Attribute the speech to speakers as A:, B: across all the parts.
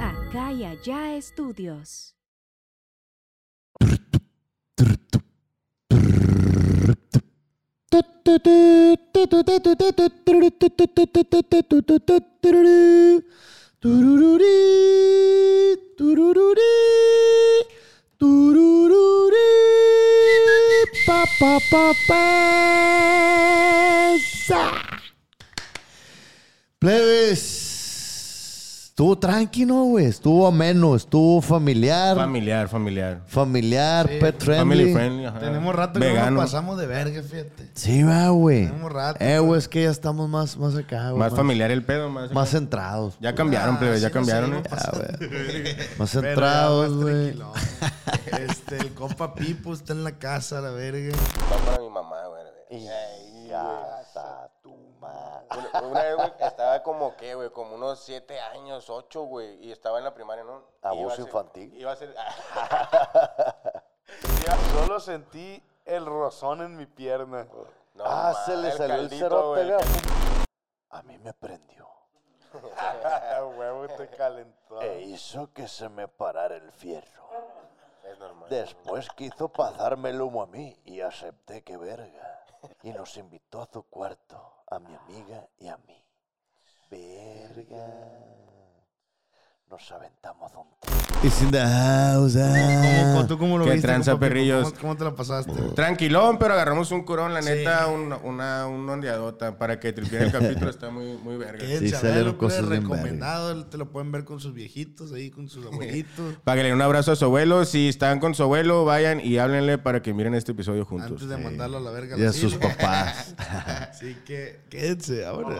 A: Acá y allá estudios.
B: Plebes. Estuvo tranquilo, güey. Estuvo ameno, estuvo familiar.
C: Familiar, familiar.
B: familiar,
D: Sí.
B: pet
C: Family
B: friendly.
C: friendly. ajá.
D: Tenemos rato que no
C: Vegano.
D: nos pasamos de verga, fíjate.
B: Sí, va, güey.
D: Tenemos rato,
B: Eh, güey, es que ya estamos más, más acá, güey.
C: Más familiar el pedo, más.
B: Más centrados.
C: Ya cambiaron, plebe, ya
D: Así nos
C: cambiaron.
D: seguimos
C: eh.
D: pasando de
B: Ah, Más
D: verga,
B: centrados,
D: más
B: güey.
D: tranquilón. Este, el compa Pipo está en la casa, la verga.
C: Va para mi mamá, güey. Y Una, una vez, güey, estaba como que, güey, como unos siete años, ocho, güey, y estaba en la primaria, ¿no?
E: Abuso
C: Iba a ser-
E: infantil.
C: Iba a ser.
F: Solo sentí el rozón en mi pierna.
C: No,
E: Ah,
C: ma,
E: se le salió el
C: caldito,
E: cerote,
C: güey.
E: vea. A mí me prendió.
F: Ah, huevo, te calentó.
E: E hizo que se me parara el fierro.
C: Es normal.
E: Después quizo pasarme el humo a mí y acepté que verga. Y nos invitó a su cuarto, a mi amiga y a mí. Verga. Nos aventamos un tiro.
B: It's in the house. ah.
D: ¿Cómo- ¿Tú cómo lo
C: Qué
D: viste,
C: tranza,
D: compa Pipo?
C: perrillos.
D: ¿Cómo, cómo te la pasaste?
C: Tranquilón, pero agarramos un curón, la neta, un, una, un ondeadota para que tripiera el capítulo. está muy, muy verga.
B: Sí,
D: Échense a
B: salieron
D: verlo,
B: cosas
D: plebe,
B: bien
D: recomendado. Te lo pueden ver con sus viejitos ahí, con sus abuelitos.
C: Para que le den un abrazo a su abuelo. Si están con su abuelo, vayan y háblenle para que miren este episodio juntos.
D: antes de mandarlo a la verga. al
B: Y a sus
D: asilo.
B: papás.
D: Así que quédense ah. ahora.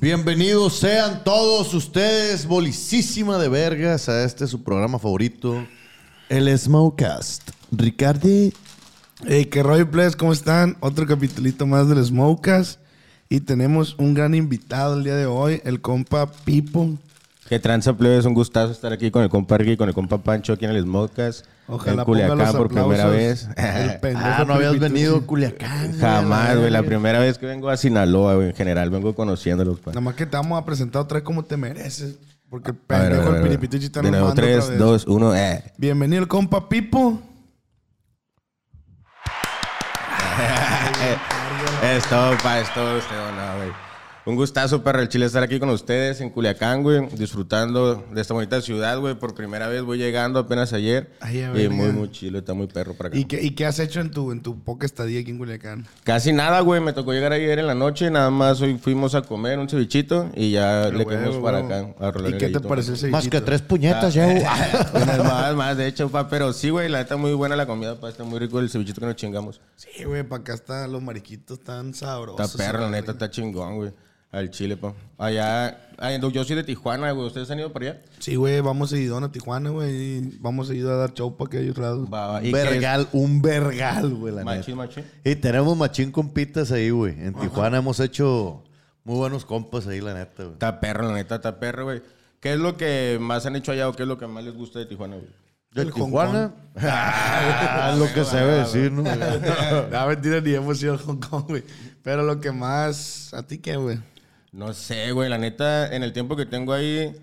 B: Bienvenidos sean todos ustedes, bolicísima de vergas, a este su programa favorito, el Smokecast. Ricardo,
D: Hey, que rollo, plebes, ¿cómo están? Otro capitulito más del Smokas. Y tenemos un gran invitado el día de hoy, el compa Pipo.
C: Que tranza, plebes. Un gustazo estar aquí con el compa Ricky, con el compa Pancho, aquí en el Smodcast.
D: Ojalá
C: en Culiacán
D: ponga los
C: por primera vez.
D: aplausos. El pendejo
B: ah, no habías
D: Pipito.
B: venido a Culiacán.
C: Jamás, güey. La
B: primera.
C: primera vez que vengo a Sinaloa, güey. En general, vengo conociéndolos, pa.
D: Nada más que te vamos a presentar otra vez como te mereces. Porque el
C: pues. A ver, a ver, a ver,
D: pendejo, el
C: a ver.
D: piripituchi está
C: De nuevo,
D: nombrando otra
C: tres,
D: vez.
C: dos, uno, eh.
D: Bienvenido el compa Pipo.
C: Es todo, pa, es todo, es todo, no, güey. Un gustazo para el Chile estar aquí con ustedes en Culiacán, güey, disfrutando de esta bonita ciudad, güey. Por primera vez voy llegando apenas ayer.
D: Ay, a
C: y
D: ver,
C: muy,
D: ya.
C: muy chilo, está muy perro para acá.
D: ¿Y qué, ¿Y qué has hecho en tu, en tu poca estadía aquí en Culiacán?
C: Casi nada, güey. Me tocó llegar ayer en la noche, nada más hoy fuimos a comer un cevichito y ya le quedamos
D: Huevo,
C: para
D: huevo.
C: acá a rolar
D: ¿Y
C: el
D: qué te
C: gallito.
D: pareció ese
B: Más que
D: bichito?
B: tres puñetas, ya. hubo.
C: Unas Ah, más, más, de hecho, pa, pero sí, güey, la neta muy buena la comida, pa, está muy rico el cevichito que nos chingamos.
D: Sí, güey, para acá están los mariquitos tan sabrosos.
C: Está perro, la neta, está chingón, güey. Al Chile, pa. Allá, ay, no, yo soy de Tijuana, güey. ¿Ustedes han ido para allá?
D: Sí, güey, vamos seguido a Tijuana, güey. y Vamos seguido a dar show para aquellos lados.
C: Va, va. ah, ¿Y qué es?
B: Vergal, un vergal, güey, la neta.
C: Machín, machín.
B: Y tenemos machín compitas ahí, güey. En Tijuana hemos hecho muy buenos compas ahí, la neta, güey.
C: Está perro, la neta, está perro, güey. ¿Qué es lo que más han hecho allá o qué es lo que más les gusta de Tijuana, güey?
B: De
D: El
B: Tijuana, es lo que se debe decir, ¿no?
D: La mentira, ni hemos ido a Hong Kong, güey. Pero lo que más. ¿A ti qué, güey?
C: No sé, güey. La neta, en el tiempo que tengo ahí,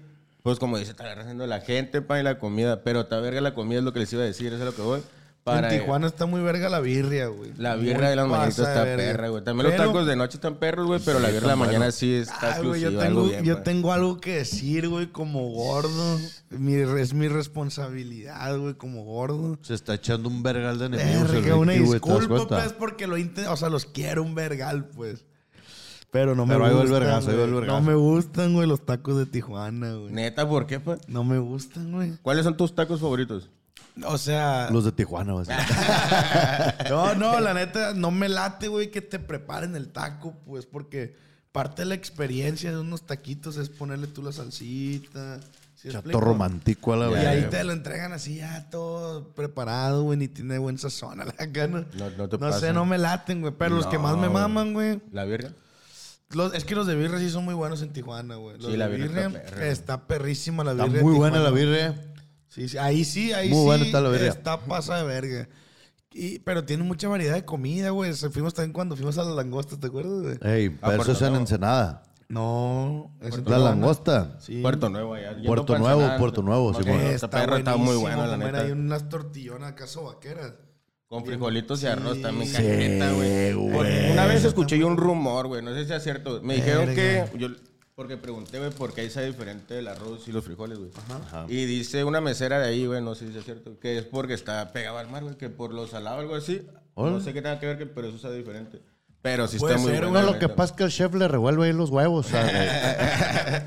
C: Pues como dice, está agarrando la gente, pa, y la comida. Pero está verga la comida, es lo que les iba a decir, eso es a lo que voy. Para,
D: en Tijuana está muy verga la birria, güey.
C: La
D: Muy
C: birra de las mañanitas
D: pasa
C: está
D: de verga.
C: perra, güey. También
D: Pero-
C: los tacos de noche están perros, güey, pero la birra de la mañana sí está
D: Ay, güey,
C: exclusiva.
D: yo,
C: algo
D: tengo,
C: bien,
D: yo
C: pa.
D: tengo algo que decir, güey, como gordo. Mi, es mi responsabilidad, güey, como gordo.
B: Se está echando un vergal de enemigos. el
D: Verga, una
B: Ricky, güey, ¿te das
D: disculpa,
B: cuenta?
D: pues, porque lo intenté. O sea, los quiero un vergal, pues. Pero no
B: Pero
D: me
B: ahí va el
D: gustan.
B: vergazo, ahí va el
D: güey.
B: vergazo.
D: No me gustan, güey, los tacos de Tijuana, güey.
C: Neta, ¿por qué, pa?
D: No me gustan, güey.
C: ¿Cuáles son tus tacos favoritos?
D: O sea.
B: Los de Tijuana, vas a decir.
D: No, no, la neta, no me late, güey, que te preparen el taco, pues, porque parte de la experiencia de unos taquitos es ponerle tú la salsita. ¿sí
B: Chato
D: explico?
B: romántico a la
D: Y
B: verga.
D: ahí te lo entregan así, ya todo preparado, güey, ni tiene buen sazón a la cana.
C: No- no te
D: sé,
C: pasen.
D: no me laten, güey, pero los que más me
C: No,
D: maman, güey.
C: ¿La birra?
D: los- es que los de birria sí son muy buenos en Tijuana, güey. Los
C: Sí, la
D: de
C: birria
D: birria
C: está
D: está,
C: perra.
D: perrísima la birria.
B: Está
D: de
B: muy buena
D: Tijuana.
B: la birria.
D: Sí, sí, ahí sí, ahí
B: Muy
D: sí.
B: buena está la verga.
D: Está pasa de verga. Y, pero tiene mucha variedad de comida, güey. Se- Fuimos también cuando fuimos a la langosta, ¿te acuerdas, güey?
B: Ey,
C: Ah,
B: pero eso
C: Puerto
B: es en
C: Nuevo.
B: Ensenada.
D: No. es en
B: Eh. La
D: Tijuana.
B: langosta.
D: Sí.
C: Puerto Nuevo, allá. Yendo
B: Puerto
C: pa'
B: Nuevo,
C: Ensenada.
B: Puerto Nuevo,
C: Ok,
B: Simón.
C: Esta perra está muy buena, la
D: buenísimo comer
C: neta.
D: Hay unas tortillonas acaso vaqueras.
C: Con frijolitos y arroz también,
D: Sí,
C: cajeta, güey. Porque Una vez escuché yo un rumor, güey, no sé si es cierto. Me dijeron
D: Verga.
C: que. Yo, porque pregunté, güey, por qué ahí sabe diferente el arroz y los frijoles, güey. Y dice una mesera de ahí, güey, no sé si es cierto, que es porque está pegado al mar, güey, que por lo salado o algo así. No sé qué tenga que ver, que- pero eso sabe diferente. Pero sí
D: Puede
C: está muy
D: ser,
C: bueno.
B: No,
D: güey,
B: lo que pasa es que el chef le revuelve ahí los huevos. ¿sabes?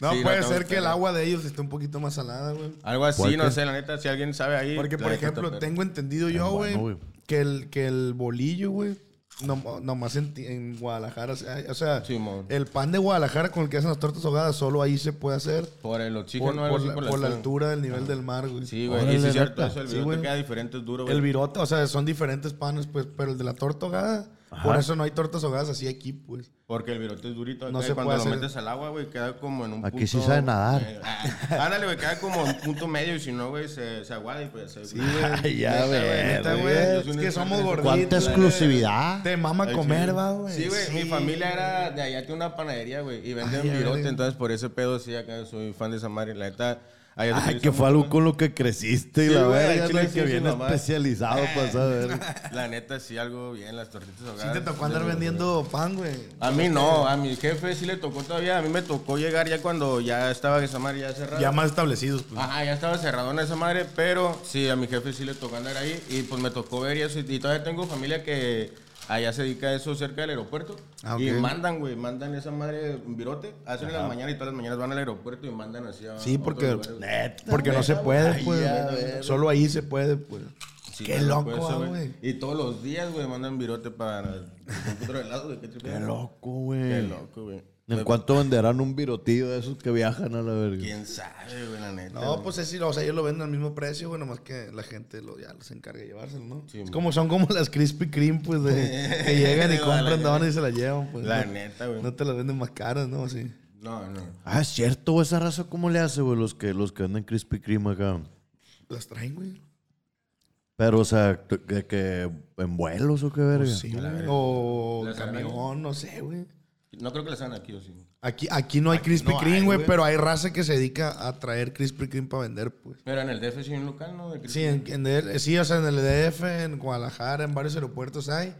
D: No,
C: Sí,
D: puede
C: no,
D: ser
C: está
D: que el
C: bien.
D: agua de ellos esté un poquito más salada, güey.
C: Algo
B: ¿Por
C: así,
B: qué?
C: no sé, la neta, si alguien sabe ahí.
D: Porque,
C: Ah, la
D: por
C: neta,
D: ejemplo,
C: pero-
D: tengo entendido yo, güey,
B: bueno, güey.
D: que, el, que el bolillo, güey, nom- nomás en, ti- en Guadalajara, o sea, o sea,
C: Simón.
D: el pan de Guadalajara con el que hacen las tortas ahogadas, solo ahí se puede hacer
C: Por el oxígeno,
D: por,
C: algo
D: por
C: así,
D: la, por la
C: altura.
D: altura del nivel del mar, güey.
C: Sí, güey.
B: Órale,
C: Y sí es cierto,
B: neta.
C: eso el
D: Sí,
C: video
D: güey.
C: te queda diferente, es duro, güey.
D: El virote, o sea, son diferentes panes, pues, pero el de la torta ahogada, por eso no hay tortas ahogadas así aquí, pues.
C: Porque el virote es durito.
D: No
C: No
D: se
C: cuando
D: puede
C: lo
D: hacer-
C: metes al agua, güey, queda como en un
B: Aquí sí sabe nadar.
C: medio. Ah, Ándale, güey, queda como en punto medio y si no, güey, se, se aguada y pues... Sí,
B: Ay, ya,
D: Neta,
B: güey.
D: güey, es que somos gorditos.
B: Cuánta
D: güey.
B: exclusividad.
D: Te mama comer, va, güey.
C: Sí, güey, mi familia era de allá, tiene una panadería, güey, y venden
D: Ay, a
C: virote,
D: ver.
C: entonces por ese pedo sí, acá soy fan de esa madre, la neta. allá se
B: Ay,
C: utiliza
B: que fue algo
C: mucho.
B: con lo que creciste y
C: Sí,
B: la
C: güey, al
B: verga,
C: chile
B: ¿no?
C: sí,
B: que
C: sí,
B: viene
C: mamá.
B: especializado
D: Eh.
B: para saber.
C: La neta, sí, algo bien, las tortitas ahogadas.
D: Sí te tocó andar vendiendo pan, güey.
C: A mí no, a mi jefe sí le tocó todavía. A mí me tocó llegar ya cuando ya estaba esa madre ya cerrada.
D: Ya más establecidos, pues.
C: Ajá, ya estaba cerradona esa madre, pero sí, a mi jefe sí le tocó andar ahí y pues me tocó ver y eso. Y todavía tengo familia que allá se dedica a eso cerca del aeropuerto.
D: Ah,
C: Y
D: ok.
C: mandan, güey, mandan esa madre un virote, hacen en las mañanas y todas las mañanas van al aeropuerto y mandan así a
D: Sí,
C: a
D: porque,
C: otros lugares, güey.
D: porque no se puede, pues. Solo ahí se puede, pues.
C: Sí,
D: Qué
C: claro,
D: loco,
C: pues,
D: ah,
C: eso,
D: güey.
C: Y todos los días, güey, mandan virote para el otro lado, güey. Qué,
B: Qué
C: tripeo.
B: loco,
C: Qué
B: güey.
C: loco, güey.
B: ¿En cuánto venderán un virotillo de esos que viajan a la verga?
C: ¿Quién sabe, güey, la neta?
D: No,
C: güey.
D: pues es, o sea, ellos lo venden al mismo precio, bueno, más que la gente lo, ya se encarga de llevárselo, ¿no?
C: Sí,
D: es
C: man.
D: como, son como las Krispy Kreme, pues, de, que llegan y
C: De
D: compran
C: Guadalajara.
D: donas y se la llevan, pues.
C: La
D: no,
C: neta, güey.
D: No te las venden más caras, ¿no? Así.
C: No, no.
B: Ah, es cierto, güey. Esa raza, ¿cómo le hace, güey? Los que, los que andan Krispy Kreme acá.
D: Las traen, güey.
B: Pero, o sea, t- que, que en vuelos o qué verga.
D: Pues Sí, güey. O
C: Las agarran.
D: camión, no sé, güey.
C: No creo que las hagan aquí, o sí.
D: Aquí, aquí no hay Krispy
C: no hay,
D: Kreme, güey,
C: güey.
D: pero hay raza que se dedica a traer Krispy Kreme para vender, pues.
C: Pero en el DF sí hay un local, ¿no? De
D: Sí, en, en el- sí, o sea, en el DF, en Guadalajara, en varios aeropuertos hay.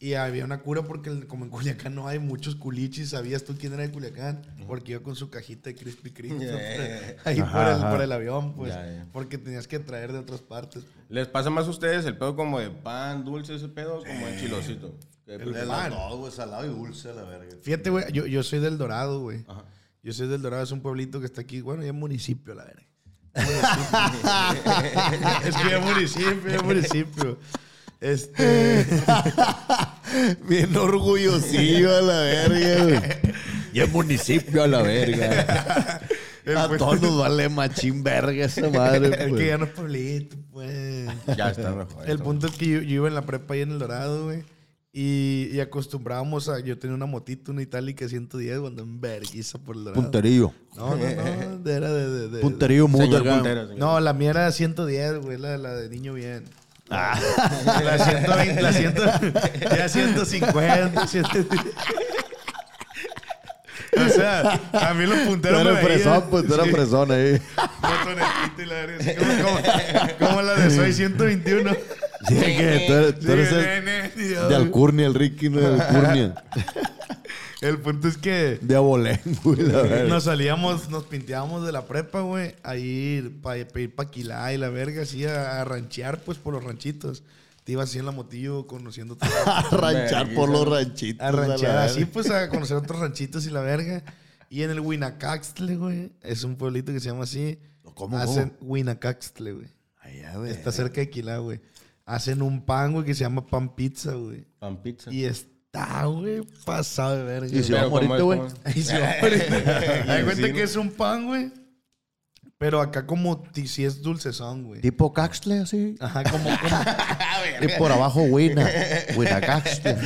D: Y había una cura porque el- como en Culiacán no hay muchos culichis, ¿sabías tú quién era de Culiacán? Porque iba con su cajita de Krispy Kreme
C: Ya,
D: siempre
C: ya,
D: ahí por el, por el avión, pues.
C: Ya, ya.
D: Porque tenías que traer de otras partes.
C: ¿Les pasa más a ustedes el pedo como de pan, dulce, ese pedo, o como de chilosito? Que
D: Eh. El
C: pues,
D: pan.
B: güey, salado y dulce a la verga.
D: Fíjate, güey, yo, yo soy del Dorado, güey. Yo soy del Dorado, es un pueblito que está aquí, bueno, ya es municipio, la verdad. Municipio. es que ya es municipio, ya es municipio. Este...
B: Bien orgullosillo a la verga, güey. Y el municipio a la verga. A todos nos vale machín verga esa madre,
D: Es que
B: pues.
D: ya no es pueblito, pues.
C: Ya está mejor.
D: El punto es que yo, yo iba en la prepa ahí en El Dorado, güey. Y, y acostumbrábamos a... Yo tenía una motito, una Itálica 110, cuando en verguiza por El Dorado.
B: Punterillo.
D: No, no, no. Era de... de- de-
B: Punterillo mudo
C: Señor
B: acá.
C: puntero, señor.
D: No, la mía era 110, güey. La, la de niño bien.
B: Ah.
D: La 120, la 100, ya 150, 110.
G: O sea, a mí los punteros
B: Tú
G: me
B: eres
G: veían.
B: presón, pues tú eres
G: Sí,
B: presón ahí.
G: botonecito y la verga, así como, como- como la de Soy 121.
B: Sí, que tú eres, tú eres
G: Sí,
B: el
G: nene,
B: de
G: Dios.
B: Alcurnia, el Ricky, no de Alcurnia.
G: El punto es que
B: De Abolén, güey, la verga.
D: Nos salíamos, nos pinteábamos de la prepa, güey, a ir para pedir paquilá y la verga, así a, a ranchear, pues, por los ranchitos. Te ibas así en la motillo, conociendo todo.
B: A ranchar por los ranchitos.
D: a
B: a
D: ranchear,
B: la
D: así,
B: verga.
D: pues, a conocer otros ranchitos y la verga. Y en el Huinacaxtle, güey, es un pueblito que se llama así.
B: ¿Cómo, Eh.
D: Hacen Huinacaxtle, güey.
B: Allá de-
D: Está cerca de Quilá, güey. Hacen un pan, güey, que se llama pan pizza, güey.
C: Pan pizza.
D: Y está, güey, pasado de verga.
B: Y si va
C: Pero
B: a
C: como
B: morirte,
C: es-
B: güey.
C: como es-
D: Ahí se va a poner. Haz de cuenta que es un pan, güey. Pero acá como ti- si es dulcezón, güey.
B: Tipo Caxle, así.
D: Ajá, como, como-
B: Y por abajo, Wina. Wina Caxle.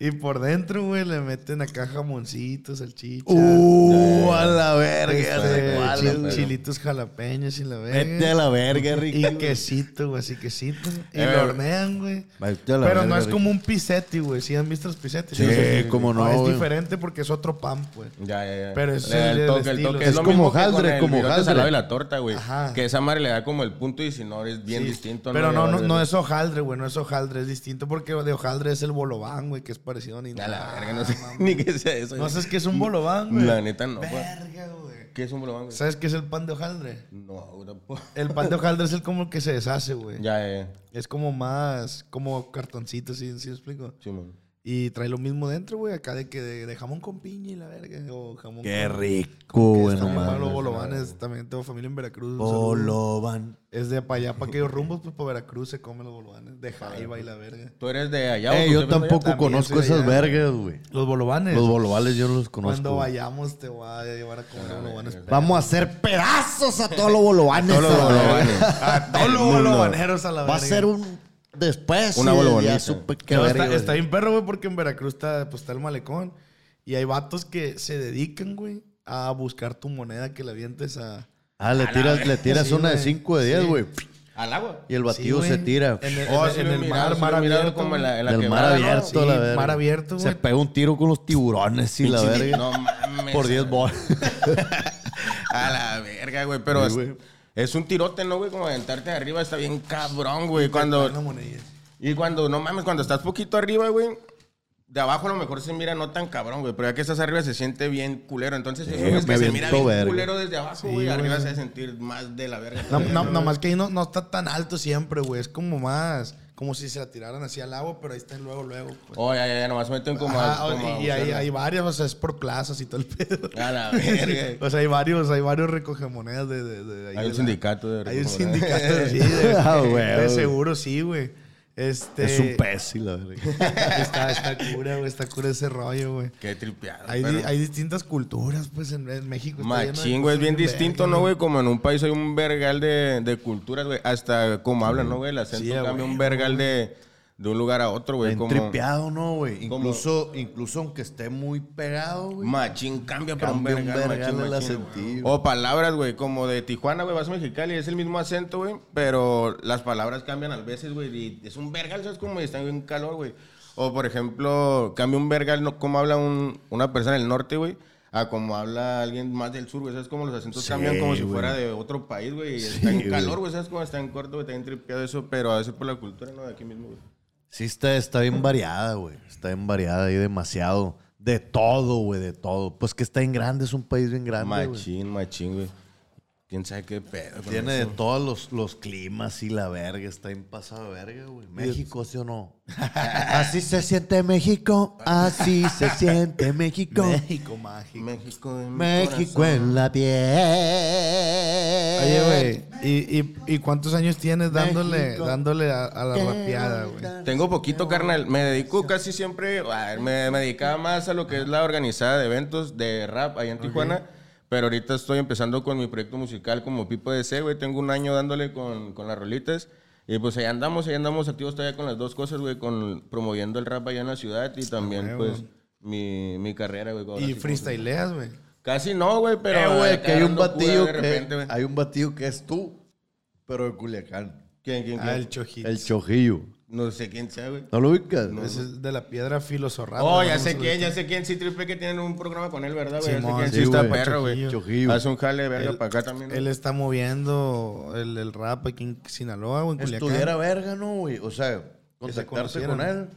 D: Y por dentro, güey, le meten acá jamoncitos, salchicha.
B: Uh, a la verga.
D: este,
B: de cuál,
D: chil-
B: güey.
D: chilitos jalapeños y la verga.
B: Vete a la verga, Ricky.
D: Y quesito, güey, así quesito. Y
B: Eh,
D: lo hornean, güey.
B: Vete a la
D: Pero
B: verga,
D: no es
B: Ricky.
D: como un pisetti, güey. Si han visto los pisetis.
B: Sí, cómo no,
D: Es
B: güey.
D: diferente porque es otro pan, pues.
C: Ya, ya, ya.
D: Pero es
C: Le da
D: el- el estilo.
B: Es
C: lo
B: como
C: mismo que
B: hojaldre,
C: con el
B: como
C: bigote
B: hojaldre.
C: salado y la torta, güey.
D: Ajá.
C: Que esa madre le da como el punto y si no es bien
D: Sí,
C: distinto.
D: Pero
C: Le
D: no,
C: va
D: no,
C: a-
D: no es hojaldre, güey. No es hojaldre. Es distinto porque de hojaldre es el bolobán, güey, que es parecido a ni
C: A la
D: nada.
C: verga, no sé ni qué sea eso.
D: No
C: güey.
D: sabes qué es un bolobán, güey.
C: La neta no, pues. güey.
D: Verga, güey.
C: ¿Qué es un bolobán, güey?
D: ¿Sabes qué es el pan de hojaldre?
C: No, tampoco.
D: El pan de hojaldre es el como el que se deshace, güey.
C: Ya, eh, ya, ya.
D: Es como más, como cartoncito, ¿sí, ¿sí me explico?
C: Sí, man.
D: Y trae lo mismo dentro, güey, acá de que de, de jamón con piña y la verga. O jamón
B: Qué
D: con-
B: rico,
D: que es
B: güey, no
D: también
B: mames.
D: para Los bolobanes, también tengo familia en Veracruz. un saludo.
B: Boloban.
D: Es de para allá, para aquellos rumbos, pues para Veracruz se comen los bolobanes. De jaiba y la verga.
C: ¿Tú eres de allá
B: Eh,
C: tú
B: yo
C: te fuiste
B: tampoco
C: allá?
D: pues, También soy
B: conozco
D: de
B: esas
D: allá.
B: vergas, güey.
D: Los bolobanes.
B: Los bolovales yo no los conozco.
D: Cuando
B: güey.
D: vayamos te voy a llevar a comer bolobanes.
B: Vamos a hacer pedazos a todos los bolovanes.
C: Todos los
B: a la verga.
C: bolovanes.
D: a todos los bolobaneros a la verga.
B: Va a ser un. Después.
C: Una
B: y
C: bolovanita.
B: Ya supe que
D: No,
B: verga,
D: está, está
B: güey.
D: bien perro, güey, porque en Veracruz está, pues, está el malecón. Y hay vatos que se dedican, güey, a buscar tu moneda que la avientes a...
B: Ah, le tiras, le tiras
D: Sí,
B: una de
D: güey.
B: 5 de 10,
D: Sí.
B: güey.
C: Al agua.
B: Y el
D: Sí,
B: batido
D: güey.
B: se tira.
D: En el,
C: Oh,
D: en-
C: sí
D: en
C: lo he
D: el
C: mirado, sí
D: mar,
C: lo
D: mar
C: he mirado
D: abierto.
C: como en la- en la
B: Del mar
C: quebrada, ¿no?
B: abierto,
D: Sí,
B: la verga.
D: mar abierto,
B: Se
D: güey.
B: pega un tiro con los tiburones y la
C: Pinche-
B: verga.
C: No mames.
B: Por 10 bolas.
C: A la verga, güey. Pero es, es un tirote, ¿no, güey? Como aventarte de arriba está bien cabrón, güey. Cuando,
D: Una moneda.
C: y cuando, no mames, cuando estás poquito arriba, güey. De abajo a lo mejor se mira no tan cabrón, güey. Pero ya que estás arriba se siente bien culero. Entonces,
B: Sí,
C: eso es
B: me
C: que se
B: aviento
C: mira bien
B: verga.
C: culero desde abajo, güey. Arriba se va a sentir más de la verga.
D: No, pues, no, nomás que ahí no, no está tan alto siempre, güey. Es como más... Como si se la tiraran así al agua, pero ahí están luego, luego. pues.
C: Oh, ya, ya, ya. Nomás meten como a-
D: Ajá,
C: como a
D: y y hay,
C: bucear.
D: hay varias, o sea, es por plazas y todo el pedo.
C: A la verga.
D: O sea, hay varios, hay varios recogemonedas de, de, de- de
C: Hay
D: ahí
C: un
D: de la-
C: sindicato de
D: Hay un
C: recogemonedas.
D: sindicato de, sí, de-
B: Ah,
D: de
B: güey.
D: seguro, sí, güey. Este,
B: Es un pez y la verga.
D: Está, está cura, güey. Está cura ese rollo, güey.
C: Qué tripeado.
D: Hay, di-
C: pero-
D: hay distintas culturas, pues, en, en México. está lleno de
C: Machín, güey, es bien
D: cosas
C: distinto,
D: verga,
C: ¿no, güey? Como en un país hay un vergal de, de culturas, güey. Hasta como hablan, ¿no, güey? El acento
D: Sí, a
C: cambia un
D: huevo,
C: vergal de, de un lugar a otro, güey.
B: Bien
C: Como
B: tripeado, ¿no, güey?
C: como-
B: Incluso, incluso aunque esté muy pegado, güey.
C: Machín cambia para un
B: Cambia un
C: vergal,
B: vergal
C: machín,
B: el
C: machín,
B: acento,
C: güey. O palabras, güey, como de Tijuana, güey, vas a Mexicali, es el mismo acento, güey, pero las palabras cambian a veces, güey, y es un vergal, ¿sabes? Como están en calor, güey. O, por ejemplo, cambia un vergal, no, como habla un- una persona del norte, güey, a como habla alguien más del sur, güey, ¿sabes? Como los acentos
B: Sí,
C: cambian como si
B: güey.
C: fuera de otro país, güey, y
B: Sí,
C: está en
B: güey.
C: calor, güey, ¿sabes? Como está en corto, güey, está bien tripeado eso, pero a veces por la cultura, ¿no? De aquí mismo, güey.
B: Sí, está, está bien variada, güey. Está bien variada hay demasiado. De todo, güey, de todo. Pues que está en grande, es un país bien grande. güey.
C: Machín, machín, güey. ¿Quién sabe qué pedo? con
B: Tiene de
C: eso?
B: todos los, los climas y la verga. Está bien pasado de verga, güey. México, ¿sí o no? Así se siente México. Así se siente México.
D: México mágico.
C: México, en mi
B: México en la piel.
D: Oye, güey. ¿y, y, y cuántos años tienes dándole,
B: México.
D: dándole a, a la rapeada, güey?
C: Tengo poquito, carnal. Me dedico casi siempre, a ver, me, me dedicaba más a lo que es la organizada de eventos de rap allá en Tijuana. Pero ahorita estoy empezando con mi proyecto musical como Pipo de C, güey. Tengo un año dándole con, con las rolitas. Y pues ahí andamos, ahí andamos activos todavía con las dos cosas, güey. Con, promoviendo el rap allá en la ciudad y
B: Ah,
C: también, pues, mi, mi carrera, güey. ahora sí
D: Y
C: como-
D: freestyleas, güey.
C: Casi no, güey, pero...
B: Eh, güey, que hay un
C: agarrando cura
B: batillo
C: de
B: que
C: repente, güey.
B: hay un batillo que es tú, pero de Culiacán.
C: ¿Quién, quién, quién?
D: Ah, el Chojito.
B: El Chojillo.
C: No sé quién sea, güey.
B: ¿No lo ubicas?
C: No.
D: Ese es de la piedra filosorrada.
C: Oh, ya sé quién, ya sé quién. Sí, Triple que tienen un programa con él, ¿verdad, güey? Ya sé
D: Simón,
C: quién,
D: sí,
C: sí está
D: güey.
C: perro, güey.
D: Chojillo.
B: Chojillo.
C: Hace un jale de verga
D: Él-
C: para acá también.
D: Él está moviendo el, el rap aquí en Sinaloa o en Culiacán.
B: Estuviera verga, ¿no, güey? O sea,
D: se
B: contactarse con él.
D: conocieran.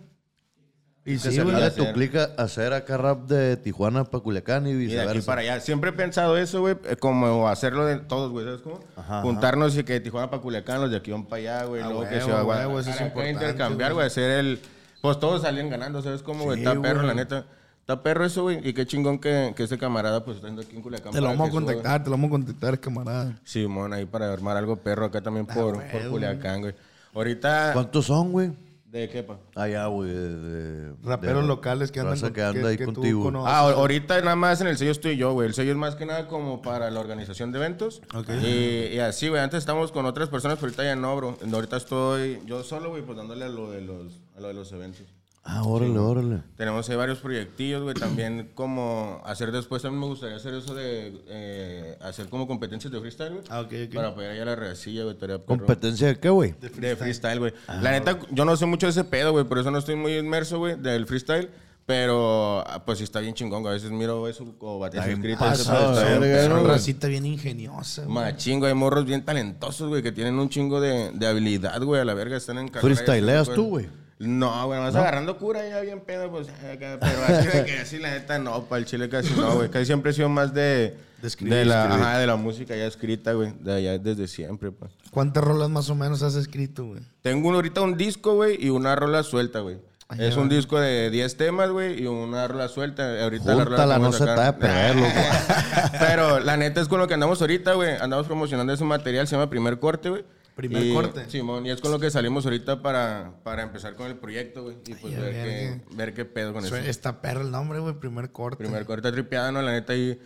B: Y
C: se
B: se le
C: puede hacer.
B: duplica hacer acá rap de Tijuana para Culiacán y
C: Y de aquí
B: viceversa.
C: para allá. Siempre he pensado eso, güey, eh, como hacerlo de todos, güey, ¿sabes cómo?
B: Ajá,
C: Juntarnos y que de Tijuana para Culiacán, los de aquí van para allá, güey,
D: Ah,
C: luego que
D: huevo,
C: se va a
D: huevo, eso es
C: Guadalajara, acá,
D: importante,
C: intercambiar, güey,
D: güey.
C: hacer el... Pues todos salían ganando, ¿sabes cómo, güey?
D: Sí,
C: Está perro,
D: güey.
C: la neta. Está perro eso, güey, y qué chingón que, que ese camarada, pues, está yendo aquí en Culiacán.
D: Te lo
C: para
D: vamos a
C: que suba.
D: contactar, te lo vamos a contactar, camarada.
C: Simón, ahí para armar algo perro acá también
D: Ah,
C: por, por
D: huevo.
C: Culiacán, güey. Ahorita...
B: ¿Cuántos son, güey?
C: ¿De qué, pa?
B: Allá, güey. de- de-
D: Raperos
B: de-
D: locales que andan
B: raza
D: con-
B: que anda
D: que-
B: ahí
D: que tú
B: contigo.
D: conoces.
C: Ah, ahor- ahorita nada más en el sello estoy yo, güey. El sello es más que nada como para la organización de eventos.
D: Ok.
C: Y, y así, güey. Antes estábamos con otras personas, pero ahorita ya no, bro. Ahorita estoy yo solo, güey, pues dándole a lo de los, a lo de los eventos.
B: Ah, órale, órale.
C: Tenemos ahí varios proyectillos, güey. También como hacer después, también me gustaría hacer eso de eh, hacer como competencias de freestyle, güey.
D: Ah, ok, ok.
C: Para apoyar allá la redacilla, güey. estaría perro.
B: ¿Competencia de qué, güey?
C: De freestyle. güey. La neta, yo no sé mucho de ese pedo, güey. Por eso no estoy muy inmerso, güey, del freestyle. Pero, ah, pues sí está bien chingón. güey. A veces miro eso o bateas
B: Está bien
C: escritas.
B: pasado,
C: está bien
B: verga,
C: perro,
B: ¿no,
D: Ah, Una
C: güey.
D: racita bien ingeniosa. güey.
C: Machín, güey. Hay morros bien talentosos, güey, que tienen un chingo de, de habilidad, güey. A la verga están en carrera y
B: ¿Freestyleas
C: así,
B: tú, güey?
C: No, güey, vas agarrando cura ya bien pedo, pues. acá, Pero así de que sí, la neta, no, para el chile casi no, güey. Casi siempre he sido más de.
D: De escribir,
C: de la,
D: escribir.
C: ajá, de la música ya escrita, güey. De allá desde siempre, pues.
D: ¿Cuántas rolas más o menos has escrito, güey?
C: Tengo un- ahorita un disco, güey, y una rola suelta, güey.
D: Ay,
C: Es
D: ya.
C: un disco de 10 temas, güey, y una rola suelta. Ahorita la rola
B: Júntala,
C: que voy a
B: no se te
C: sacar-
B: va a perder, loco.
C: Pero la neta es con lo que andamos ahorita, güey. Andamos promocionando ese material, se llama Primer Corte, güey.
D: Primer
C: Y-
D: Corte.
C: Simón, y es con lo que salimos ahorita para, para empezar con el proyecto, güey. Y pues
D: Ay, a
C: ver,
D: ver,
C: qué, ver qué pedo con eso.
D: Suena- Está perro el nombre, güey. Primer corte.
C: Primer corte tripeado, ¿no? La neta, y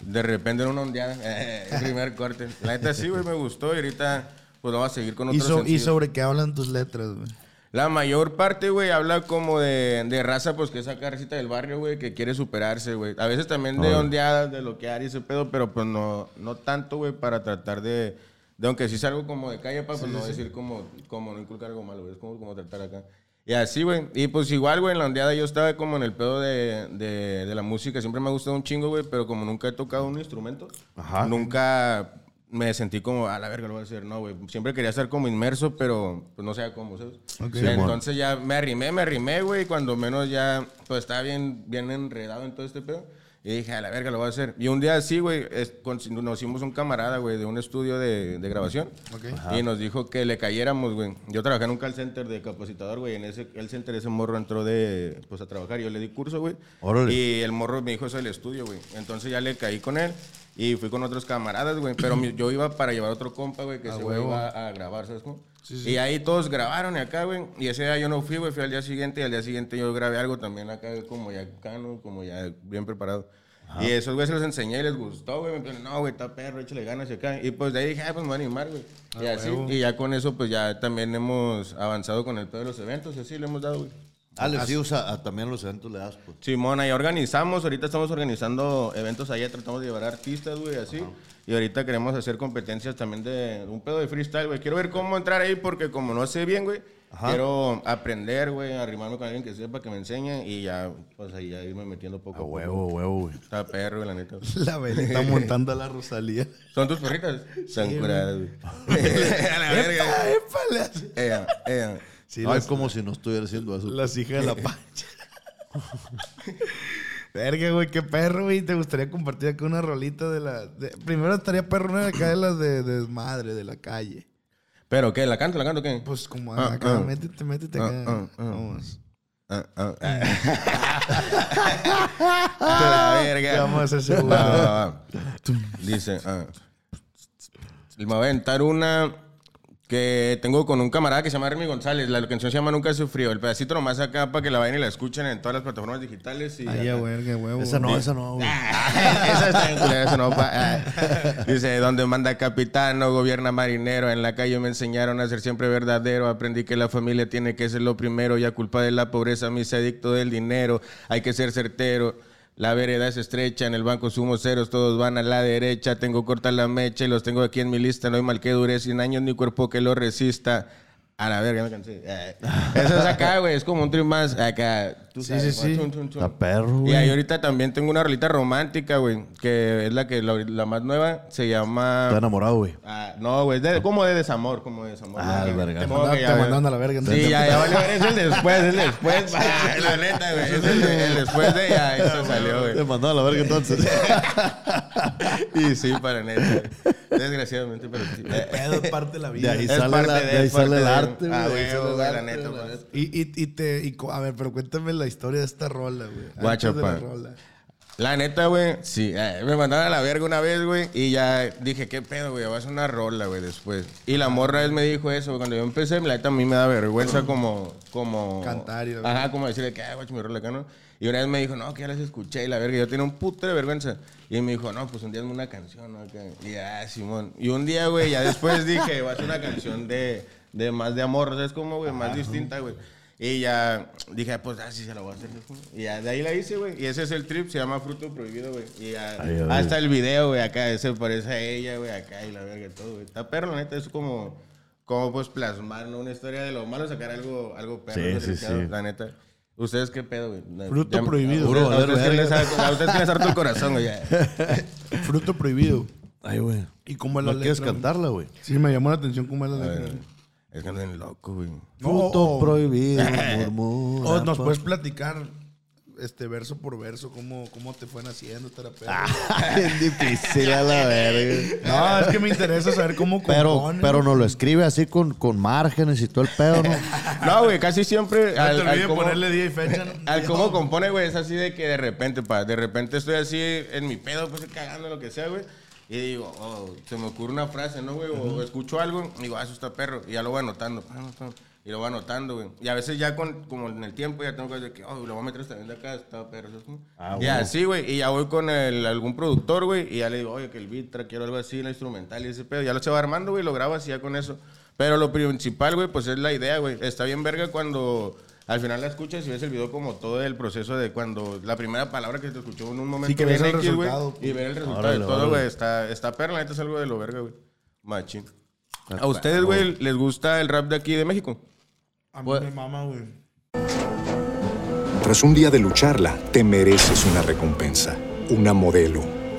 C: de repente era una ondeada. Eh, primer corte. La neta sí, güey, me gustó. Y ahorita, pues vamos a seguir con
D: ¿Y,
C: otro
D: so- y
C: sencillo.
D: sobre qué hablan tus letras, güey?
C: La mayor parte, güey, habla como de, de raza, pues que es acá racita del barrio, güey, que quiere superarse, güey. A veces también de ondeadas, de loquear y ese pedo, pero pues no, no tanto, güey, para tratar de. De aunque sí salgo como de calle, para pues no decir como, como no inculcar algo malo, güey. Es como, como tratar acá. Y así, güey. Y pues igual, güey, en la ondeada yo estaba como en el pedo de, de, de la música. Siempre me ha gustado un chingo, güey, pero como nunca he tocado un instrumento, nunca me sentí como, a la verga lo voy a hacer. No, güey. Siempre quería estar como inmerso, pero pues no sabía cómo, ¿sabes? Sí, Entonces ya me arrimé, me arrimé, güey. y Cuando menos ya, pues estaba bien, bien enredado en todo este pedo. Y dije, a la verga, lo voy a hacer. Y un día así, güey, es- con- nos hicimos un camarada, güey, de un estudio de, de grabación. Y nos dijo que le cayéramos, güey. Yo trabajé en un call center de capacitador, güey. En ese call center ese morro entró de, pues, a trabajar. Yo le di curso, güey.
B: Órale.
C: Y el morro me dijo eso del estudio, güey. Entonces ya le caí con él. Y fui con otros camaradas, güey. Pero mi- yo iba para llevar otro compa, güey, que ese güey iba a grabar, ¿sabes cómo? Y ahí todos grabaron y acá, güey. Y ese día yo no fui, güey. Fui al día siguiente y al día siguiente yo grabé algo también acá, güey, como ya cano, como ya bien preparado. Y esos güey se los enseñé y les gustó, güey. Me dijeron, no, güey, está perro, échale ganas y acá. Y pues de ahí dije, ah, pues me voy a animar, güey. y así, y ya con eso, pues ya también hemos avanzado con el pedo de los eventos y así le hemos dado, güey.
B: Alex, Ah, sí, o sea, a- también a los eventos le das, pues.
C: Simona, y organizamos, ahorita estamos organizando eventos allá, tratamos de llevar artistas, güey, así. Y ahorita queremos hacer competencias también de un pedo de freestyle, güey. Quiero ver cómo entrar ahí porque como no sé bien, güey, quiero aprender, güey, arrimarme con alguien que sepa, que me enseñe y ya, pues ahí ya irme metiendo
B: A
C: poco a poco.
B: huevo, huevo, güey.
C: Está perro, güey, la neta.
D: La veleta montando a la Rosalía.
C: ¿Son tus perritas? Están curadas, güey. a la verga.
D: ¡Epa, epa! Las,
C: Ea, ea.
D: sí,
B: Ay,
D: las,
B: como si no estuviera haciendo eso.
D: las hijas de la pancha. Verga, güey, qué perro, güey. ¿Te gustaría compartir acá una rolita de la. de- primero estaría perro una de acá de las de de desmadre, de la calle.
C: ¿Pero qué? ¿La canto? ¿La canto qué?
D: Pues como
C: Ah,
D: acá,
C: ah.
D: métete, métete
C: Ah,
D: acá.
C: ah, ah.
D: Vamos.
C: Ah, ah, ah. a la verga.
D: Te vamos a hacer seguro.
C: Va, va, va. Dice, ah. me voy a aventar una que tengo con un camarada que se llama Remy González. La canción se llama Nunca se frío. El pedacito nomás acá para que la vayan y la escuchen en todas las plataformas digitales. Y
D: Ay, ya, güey, qué huevo.
B: Esa no, esa no, güey.
C: esa está bien culera, esa no pa- ah. Dice, donde manda capitano, gobierna marinero. En la calle me enseñaron a ser siempre verdadero. Aprendí que la familia tiene que ser lo primero. Ya culpa de la pobreza, me hice adicto del dinero. Hay que ser certero. La vereda es estrecha, en el banco sumo ceros, todos van a la derecha. Tengo corta la mecha y los tengo aquí en mi lista. No hay mal que dure 100 años ni cuerpo que lo resista. A la verga, me cansé. Eh, Eso es acá, güey. Es como un trim más acá. Tú
D: Sí,
C: sabes,
D: sí,
C: güey,
D: sí.
C: chun, chun, chun.
B: La perro,
C: Y ahí
B: güey.
C: ahorita también tengo una rolita romántica, güey. Que es la que la, la más nueva. Se llama.
B: Está enamorado, güey.
C: Ah, no, güey, de- como de desamor, como de desamor.
B: Ah,
C: Como
B: verga.
C: que
B: Te
D: mandaron-
C: ya,
D: te
C: güey.
D: mandaron a la verga,
C: Sí,
D: entonces.
C: ya, ya, vale, verga, es el después, es el después. va, la neta, güey, es el, el después de ya, eso salió,
B: Te
C: güey.
B: mandó a la verga entonces.
C: Y sí, para neta. Desgraciadamente, pero sí.
D: Pedo es parte de la
B: De
D: vida.
B: ahí
C: Es
B: sale, la-
C: parte de-
B: de ahí
C: es parte
B: sale el
C: de-
B: arte, güey.
C: Ah,
B: de ahí
C: güey,
B: sale el
C: güey, la
B: arte,
C: neta,
B: güey.
C: pues.
D: Y, y, y te. y co- a ver, pero cuéntame la historia de esta rola, güey. Antes
C: Guacha,
D: de la
C: pa.
D: rola.
C: La neta, güey, sí. eh, me mandaron a la verga una vez, güey. Y ya dije, ¿qué pedo, güey? Vas a hacer una rola, güey, después. Y la morra él me dijo eso, güey. Cuando yo empecé, la neta a mí me da vergüenza como. como
D: Cantar y la verga.
C: Ajá, como decirle que, ay, guacho, mi rola acá, ¿no? Y una vez me dijo, no, que ya las escuché y la verga. Yo tenía un puto de vergüenza. Y me dijo, no, pues un día hazme una canción, ¿no? Acá. Y ya, Simón. Y un día, güey, ya después dije, va a ser una canción de, de más de amor, ¿sabes cómo, güey? Más distinta, güey. Y ya dije, pues, ah, sí, se la voy a hacer. Y ya de ahí la hice, güey. Y ese es el trip, se llama Fruto Prohibido, güey. Y ya,
B: Ay, ay.
C: hasta el video, güey, acá, se parece a ella, güey, acá y la verga y todo, güey. Está perro, la neta, es como, como pues plasmar, ¿no? Una historia de lo malo, sacar algo, algo perro.
B: Sí,
C: ¿no?
B: sí,
C: Delicado,
B: sí.
C: La neta. ¿Ustedes qué pedo, güey?
D: Fruto
C: me-
D: prohibido. eh,
C: A ustedes-
B: Puro
C: a ustedes
B: valer
C: que les
B: verga.
C: harto- a ustedes que les harto el corazón, güey. ya.
D: Fruto prohibido.
B: Ay, güey.
D: ¿Y cómo es la
B: ¿No quieres
D: letra, güey?
B: cantarla, güey?
D: Sí, me llamó la atención cómo es la letra.
C: ver. Es que andan loco, güey.
D: No,
B: Fruto
D: o-
B: prohibido, murmura.
D: o Oh, nos
B: pa-
D: puedes platicar este verso por verso cómo, cómo te fueron haciendo terapeuta.
C: Ah.
B: Bien difícil a la verga.
D: No, es que me interesa saber cómo
B: Pero,
D: componen.
B: pero nos lo escribe así con, con márgenes y todo el pedo, ¿no?
C: No, güey, casi siempre.
D: No te
C: al- al
D: olvides
C: cómo-
D: ponerle día y fecha. ¿no?
C: Al cómo compone, güey, es así de que de repente, pa, de repente estoy así en mi pedo, pues cagando lo que sea, güey. Y digo, oh, se me ocurre una frase, ¿no, güey? O escucho algo, y digo, ah, eso está perro. Y ya lo voy anotando. pa, pa, pa, Y lo voy anotando, güey. Y a veces ya con, como en el tiempo ya tengo cosas de que, oh, lo voy a meter también de acá, está perro. ¿sabes cómo?
B: Ah,
C: y
B: güey.
C: así, güey. Y ya voy con el- algún productor, güey. Y ya le digo, oye, que el beat, tra- quiero algo así, la instrumental y ese pedo. Ya lo se va armando, güey, lo grabo así ya con eso. Pero lo principal, güey, pues es la idea, güey. Está bien verga cuando al final la escuchas y ves el video como todo el proceso de cuando la primera palabra que te escuchó en un momento
D: Sí, que ves
C: bien
D: el
C: X, güey,
D: resultado, pues.
C: y ver el resultado
B: Órale,
C: de todo,
B: órale.
C: güey, está está perla, neta es algo de lo verga, güey. Machín.
D: Ah,
C: ¿A ustedes, güey, les gusta el rap de aquí de México?
D: A mí me mama, güey.
H: Tras un día de lucharla, te mereces una recompensa, una modelo,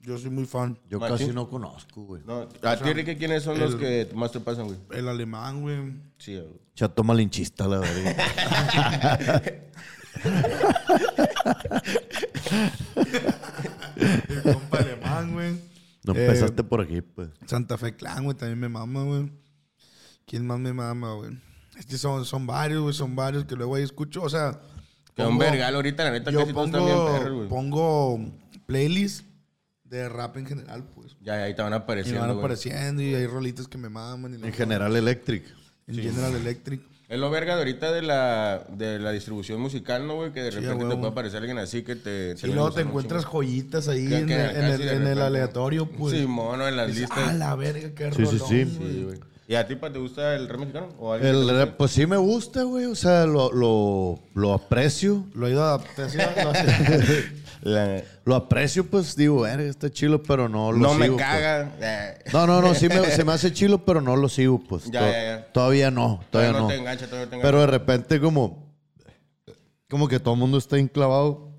D: Yo soy muy fan.
B: Yo
C: Machín.
B: casi no conozco, güey.
C: No, a ti, Ricky, ¿quiénes son los que más te pasan, güey?
D: El alemán, güey.
C: Sí, güey.
B: Chato malinchista, la verga.
D: El compa alemán, güey.
B: No
D: Eh,
B: empezaste por aquí, pues.
D: Santa Fe Clan, güey, también me mama, güey. ¿Quién más me mama, güey? Es que son, son varios, güey, son varios que luego ahí escucho. O sea,
C: Que un
D: pongo-
C: vergal ahorita, la neta,
D: yo
C: casi todos están bien perros,
D: pongo,
C: güey.
D: pongo playlist de rap en general, pues.
C: Ya, ahí te van
D: Y me
C: apareciendo,
D: van
C: güey.
D: apareciendo y hay rolitas que me maman. Y la-
B: En general, Electric.
D: En General Electric.
C: Es lo verga de ahorita de la, de la distribución musical, ¿no, güey? Que de
D: Sí,
C: repente
D: a
C: te
D: huevo.
C: puede aparecer alguien así que te...
D: y luego te encuentras joyitas ahí
C: Que-
D: en,
C: que
D: en
C: casi
D: el,
C: de
D: en el
C: repente.
D: aleatorio, pues.
C: Sí, mono, en las
D: Dices,
C: listas.
D: ah, la verga, qué
B: Sí,
D: rolón.
B: sí, sí.
C: Sí, güey. ¿Y a ti, pa, te gusta el rap mexicano? ¿O alguien que
B: El
C: te
B: rap, pues sí me gusta, güey. O sea, lo, lo, lo aprecio.
D: Lo he ido adaptando.
C: La-
B: Lo aprecio, pues digo, verga, está chilo, pero no lo
C: No
B: sigo.
C: me
B: pues.
C: caga. Eh,
B: No, no, no, sí me- se me hace chilo, pero no lo sigo, pues.
C: Ya,
B: To-
C: ya, ya.
B: Todavía no, todavía,
C: no
B: no.
C: te engancha, todavía te engancha.
B: Pero de repente como como que todo el mundo está enclavado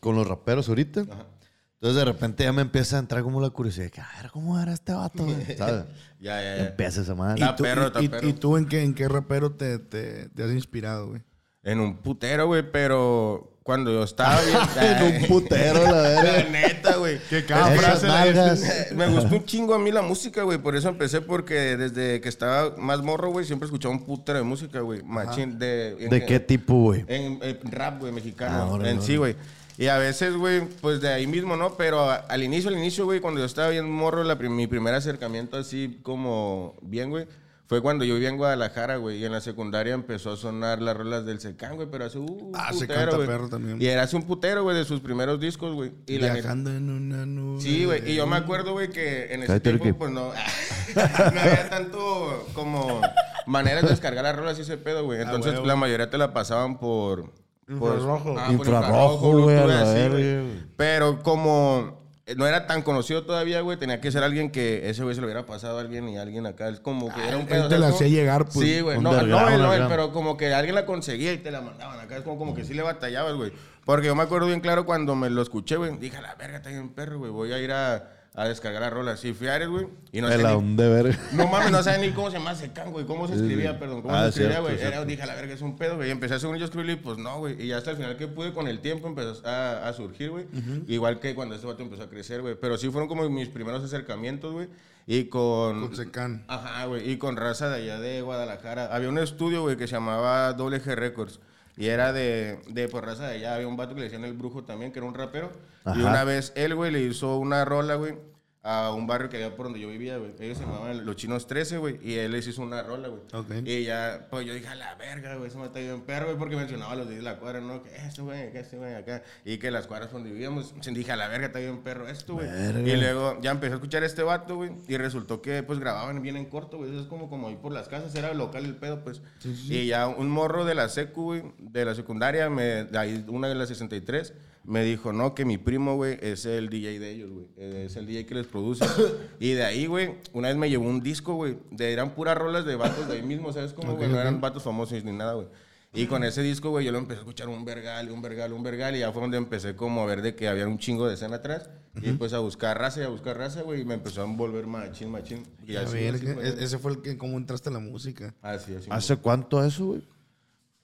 B: con los raperos ahorita. Entonces Entonces de repente ya me empieza a entrar como la curiosidad de que, a ver, ¿cómo era este vato? güey? ¿Sabes?
C: Ya, ya, ya.
B: Empieza esa madre.
C: Está perro, está
D: y,
C: perro.
D: y tú en qué, en qué rapero te, te, te has inspirado, güey?
C: En un putero, güey, pero cuando yo estaba bien.
B: En un putero, la verga.
C: La neta, güey. Que
B: cada frase la
C: Eh, Me gustó un chingo a mí la música, güey. Por eso empecé, porque desde que estaba más morro, güey, siempre escuchaba un putero de música, güey. Machín. ¿De, en-
B: ¿De qué tipo, güey?
C: En, en rap, güey, mexicano.
B: Ah, órale,
C: en sí, güey. Y a veces, güey, pues de ahí mismo, ¿no? Pero a- al inicio, al inicio, güey, cuando yo estaba bien morro, la prim- mi primer acercamiento así como bien, güey, fue cuando yo vivía en Guadalajara, güey, y en la secundaria empezó a sonar las rolas del Secán, güey, pero hace un
D: Ah,
C: putero,
D: Secán está
C: güey.
D: perro también.
C: Y era hace un putero, güey, de sus primeros discos, güey. Y la neta-
D: Viajando en una nube.
C: Sí, güey. Y yo me acuerdo, güey, que en ese
B: Cállate,
C: tiempo,
B: Ricky.
C: pues no, no había tanto como maneras de descargar las rolas y ese pedo, güey. Entonces,
D: Ah, huevo.
C: la mayoría te la pasaban por. por-
D: Infrarrojo.
C: Ah, por
B: Infrarrojo, güey, a
C: Bluetooth,
B: la
C: así,
B: verga,
C: güey.
B: güey.
C: Pero como no era tan conocido todavía, güey, tenía que ser alguien que ese güey se lo hubiera pasado a alguien y alguien acá. Es como que era un
D: Ah, él
C: pedo.
D: te
C: ¿sabes
D: la
C: cómo?
D: hacía llegar, pues.
C: Sí, güey. No, no,
B: Underground,
C: él, no, él,
B: underground.
C: pero como que alguien la conseguía y te la mandaban acá. Es como, como que sí le batallabas, güey. Porque yo me acuerdo bien claro cuando me lo escuché, güey. Dije, a la verga, está bien perro, güey. Voy a ir a, a descargar la rola. Sí, fui a Ares, güey. Y no sé
B: El
C: ni-
B: aún de verga.
C: no mames, no sabía ni cómo se llama Secán, güey. ¿Cómo se escribía, perdón? ¿Cómo
B: Ah,
C: se escribía,
B: cierto,
C: güey?
B: cierto.
C: Era, dije, a la verga, es un pedo, güey. Y empecé a según yo a escribirlo y pues no, güey. Y ya hasta el final que pude con el tiempo empezó a, a surgir, güey. Igual que cuando este vato empezó a crecer, güey. Pero sí fueron como mis primeros acercamientos, güey. Y con...
D: Con Secán.
C: Ajá, güey. Y con raza de allá de Guadalajara. Había un estudio, güey, que se llamaba Doble G Records. Y era de, de por raza de allá. Había un vato que le decían el brujo también, que era un rapero. Y
B: Ajá.
C: una vez él, güey, le hizo una rola, güey, a un barrio que había por donde yo vivía, güey. Ellos se llamaban Los Chinos 13, güey. Y él les hizo una rola, güey.
D: Ok.
C: Y ya, pues yo dije, a la verga, güey, eso me está bien perro, güey, porque mencionaba los de la cuadra, ¿no? Que este güey acá, este güey acá. Y que las cuadras donde vivíamos, se dije, a la verga, está bien perro esto, güey. Y luego ya empecé a escuchar a este vato, güey, y resultó que pues grababan bien en corto, güey. Eso es como, como ahí por las casas, era local el pedo, pues. Y ya un morro de la secu, güey, de la secundaria, me, de ahí una de las 63, me dijo, no, que mi primo, güey, es el DJ de ellos, güey. Eh, Es el DJ que les produce. y de ahí, güey, una vez me llevó un disco, güey. De eran puras rolas de vatos de ahí mismo, ¿sabes? Como, güey, no eran vatos famosos ni nada, güey. Y con ese disco, güey, yo lo empecé a escuchar un vergal, un vergal, un vergal. Y ya fue donde empecé como a ver de que había un chingo de escena atrás. Y pues a buscar raza y a buscar raza, güey. Y me empezó a envolver machín, machín. Y
D: A
C: así,
D: ver,
C: así fue.
D: e- ese fue el que cómo entraste a la música.
C: Así, así.
B: ¿Hace cuánto eso, güey?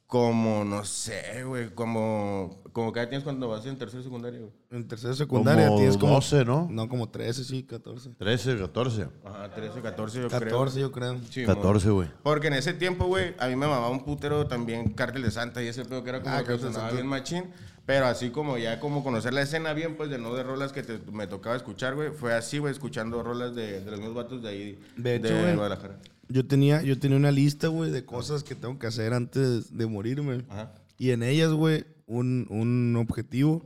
C: Como, no sé, güey, como, como cada tienes cuando vas en tercero secundario, güey.
D: En tercera secundaria
B: Como
D: tienes como
B: 12, ¿no?
D: No, como 13, sí, 14.
B: 13, 14.
C: Ajá, 13, 14 yo creo.
D: 14 yo creo.
C: Sí, mo.
B: 14, güey.
C: Porque en ese tiempo, güey, a mí me mamaba un putero también Cártel de Santa y ese pedo que era como
D: Ah,
C: que
D: Cártel de
C: sonaba
D: Santa.
C: bien machín. Pero así como ya como conocer la escena bien, pues de no de rolas que te- me tocaba escuchar, güey. Fue así, güey, escuchando rolas de, de los mismos vatos de ahí,
D: De hecho, güey.
C: Guadalajara.
D: Yo tenía, yo tenía una lista, güey, de cosas que tengo que hacer antes de morirme.
C: Ajá.
D: Y en ellas, güey, un, un objetivo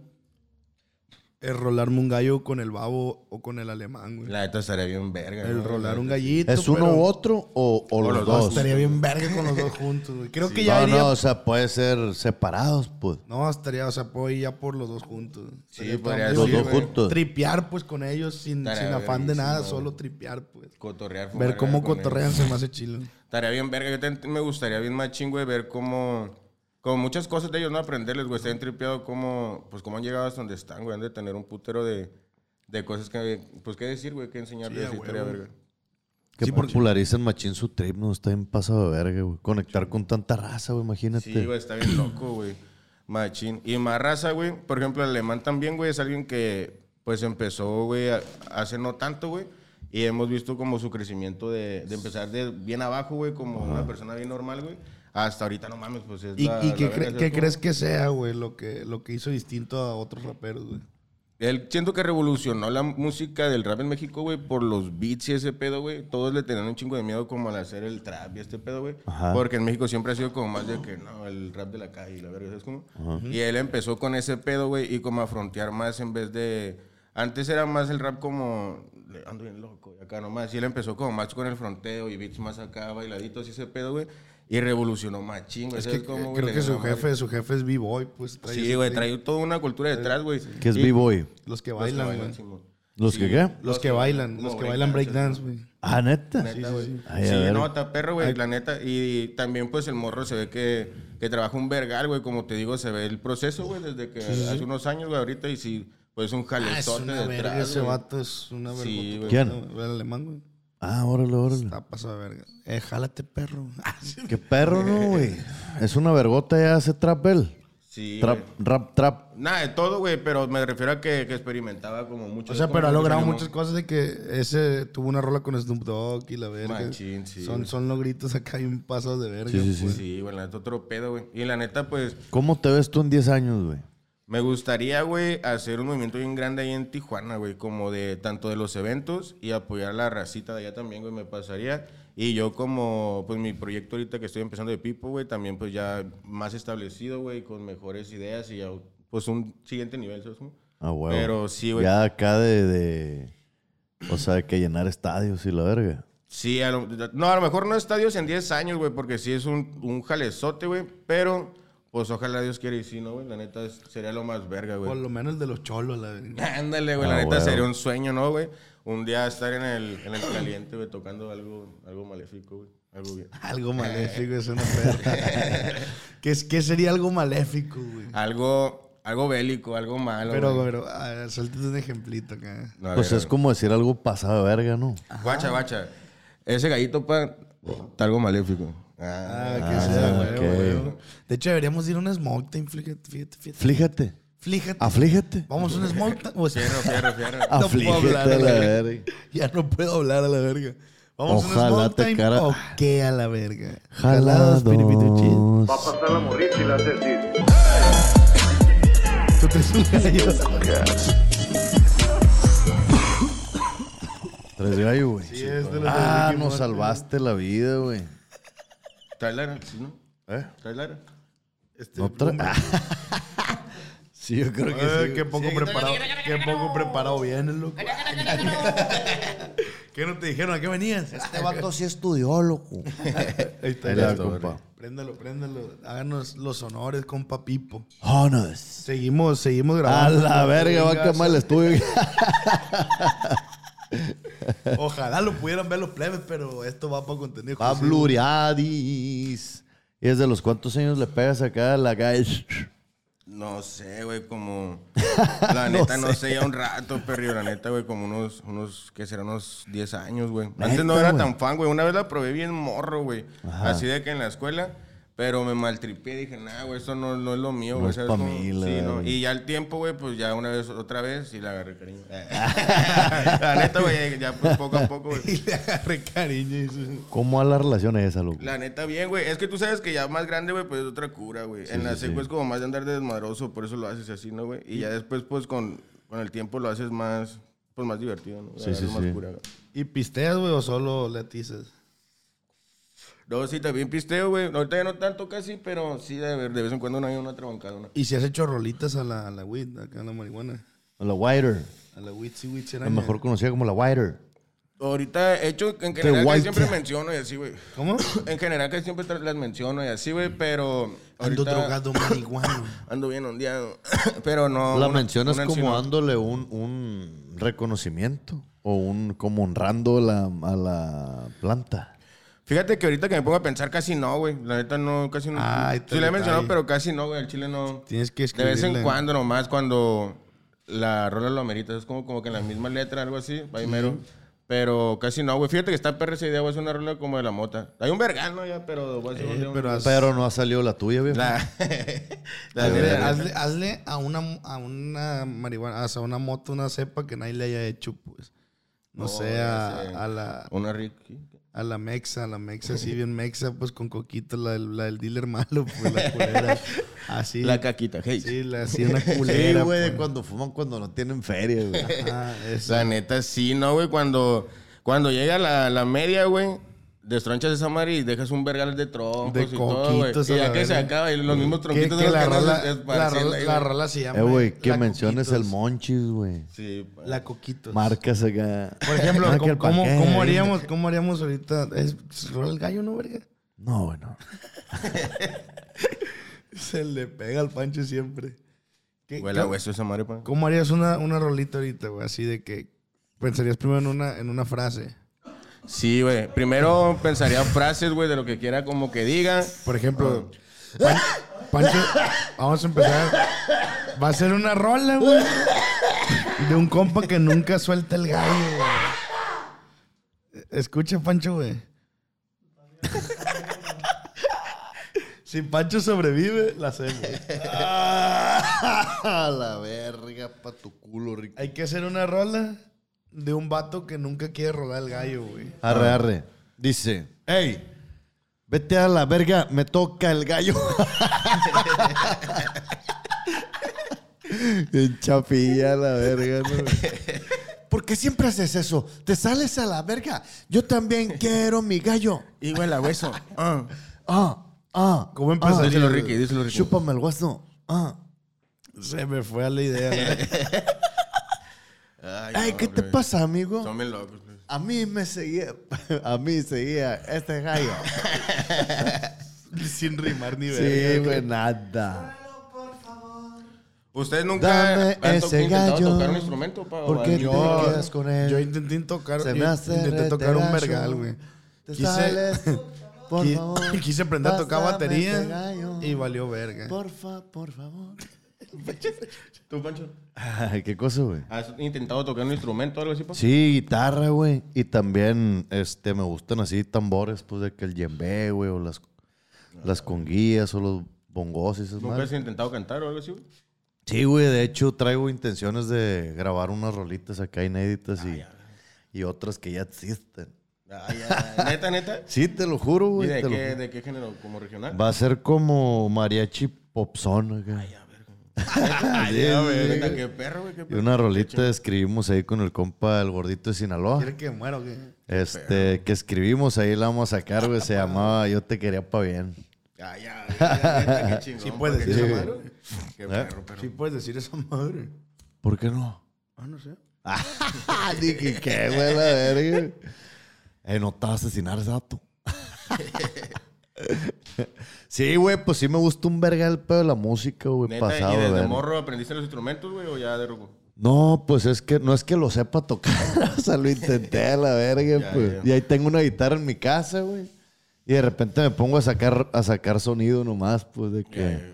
D: es rolarme un gallo con el babo o con el alemán, güey.
C: La neta estaría bien verga.
D: el
C: ¿no?
D: rolar un gallito.
B: ¿Es uno
D: pero
B: u otro o, o los,
C: los dos.
B: dos?
D: Estaría bien verga con los dos juntos, güey. Creo que ya
B: No,
D: iría...
B: no, o sea, puede ser separados, pues.
D: No, estaría, o sea, puedo ir ya por los dos juntos.
C: Sí,
D: Estaría
C: podría
D: todo-
B: Los
C: Sí,
B: dos
C: güey.
B: juntos.
D: Tripear, pues, con ellos sin,
C: Estaría
D: sin afán de nada,
C: verguísima,
D: solo
C: güey.
D: tripear, pues.
C: Cotorrear. fumar
D: Ver cómo
C: verga con él.
D: cotorrean se me hace chilo.
C: Estaría bien verga. Yo también me gustaría bien machín, güey, ver cómo... Como muchas cosas de ellos no aprenderles, güey. Estaría tripeado cómo... Pues cómo han llegado hasta donde están, güey. Han de tener un putero de... De cosas que... Pues qué decir, güey. Qué enseñarles.
D: Sí,
C: esa
D: a
C: historia,
D: huevo.
C: verga.
B: Que popularizan machín su trip, no está bien pasado de verga, güey. Conectar con tanta raza, güey, imagínate.
C: Sí, güey. Está bien loco, güey. Machín. Y más raza, güey. Por ejemplo, el alemán también, güey. Es alguien que... Pues empezó, güey, a- hace no tanto, güey. Y hemos visto como su crecimiento de, de empezar de bien abajo, güey, como una persona bien normal, güey. Hasta ahorita, no mames, pues es
D: ¿Y,
C: la-
D: y
C: la
D: qué,
C: verga,
D: cre-
C: ¿sabes
D: qué
C: cómo?
D: crees que sea, güey, lo que, lo que hizo distinto a otros raperos, güey?
C: Él siento que revolucionó la música del rap en México, güey, por los beats y ese pedo, güey. Todos le tenían un chingo de miedo como al hacer el trap y este pedo, güey.
B: Ajá.
C: Porque en México siempre ha sido como más de que, no, el rap de la calle, y la verga, ¿sabes cómo? Y él empezó con ese pedo, güey, y como a frontear más en vez de... Antes era más el rap como, le- ando bien loco, y acá nomás. Y él empezó como más con el fronteo y beats más acá, bailaditos y ese pedo, güey. Y revolucionó más chingo.
D: Es
C: ¿sabes
D: que eh,
C: cómo, Pues güey?
D: creo
C: Le
D: que
C: ganó
D: su
C: a madre.
D: jefe, su jefe es B-Boy, pues. trae
C: Sí,
D: ese
C: güey,
D: trip.
C: trae toda una cultura detrás, güey.
B: Que es
C: Y-
B: B-Boy.
D: Los que
C: los que
D: bailan, güey.
C: Simón.
B: ¿Los que qué?
D: Los que bailan, los que bailan breakdance, güey.
B: Ah, neta.
C: Neta, güey.
B: Ay, a
C: sí,
B: ver.
C: no, está perro, güey, la neta. Y también, pues, el morro se ve que, que trabaja un vergal, güey. Como te digo, se ve el proceso, güey, desde que hace unos años, güey, ahorita. Y sí, Pues un
D: Ah, es
C: jalezote
D: una
C: de
D: verga,
C: atrás,
D: ese
C: güey.
D: vato es una verga.
C: Sí, güey.
B: ¿Quién?
D: El alemán, güey.
B: Ah, órale, órale.
D: Está pasado de verga. Eh, jálate, perro. Ah,
B: Qué perro, ¿no, güey? Es una vergota ya ese trap, él.
C: Sí,
B: Trap,
C: güey.
B: rap, trap.
C: Nada de todo, güey, pero me refiero a que, que experimentaba como mucho.
D: o sea,
C: Es
D: pero
C: como
D: ha
C: que se
D: logrado
C: animó.
D: muchas cosas de que ese tuvo una rola con Snoop Dogg y la verga.
C: Machín, sí,
D: son,
C: güey.
D: son los gritos acá y un paso de verga. pues.
C: Sí, güey, la neta, otro pedo, güey. Y la neta, pues,
B: ¿Cómo te ves tú en 10 años, güey?
C: me gustaría, güey, hacer un movimiento bien grande ahí en Tijuana, güey, como de tanto de los eventos y apoyar a la racita de allá también, güey, me pasaría. Y yo como, pues, mi proyecto ahorita que estoy empezando de Pipo, güey, también, pues, ya más establecido, güey, con mejores ideas y ya, pues, un siguiente nivel, ¿sabes? cómo?
B: Ah, güey.
C: Pero sí, güey.
B: Ya acá de, de- O sea, que llenar estadios y la verga.
C: Sí, a lo- no, a lo mejor no estadios en 10 años, güey, porque sí es un, un jalezote, güey, pero pues ojalá Dios quiera y sí, ¿no, güey? La neta es- sería lo más verga,
D: Por
C: güey.
D: lo menos el de los cholos, la verga.
C: Ándale, güey,
B: Ah,
C: la neta
B: güey.
C: sería un sueño, ¿no, güey? Un día estar en el, en el caliente, güey, tocando algo, algo maléfico, güey. Algo bien.
D: Algo maléfico, es una perra. ¿Qué, es- ¿Qué sería algo maléfico, güey?
C: Algo, algo bélico, algo malo.
D: Pero,
C: Ah, güey.
D: pero, a ver, suéltate un ejemplito acá.
C: No, a
B: Pues
C: ver,
B: es
C: a ver.
B: como decir algo pasado de verga, ¿no?
C: Guacha, guacha. Ese gallito, pa, está algo maléfico. Ah,
D: Ah, que
B: Ah,
D: sea, güey,
B: ok.
D: güey. De hecho, deberíamos ir a una smoke time, fíjate, fíjate, fíjate.
B: Fíjate.
D: Fíjate.
C: Ah,
B: Aflíjate.
D: Vamos a una smoke time. O sea,
C: fierro, fierro, fierro.
D: No puedo
B: Aflígete
D: hablar,
B: a la
D: güey.
B: verga.
D: Ya no puedo hablar a la verga. Vamos a
B: Ojalá
D: un smoke
B: te
D: time
B: cara-
D: o qué a la verga.
B: Jalados.
D: piripituchis.
F: Va a pasar la morrita y la hace decir.
D: Tú te subes
B: Tres gallos, güey.
D: es de los de
B: ah,
D: Ricky
B: nos
D: Morty.
B: salvaste la vida, güey.
C: ¿Trae Lara? ¿Sí, no?
B: ¿Eh?
C: ¿Trae Lara?
D: Este,
B: No tra- sí, yo creo que sí.
D: eh, qué poco preparado. Qué poco preparado vienes, loco. ¿Qué no te dijeron? ¿A qué venías?
B: Este vato sí estudió, loco.
D: Ahí está.
B: Ahí
D: ya
B: la
D: está.
B: compa.
D: Préndalo, préndalo. Háganos los honores, compa Pipo.
B: Honest.
D: Seguimos, seguimos
B: A
D: grabando.
B: la verga, va a
D: Venga,
B: quemar el estudio.
D: Ojalá lo pudieran ver los plebes, pero esto va para contenido.
B: Va
D: exclusivo.
B: blureadis. ¿Y desde los cuántos años le pegas acá a la guys?
C: No sé, güey, como. La neta, no, sé, ya un rato, perro. La neta, güey, como unos, unos, ¿qué será? Unos 10 años, güey. Antes no
B: Neta,
C: era
B: güey.
C: tan fan, güey. Una vez la probé bien morro, güey. Así de que en la escuela. Pero me maltripié, dije, nah, güey, eso no, no es lo mío,
B: No
C: güey.
B: es
C: ¿sabes
B: pa'
C: cómo?
B: mí, la
C: Sí, no.
B: verdad.
C: Y ya el tiempo, güey, pues ya una vez, otra vez, y la agarré cariño. la neta, güey, ya pues, poco a poco, güey.
D: Y le agarré cariño. y dice,
B: ¿Cómo va la relación esa, loco?
C: La neta, bien, güey. Es que tú sabes que ya más grande, güey, pues es otra cura, güey. en la secu es como más de andar de desmadroso, por eso lo haces así, ¿no, güey? Y ya después, pues, con, con el tiempo lo haces más, pues, más divertido, ¿no?
B: Sí, sí,
C: Agarras más
B: sí.
C: cura, güey.
D: ¿Y pisteas, güey, o solo le atizas?
C: No, sí, también pisteo, güey. Ahorita ya no tanto casi, pero sí, de, ver- de vez en cuando no hay una trabancada. una-
D: ¿Y si has hecho rolitas a la, a la weed, acá a la marihuana?
B: La Wider.
D: A la weed, sí, weed,
B: La mejor conocida como la Wider.
C: Ahorita, he hecho, en general,
B: white.
C: que siempre menciono y así, güey.
D: ¿Cómo?
C: En general, que siempre tra- las menciono y así,
B: Mm.
C: güey, pero.
D: Ando
C: ahorita
D: drogado marihuano.
C: Ando bien ondeado. pero no.
B: La
C: una-
B: mencionas
C: una en sí
B: como
C: no.
B: dándole un, un reconocimiento o un como honrando la, a la planta.
C: Fíjate que ahorita que me pongo a pensar, casi no, güey. La neta no, casi no.
D: Ay,
C: sí
D: te
C: le he
D: detalle.
C: mencionado, pero casi no, güey. El chile no.
D: Tienes que
C: De vez en
D: escribirle.
C: cuando nomás, cuando la rola lo amerita. Es como, como que en la misma letra, algo así, primero. Pero casi no, güey. Fíjate que está perra esa idea, voy a hacer una rola como de la mota. Hay un vergal, ¿no? Ya, pero voy a hacer un día un-
D: Eh, Pero haz-
B: Pero no ha salido la tuya, viejo.
C: La... la
D: hazle,
C: neta.
D: hazle- hazle a una, a una marihuana, o sea, a una moto, una cepa que nadie le haya hecho, pues. No,
C: No,
D: sé,
C: ya sé.
D: a, a la,
C: Una Ricky.
D: a la mexa, a la mexa, así bien mexa, pues con coquito, la, del- la del dealer malo, pues la culera. Así.
C: La caquita, hey.
D: Sí, la, así una
B: Sí,
D: culera.
B: güey, de
D: pues.
B: cuando fuman cuando no tienen feria, güey.
D: Ah, es-
C: La neta, sí, no, güey. Cuando, cuando llega la, la media, güey, destronchas esa madre y dejas un vergal de troncos
D: De
C: y todo, güey.
D: coquitos a
C: Y
D: la
C: ya que se
D: verga.
C: acaba y los mismos
D: que,
C: tronquitos
D: que
C: de
D: la, rola,
C: rola,
D: la, rola, la rola se llama.
B: Eh, güey, que
D: La
B: menciones el
D: Coquitos.
B: Monchis, güey.
C: Sí, pa.
D: La coquitos.
B: Marcas acá.
D: Por ejemplo,
B: Marca el
D: ¿cómo, cómo-
B: paquete.
D: cómo haríamos, ¿cómo haríamos ahorita? ¿Es es rola el gallo, no, verga?
B: No, bueno.
D: Se le pega al pancho siempre. ¿Qué-
C: Huele a
D: qué-
C: hueso esa madre, pa.
D: ¿Cómo harías una, una rolita ahorita, güey? Así de que pensarías primero en una, en una frase.
C: Sí, güey. Primero pensaría frases, güey, de lo que quiera como que diga.
D: Por ejemplo,
B: Ah.
D: Pan- Pancho, vamos a empezar. Va a ser una rola, güey. de un compa que nunca suelta el gallo, güey. Escucha, Pancho, güey. Si Pancho sobrevive, la hacemos.
B: A Ah, la verga, pa' tu culo, Rico.
D: Hay que hacer una rola de un vato que nunca quiere rolar el gallo, güey.
B: Arre, arre. Dice, hey, vete a la verga, me toca el gallo. En chapilla la verga, ¿no? ¿Por qué siempre haces eso? Te sales a la verga. Yo también quiero mi gallo. Y huele a hueso. Ah, ah, ah.
D: ¿Cómo empezaría?
C: Díselo, Ricky, díselo, Ricky.
B: Chúpame el hueso. Ah.
D: Se me fue a la idea, güey.
B: Ay, ¿qué te pasa, amigo?
C: Son bien locos, güey.
B: A mí me seguía, a mí seguía este gallo.
D: Sin rimar ni
B: sí,
D: verga.
B: güey, nada.
C: ¿Ustedes nunca
B: Dame
C: han to-
B: ese
C: intentado
B: gallo.
C: tocar un instrumento? Pa,
B: ¿Por qué te
C: Yo-
B: quedas con él?
D: Yo intenté tocar,
B: Se me
D: yo
B: hace
D: intenté tocar un
B: retraso.
D: vergal, güey.
B: Te
D: Quise-
B: sales, por
D: Qui-
B: favor.
D: Quise aprender a tocar
B: Pásame ese
D: batería
B: gallo.
D: y valió verga.
B: Porfa, por favor.
C: ¿Tú, Pancho?
B: Ay, qué cosa, güey.
C: ¿Has intentado tocar un instrumento o algo así, pa?
B: Sí, guitarra, güey. Y también, este, me gustan así tambores, pues, de que el yembe, güey, o las, las conguías, o los bongos y esas
C: ¿Nunca
B: madres.
C: has intentado cantar o algo así? güey?
B: Sí, güey, de hecho traigo intenciones de grabar unas rolitas acá inéditas
C: Ah,
B: y, y otras que ya existen.
C: Neta, neta.
B: Sí, te lo juro,
C: ¿Y
B: güey.
C: de
B: te lo
C: qué,
B: juro.
C: de qué género? ¿Como regional?
B: Va a ser como mariachi popzón. acá.
C: Ah,
B: Sí, sí,
C: Neta,
B: sí.
C: qué perro, güey. qué
B: Y
C: perro.
B: una rolita escribimos ahí con el compa El Gordito de Sinaloa.
D: ¿Quieres que muera o qué?
B: Este, que escribimos ahí, la vamos a sacar, güey. Se llamaba Yo te quería pa' bien.
C: Ay, Ah, ya, ya, neta, qué chingón.
D: Sí puedes
C: pa, qué
D: decir esa
C: chingón.
D: madre.
B: Ah,
C: Qué perro, pero...
D: Sí puedes decir esa madre.
B: ¿Por qué no?
D: Ah, no sé.
B: Ah, dije, qué, güey, la verga. Eh, no estaba a asesinar ese vato. sí, güey, pues sí me gusta un verga el pedo de la música, güey,
C: Neta,
B: pasado.
C: ¿y desde
B: verga.
C: morro aprendiste los instrumentos, güey, o ya de ruco?
B: No, pues es que no es que lo sepa tocar, o sea, lo intenté a la verga,
C: Ya,
B: pues.
C: ya.
B: Y ahí tengo una guitarra en mi casa, güey. Y de repente me pongo a sacar, a sacar sonido nomás, pues, de que...
C: Eh,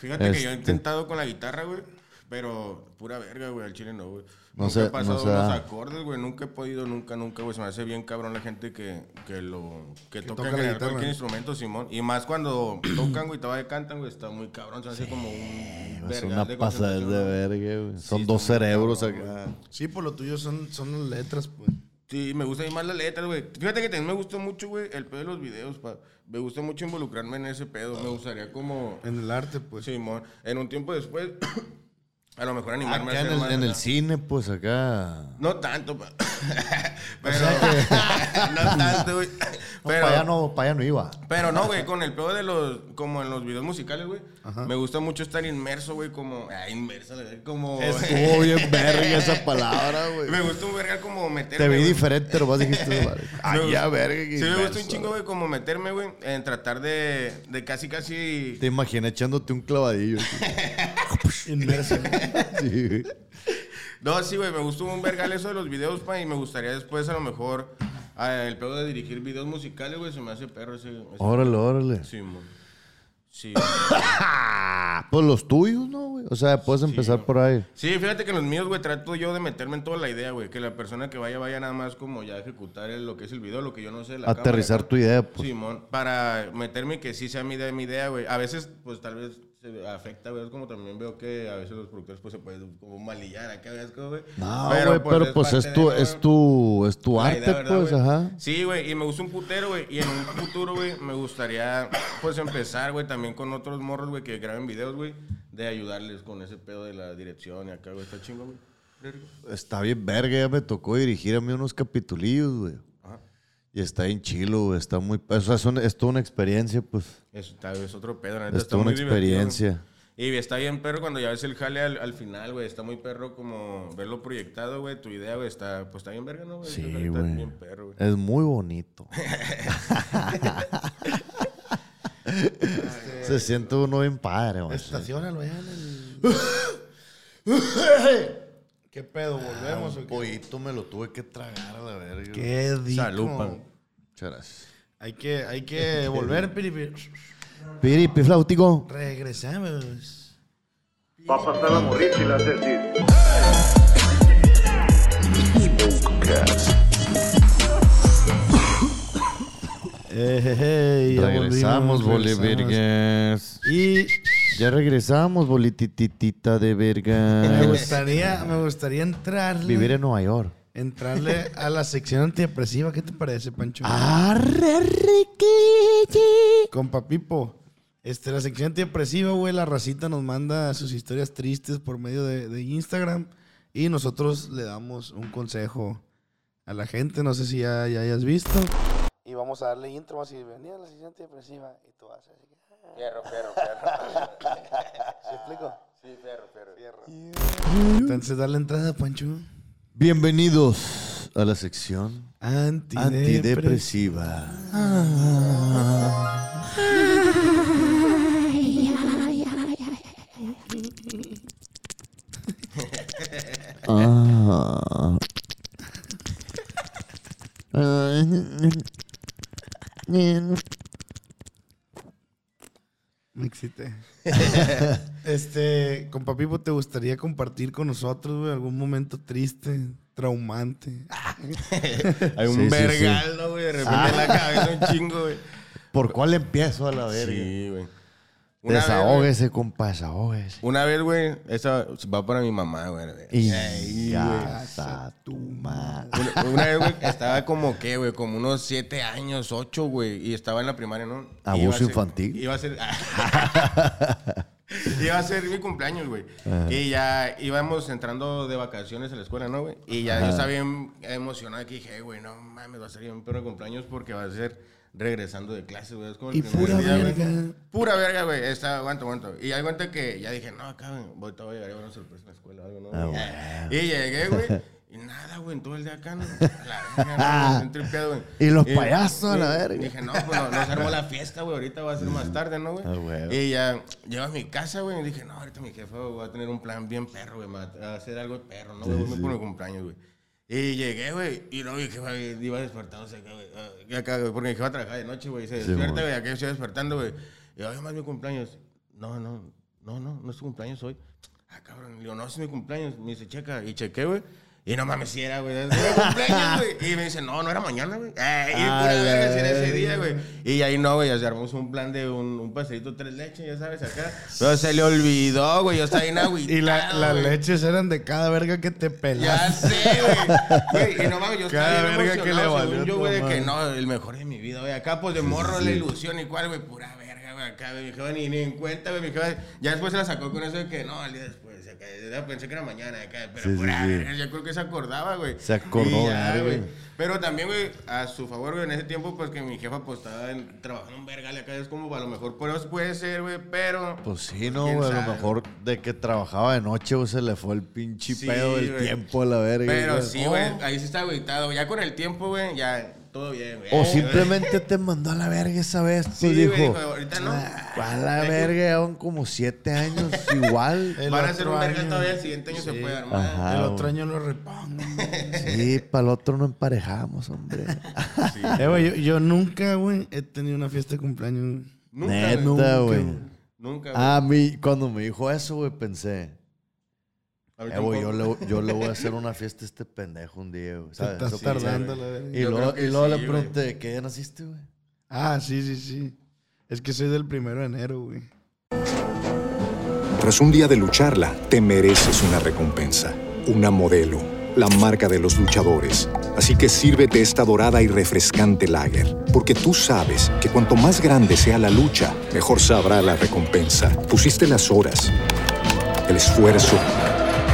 C: Fíjate que yo he
B: Este.
C: intentado con la guitarra, güey. Pero pura verga, güey, al chile no, güey.
B: No
C: nunca
B: sé-
C: he pasado
B: no sé.
C: unos acordes, güey. Nunca he podido, nunca, nunca, güey. Se me hace bien cabrón la gente que, que lo... Que, toca,
D: toca la
C: en general
D: guitarra.
C: cualquier instrumento, Simón. Y más cuando tocan, güey, todavía cantan, güey. Está muy cabrón. Se me hace como un...
B: Es
C: vergal
B: una
C: de
B: pasada de
C: concentración, güey.
B: verga, güey. Son
C: Sí,
B: dos
C: está muy
B: cerebros
C: cabrón,
B: acá.
D: Sí, por lo tuyo son, son las letras, pues.
C: Sí, me gusta más las letras, güey. Fíjate que también me gustó mucho, güey, el pedo de los videos, pa. Me gusta mucho involucrarme en ese pedo. Me gustaría como...
D: En el arte, pues.
C: Simón, en un tiempo después, a lo mejor animarme
B: Acá Ah,
C: a
B: en
C: hacer
B: el,
C: más-
B: en el cine, pues, acá...
C: No tanto, pa. pero... no tanto, güey. Pero...
B: para allá no, para allá no iba.
C: Pero no, güey, con el peor de los. Como en los videos musicales, güey. Me gusta mucho estar inmerso, güey, como. Ah, inmerso, la verdad, como.
B: Oh, Estuvo bien verga esa palabra, güey.
C: me gusta un verga como meterme.
B: Te vi
C: güey.
B: diferente, nomás dijiste...
C: Me
B: Ay,
C: gusta-
B: ya, verga. qué
C: Sí, me gusta
B: inmerso,
C: un chingo, güey, como meterme, güey, en tratar de, de casi, casi.
B: Te imaginé echándote un clavadillo.
D: Inmerso.
B: Sí, güey.
C: No, sí, güey, me gustó un vergal eso de los videos, pa, y me gustaría después, a lo mejor, ah, el pedo de dirigir videos musicales, güey, se me hace perro ese. ese-
B: Órale, órale.
C: Sí, mon. Sí.
B: Ah, pues los tuyos, ¿no, güey? O sea, puedes empezar por ahí.
C: Sí, fíjate que en los míos, güey, trato yo de meterme en toda la idea, güey. Que la persona que vaya, vaya nada más como ya a ejecutar el- lo que es el video, lo que yo no sé. de La
B: Aterrizar
C: cámara.
B: tu idea, pues.
C: Simón, para meterme y que sí sea mi idea, mi idea, güey. A veces, pues tal vez se afecta, güey. Es como también veo que a veces los productores, pues se pueden como malillar acá, güey. es como, güey.
B: No, güey, pero, pues
C: parte
B: es tu,
C: de, ¿no?
B: es tu, es tu
C: La
B: arte,
C: idea, ¿verdad,
B: pues,
C: güey?
B: ajá.
C: Sí, güey, y me gusta un putero, güey. Y en un futuro, güey, me gustaría, pues, empezar, güey, también con otros morros, güey, que graben videos, güey, de ayudarles con ese pedo de la dirección y acá, güey. Está chingo, güey.
B: Está bien verga, ya me tocó dirigir a mí unos capitulillos, güey. Y está bien chilo, güey. Está muy... O sea, son- es toda una experiencia, pues.
C: Eso está, es otro pedo, la neta.
B: Es
C: está
B: toda una
C: muy divertido.
B: experiencia.
C: Y está bien perro cuando ya ves el jale al, al final, güey. Está muy perro como verlo proyectado, güey. Tu idea, güey, está... Pues está bien verga, ¿no, güey?
B: Sí,
C: Está- está
B: güey.
C: bien perro, güey.
B: Es muy bonito. Se siente uno bien padre, güey.
D: Estaciónalo ya en el... ¿Qué pedo? ¿Volvemos o
B: Un
D: qué?
B: pollito me lo tuve que tragar a la verga.
D: Qué dico.
C: Salud, pa.
B: Muchas gracias.
D: Hay que, hay que volver, Piripi.
B: Piripi, flautico.
D: Regresamos.
G: Va a pasar la morrita y la hace así.
B: Ey, Eh, ya
G: Regresamos,
B: volvimos,
G: Bolivirgues.
B: Y ya regresamos, bolititita de
D: Me
B: vergas.
D: gustaría, me gustaría entrarle,
B: Vivir en Nueva York.
D: entrarle a la sección antidepresiva. ¿Qué te parece, Pancho?
C: Ah,
B: Arre, arre,
D: Compa Pipo. Este, la sección antidepresiva, güey, la racita nos manda sus historias tristes por medio de, de Instagram y nosotros le damos un consejo a la gente, no sé si ya, ya hayas visto.
F: Y vamos a darle intro, así, venía la sesión antidepresiva y tú vas así.
E: Fierro, fierro, fierro.
F: ¿Se "Ah". explico?
E: Sí, fierro, fierro. Fierro.
D: Entonces, dale entrada, Pancho.
B: Bienvenidos a la sección antidepresiva.
D: Antidepresiva.
C: Ah.
B: Ah.
D: Me excité. este, compa Pipo, ¿te gustaría compartir con nosotros, güey, algún momento triste, traumante?
C: Hay un
B: Sí, sí, sí.
C: vergal, ¿no, güey? De repente en la cabeza un chingo, güey.
B: ¿Por cuál empiezo a la verga?
C: Sí, güey. Una vez, güey,
B: Desahóguese, compa, desahóguese.
C: Una vez, güey, esa va para mi mamá, güey.
B: Y
C: Ey, güey.
B: ya está tu madre.
C: Una, una vez, güey, estaba como que, güey, como unos siete años, ocho, güey, y estaba en la primaria, ¿no?
B: Abuso
C: Iba a ser-
B: infantil.
C: Iba a ser. iba a ser mi cumpleaños, güey. Y ya íbamos entrando de vacaciones a la escuela, ¿no, güey? Y ya yo estaba bien emocionado que dije, "Eh, güey, no mames, va a ser un perro cumpleaños porque va a ser regresando de clases, güey. Es como el
D: Y
C: primer
D: pura
C: día, güey.
D: verga.
C: Pura verga, güey. Está, aguanto, aguanto. Y ya aguanta que ya dije, no, acá, güey, voy, te voy a llegar una sorpresa en la escuela o algo, ¿no?
B: Ah,
C: Y llegué, güey. Y nada, güey, en todo el día acá, ¿no? La verga, no, bien tripeado, güey.
B: Y los payasos, a la
C: y-
B: verga.
C: Dije, no, pues no, no se armó la fiesta, güey. Ahorita va a ser más tarde, ¿no, güey?
B: Ah, güey.
C: Y ya llego a mi casa, güey. Y dije, no, ahorita mi jefe güey, va a tener un plan bien perro, güey. me Va a hacer algo de perro, ¿no? güey? Voy por mi cumpleaños, güey. Y llegué, güey, y luego mi jefa güey, iba despertándose acá, güey. ah, acá, güey, porque mi jefa trabajaba de noche, güey. y Se despierta, güey, acá yo estoy despertando, güey. Y hoy más mi cumpleaños. No, no, no, no, no es tu cumpleaños hoy. Ah, cabrón. Le digo, no, es mi cumpleaños. Me dice, checa. Y chequé, güey. Y no mames, si era, güey. Es mi cumpleaños, güey. Y me dice, no, no era mañana, güey. Eh, y
D: Ah,
C: pura verga, si era ese día, güey. Y ahí no, güey. ya se armamos un plan de un, un pastelito tres leches, ya sabes, acá. Pero se le olvidó, güey. Yo estaba bien agüitado,
D: Y la- las
C: Ah, güey.
D: leches eran de cada verga que te
C: Ya
D: pelaste.
C: sé, güey. güey. Y no mames, yo
D: Cada
C: estaba bien
D: verga que le
C: emocionado,
D: valió
C: según yo,
D: tu
C: güey, de
D: madre.
C: que no, el mejor de mi vida, güey. Acá, pues, de morro, la ilusión y cuál, güey, pura verga, güey, acá, güey, mi jefa ni, ni en cuenta, güey, mi jefa, ya después se la sacó con eso de que no, el día después, acá, ya pensé que era mañana, acá, pero
B: Sí, sí,
C: pura
B: sí.
C: verga, yo creo que se acordaba, güey.
B: Se acordó,
C: Y ya,
B: verga.
C: güey. Pero también, güey, a su favor, güey, en ese tiempo, pues, que mi jefa, pues, estaba en- trabajando en verga, acá, es como, a lo mejor, por eso puede ser, güey, pero...
B: Pues sí, no,
C: ¿Quién
B: güey. A lo
C: sabe?
B: mejor de que trabajaba de noche, güey, se le fue el pinche
C: Sí,
B: pedo del
C: güey.
B: tiempo a la verga.
C: Pero
B: güey.
C: sí,
B: Oh.
C: güey, ahí sí está agüitado. Ya con el tiempo, güey, ya todo bien, güey. Eh,
B: O simplemente te mandó a la verga esa vez. Pues
C: Sí, güey,
B: dijo,
C: dijo, ahorita no.
B: "Ah, A la verga, llevan como siete años igual.
C: eh, Van a hacer
D: otro
C: un verga
D: año.
C: todavía, el siguiente año se puede armar.
B: Ajá,
D: El
B: Ah, güey.
D: otro año lo repongo.
B: Sí, para el otro no emparejamos, hombre.
D: Eh, güey, yo, yo nunca, güey, he tenido una fiesta de cumpleaños. güey.
C: Nunca, güey.
B: Neta, güey.
C: Nunca,
D: Ah,
C: güey.
B: A mí, cuando me dijo eso, güey, pensé.
C: A mí
B: Eh, güey, yo
C: tampoco.
B: le, yo le voy a hacer una fiesta a este pendejo un día, güey.
D: Te
B: ¿sabes?
D: estás
B: Eso pensé,
D: tardando,
B: güey.
D: la verga.
B: Y
C: Yo
B: luego,
C: creo que
B: y luego
C: sí,
B: le
C: güey.
B: pregunté, ¿de qué día naciste, güey?
D: Ah, sí, sí, sí. Es que soy del primero de enero, güey.
H: Tras un día de lucharla, te mereces una recompensa, una modelo, la marca de los luchadores. Así que sírvete esta dorada y refrescante lager, porque tú sabes que cuanto más grande sea la lucha, mejor sabrá la recompensa. Pusiste las horas, el esfuerzo,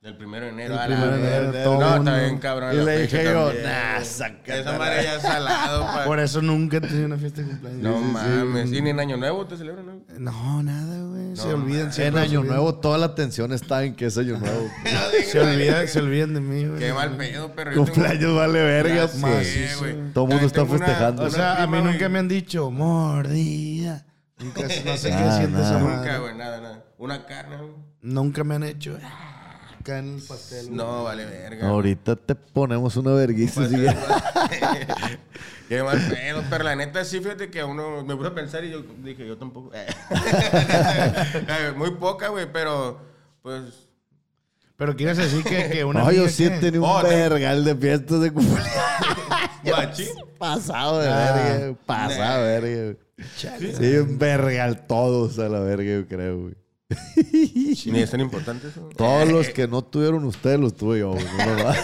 C: Del primero de enero.
D: El
C: a la
D: primero de enero,
C: verga.
D: todo
C: No,
D: mundo.
C: está bien, cabrón.
D: Y
C: la
D: le
C: fecha
D: dije yo,
C: también.
D: nah, sácatela.
C: Esa madre ya es salado, pa.
D: Por eso nunca he tenido una fiesta de cumpleaños.
C: Ah. No
D: Sí, sí, sí.
C: mames. ¿Y ni en Año Nuevo te celebran? No?
D: No, nada, güey. se
C: No,
D: olvidan
C: man.
D: siempre.
B: en
D: se
B: Año
D: olvidan.
B: Nuevo toda la atención está en que es Año Nuevo.
D: Se olvidan, se olvidan de mí, güey.
C: Qué mal pedo, perro. Yo tengo-
B: Cumpleaños vale verga,
C: Sí,
B: más.
C: güey.
B: Todo el mundo está
C: Tengo una-
B: festejando.
D: pues. O sea, a mí
C: prima,
D: nunca
C: güey.
D: me han dicho mordida. Nunca, no sé qué
B: Nah,
D: siente esa
B: nah.
C: Nunca,
D: madre.
C: güey, nada, nada. Una carne, güey.
D: Nunca me han hecho. ah, Acá en el pastel. güey.
C: No, vale, verga.
B: Ahorita te ponemos una verguisa.
C: Pues
B: así que-
C: Qué mal pedo, pero la neta sí, fíjate que a uno me puse a pensar y yo dije, yo tampoco. Eh, Muy poca, güey, pero pues.
D: Pero quieres decir que, que una.
B: No, yo
D: amiga,
B: sí he
D: ¿qué?
B: tenido un
C: Oh, te-
B: vergal de fiestas de cumpleaños.
C: Guachi.
B: Pasado de verga, güey. pasado de verga. güey. Sí, un vergal todos a la verga, yo creo, güey.
C: Ni es tan importante eso.
B: Todos los
C: Eh.
B: que no tuvieron ustedes los tuve yo, güey. no nomás.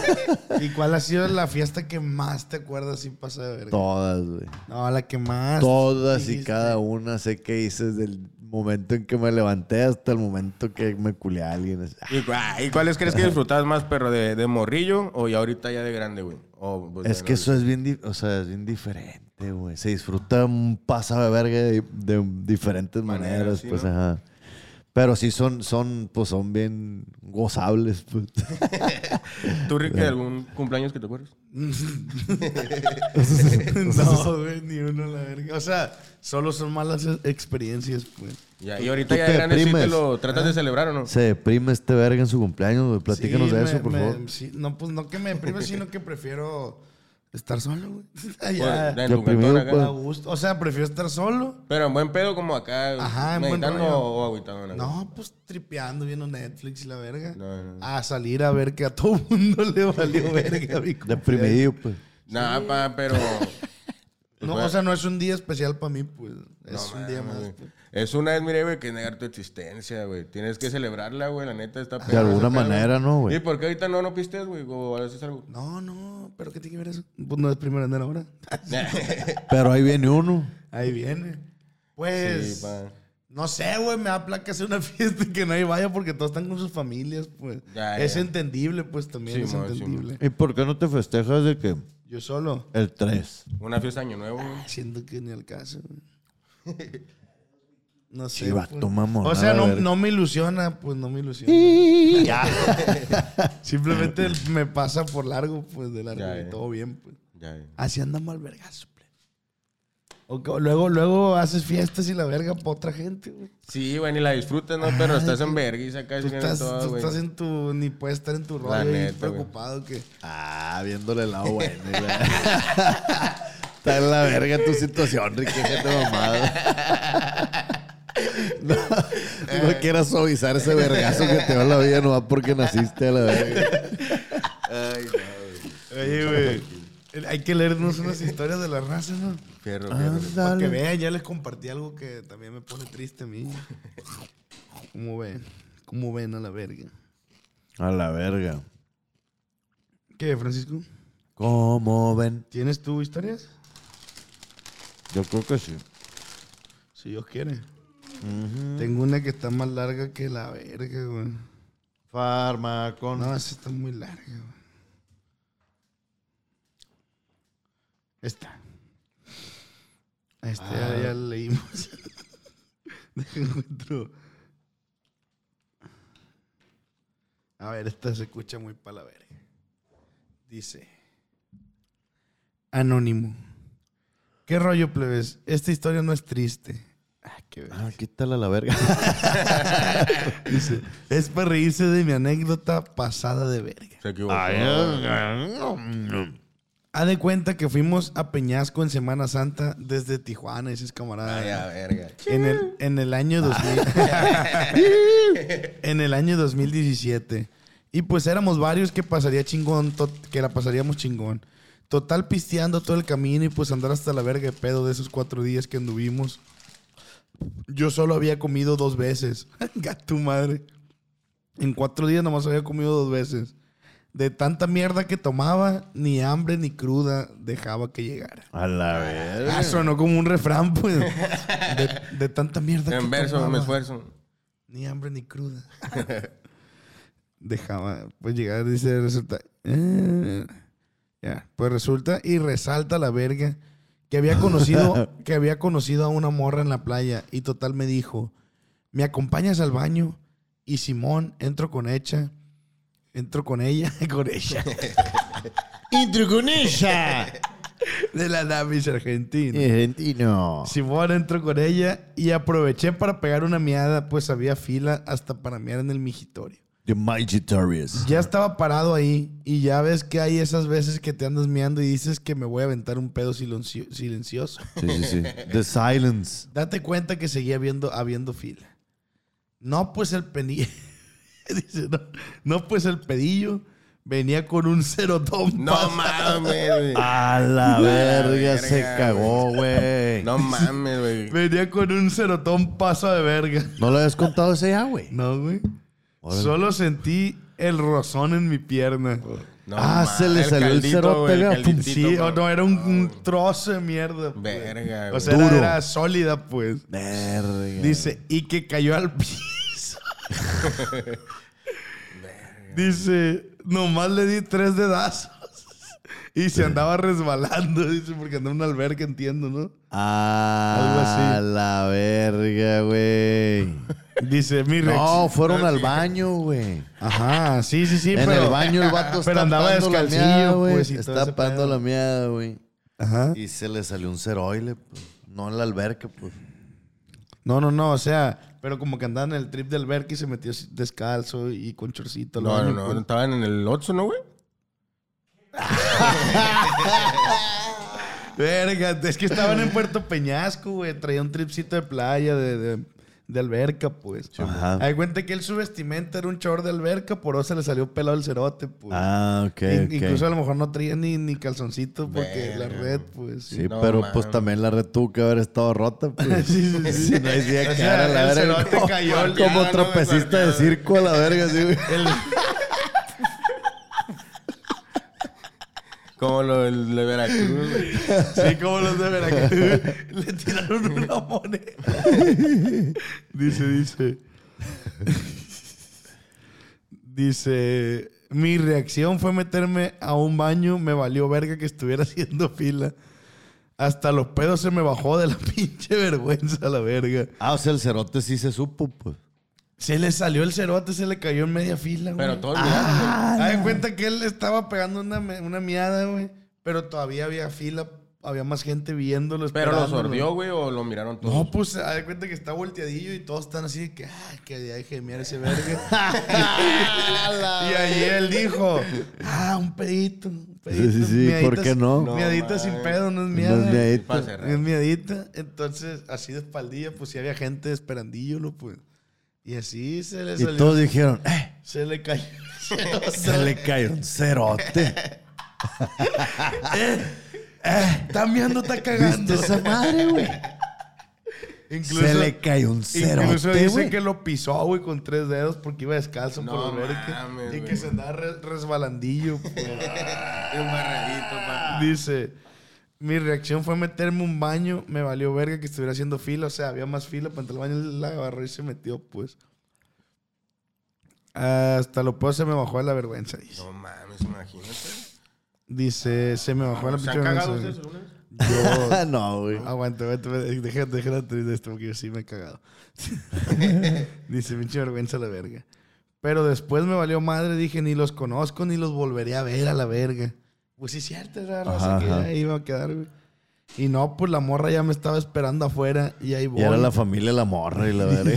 D: ¿Y cuál ha sido la fiesta que más te acuerdas sin pasar de verga?
B: Todas, güey.
D: No, la que más.
B: Todas y
D: dijiste.
B: cada una sé que hice desde el momento en que me levanté hasta el momento que me culé a alguien. así.
C: ¿Y, cu- ah, ¿y cuáles crees que disfrutabas más, perro? ¿De, de morrillo o ya ahorita ya de grande, güey? O, pues,
B: Es
C: de
B: que
C: novio.
B: eso es bien, di- o sea, es bien diferente, güey. Se disfruta un pasado de verga de, de diferentes
C: Manera,
B: maneras,
C: sí,
B: pues,
C: ¿no?
B: ajá. Pero sí son, son, pues, son bien gozables, pues.
C: ¿Tú,
B: eh.
C: Ricky, algún cumpleaños que te acuerdas?
D: no, güey, ni uno la verga. O sea, solo son malas experiencias, pues.
C: Ya, y
B: ¿Tú-
C: ahorita
B: tú
C: ya
B: te
C: de grande sí te
B: deprimes? Ah.
C: lo tratas de celebrar o no?
B: Se deprime este verga en su cumpleaños, güey. Platícanos
D: Sí,
B: de
D: me-
B: eso, por
D: me-
B: favor.
D: sí, no, pues no que me deprime, sino que prefiero estar solo, güey.
C: Pues,
D: Allá,
C: en tu
B: deprimido,
C: cantón acá.
B: pues.
D: a gusto. O sea, prefiero estar solo.
C: Pero en buen pedo como acá.
D: Ajá, en buen
C: meditando
D: rollo.
C: o agüitando.
D: No, pues tripeando, viendo Netflix y la verga.
C: No, no, no.
D: A salir a ver que a todo mundo le valió verga. mi cumpleaños.
B: Deprimido, pues.
C: Nah, pa, pero.
D: No,
C: Pues,
D: o sea, no es un día especial para mí, pues. Es un día más. pues.
C: Es una vez, mire, güey, que negar tu existencia, güey. Tienes que celebrarla, güey. La neta está
B: De alguna manera, ¿no,
C: ¿Y
B: güey?
C: por qué ahorita no, no pistes, güey? O haces algo.
D: No, no, pero ¿qué tiene que ver eso? Pues no es primero de enero ahora.
B: Pero ahí viene uno.
D: Ahí viene. Pues.
C: Sí, pa.
D: No sé, güey, me da placa hacer una fiesta y que nadie vaya porque todos están con sus familias, pues.
C: Ya,
D: es
C: ya.
D: entendible, pues también
C: Sí,
D: es
C: mo, sí,
D: entendible.
B: ¿Y por qué no te festejas de que
D: Yo solo ah,
B: el 3?
C: Una fiesta de año nuevo, güey.
D: siento que ni al caso, güey. No sé.
B: Chiva,
D: pues.
B: tu mamona,
D: o sea, no,
B: verga.
D: no me ilusiona, pues no me ilusiona. Simplemente el- me pasa por largo, pues de largo
C: Ya,
D: y
C: ya.
D: todo bien, pues.
C: Ya, ya.
D: Así andamos al vergazo, plebe. O que- luego, luego haces fiestas y la verga para otra gente, güey.
C: Sí, güey, ni la disfrutas, ¿no? Pero
D: Ay,
C: estás en
D: tú-
C: verga y sacas
D: Tú estás,
C: todo,
D: tú
C: güey.
D: estás en tu. Ni puedes estar en tu
C: La
D: rollo y
C: neta, güey.
D: preocupado que.
B: Ah, viéndole el lado bueno. güey. Está en la verga tu situación, Ricky, gente mamada. No, no quieras suavizar ese vergazo que te va la vida nomás porque naciste a la verga.
D: Oye, güey. Hay que leernos unas historias de la raza, ¿no?
C: Fierro, fierro.
D: Para que
B: Ándale.
D: vean, ya les compartí algo que también me pone triste a mí. ¿Cómo ven? ¿Cómo ven a la verga?
B: A la verga.
D: ¿Qué, Francisco?
B: ¿Cómo ven?
D: ¿Tienes tú historias?
B: Yo creo que sí.
D: Si Dios quiere. Tengo una que está más larga que la verga, güey.
B: Farmacón.
D: No, esa está muy larga, güey. Esta. Esta ya, ya la leímos. Deja encuentro. A ver, esta se escucha muy para la verga. Dice. Anónimo. ¿Qué rollo, plebes? Esta historia no es triste. Ah, qué verga.
B: Ah, quítala a la verga.
D: Dice, es para reírse de mi anécdota pasada de verga.
C: Se equivocó.
D: Ha de cuenta que fuimos a Peñasco en Semana Santa desde Tijuana, dices camarada.
C: Ay, a verga.
D: en, el, en el año 2000. en el año 2017. Y pues éramos varios que pasaría chingón, tot- que la pasaríamos chingón. Total pisteando todo el camino y pues andar hasta la verga de pedo de esos cuatro días que anduvimos. Yo solo había comido dos veces. Gato madre. En cuatro días nomás había comido dos veces. De tanta mierda que tomaba, ni hambre ni cruda dejaba que llegara.
B: A la verga.
D: Ah, sonó como un refrán, pues. De, de tanta mierda que
C: En verso
D: tomaba.
C: me esfuerzo.
D: Ni hambre ni cruda.
G: dejaba.
D: Pues llega, dice, resulta. eh, ya, Pues resulta y resalta la verga que había conocido, que había conocido a una morra en la playa y total me dijo, me acompañas al baño y Simón, entro con ella, entro con ella, con ella. entro con ella. De la Davis Argentina.
B: Eh, Argentino.
D: Simón entró con ella y aproveché para pegar una miada, pues había fila hasta para miar en el mijitorio.
B: The Magitorius.
D: Ya estaba parado ahí y ya ves que hay esas veces que te andas meando y dices que me voy a aventar un pedo silencio- silencioso.
B: Sí, sí, sí. The Silence.
D: Date cuenta que seguía habiendo, habiendo fila. No, pues el penillo. Dice, no, no, pues el pedillo venía con un cerotón.
C: No
D: pasado.
C: mames, güey.
B: A la verga, se cagó, güey. No.
C: No mames, güey.
D: Venía con un cerotón paso de verga.
B: lo habías contado ese ya, güey?
D: No, güey.
B: Órale.
D: Solo sentí el rozón en mi pierna.
C: No
B: Ah,
C: mames,
B: se le salió el
C: caldito,
B: cerote,
C: güey, el
B: vea, pum.
C: calditito,
D: Sí, o
C: güey.
D: no, era un, un trozo de mierda. pues.
C: Verga,
D: O
C: güey.
D: sea, era,
B: Duro.
D: era sólida, pues.
B: Verga.
D: Dice, y que cayó al piso. dice, nomás le di tres dedazos. Y se andaba resbalando, dice, porque andaba en un albergue, entiendo, ¿no?
B: Ah,
D: Algo así.
B: la verga, güey.
D: Dice, mi Rex.
B: No, fueron al baño, güey.
D: Ajá, sí, sí, sí,
B: en
D: pero.
B: el baño el vato está
D: pero andaba
B: tapando la
D: descalcillo,
B: meada, güey.
D: pues, y todo
B: está
D: ese
B: tapando
D: pedo.
B: la meada, güey.
D: Ajá.
B: Y se le salió un ceroile, pues. No en la alberca, pues.
D: No, no, no, o sea, pero como que andaba en el trip del albergue y se metió descalzo y con chorcito. al
C: No,
D: baño,
C: no, no,
D: pues.
C: no. Estaban en el Otso, ¿no, güey?
D: Verga, es que estaban en Puerto Peñasco, güey. Traía un tripcito de playa, de, de- de alberca, pues.
B: Ajá.
D: Hay cuenta que él su vestimenta era un short de alberca, por eso le salió pelado el cerote, pues.
B: Ah, ok,
D: In-
B: ok.
D: Incluso a lo mejor no traía ni, ni calzoncito porque
C: Verga.
D: la red, pues.
B: Sí,
C: No,
B: pero
C: man.
B: pues también la red tuvo que haber estado rota, pues.
D: Sí, sí, sí.
B: No hay día
D: O sea,
B: que era la verga.
D: el cerote
B: Como,
D: cayó al-
B: como
C: Ya, no,
B: tropecista de
C: desarqueado.
B: circo a la verga, sí, güey.
C: Como lo del de Veracruz, güey.
D: Sí, como los de Veracruz. Le tiraron una moneda. Dice, dice. Dice. Mi reacción fue meterme a un baño. Me valió verga que estuviera haciendo fila. Hasta los pedos se me bajó de la pinche vergüenza, la verga.
B: Ah, o sea, el cerote sí se supo, pues.
D: Se le salió el cerote, se le cayó en media fila, güey. Ah,
C: Pero todos miraron, güey.
D: Haz de cuenta que él estaba pegando una, me- una miada, güey. Pero todavía había fila, había más gente viéndolo.
C: Pero lo
D: esperándolo.
C: sordió, güey, o lo miraron todos.
D: No, pues, haz de cuenta que está volteadillo y todos están así de que, ay, que ya deje de mirar ese verga. y ahí él dijo, ah, un pedito, un pedito.
B: Sí, sí, sí,
D: miadita
B: ¿por qué
D: sin-
B: no?
D: miadita
C: No,
D: sin
C: man.
D: pedo, no es
B: No
D: miada.
B: es mi ahí.
C: Pa' cerrar.
D: Es miadita. Entonces, así de espaldilla, pues, sí había gente esperandillo, pues. Y así se le
B: Y
D: salió.
B: todos dijeron, eh,
D: Se le cayó.
B: se le cayó un cerote.
D: Eh, Está miando, eh, está cagando.
B: ¿Viste esa madre, güey?
D: Incluso,
B: Se le cayó un
D: incluso
B: cerote,
D: dice
B: güey.
D: que lo pisó, güey, con tres dedos porque iba descalzo
C: No
D: por el verga.
C: mames,
D: y
C: güey.
D: que se andaba re- resbalandillo. pues.
C: Un barredito, pa.
D: dice, mi reacción fue meterme un baño, me valió verga que estuviera haciendo fila, o sea, había más fila, para entrar al baño la agarró y se metió, pues. Hasta lo puedo se me bajó de la vergüenza, dice.
C: No mames, imagínate.
D: Dice, se me bajó de la
C: ¿Se
D: pinche
C: han
D: vergüenza.
C: cagado ustedes alguna vez?
D: Yo-
B: Ah, no, güey.
D: Ah, Aguanta, aguanta, Eh, aguanta. déjate, déjate atrás de esto porque yo sí me he cagado. Dice, pinche vergüenza la verga. Pero después me valió madre, dije, ni los conozco ni los volveré a ver a la verga. Pues sí, cierto, esa raza
B: Ajá,
D: que
B: ajá.
D: ahí iba a quedar, güey. Y no, pues la morra ya me estaba esperando afuera y ahí voy.
B: Y era la familia la morra y la verga.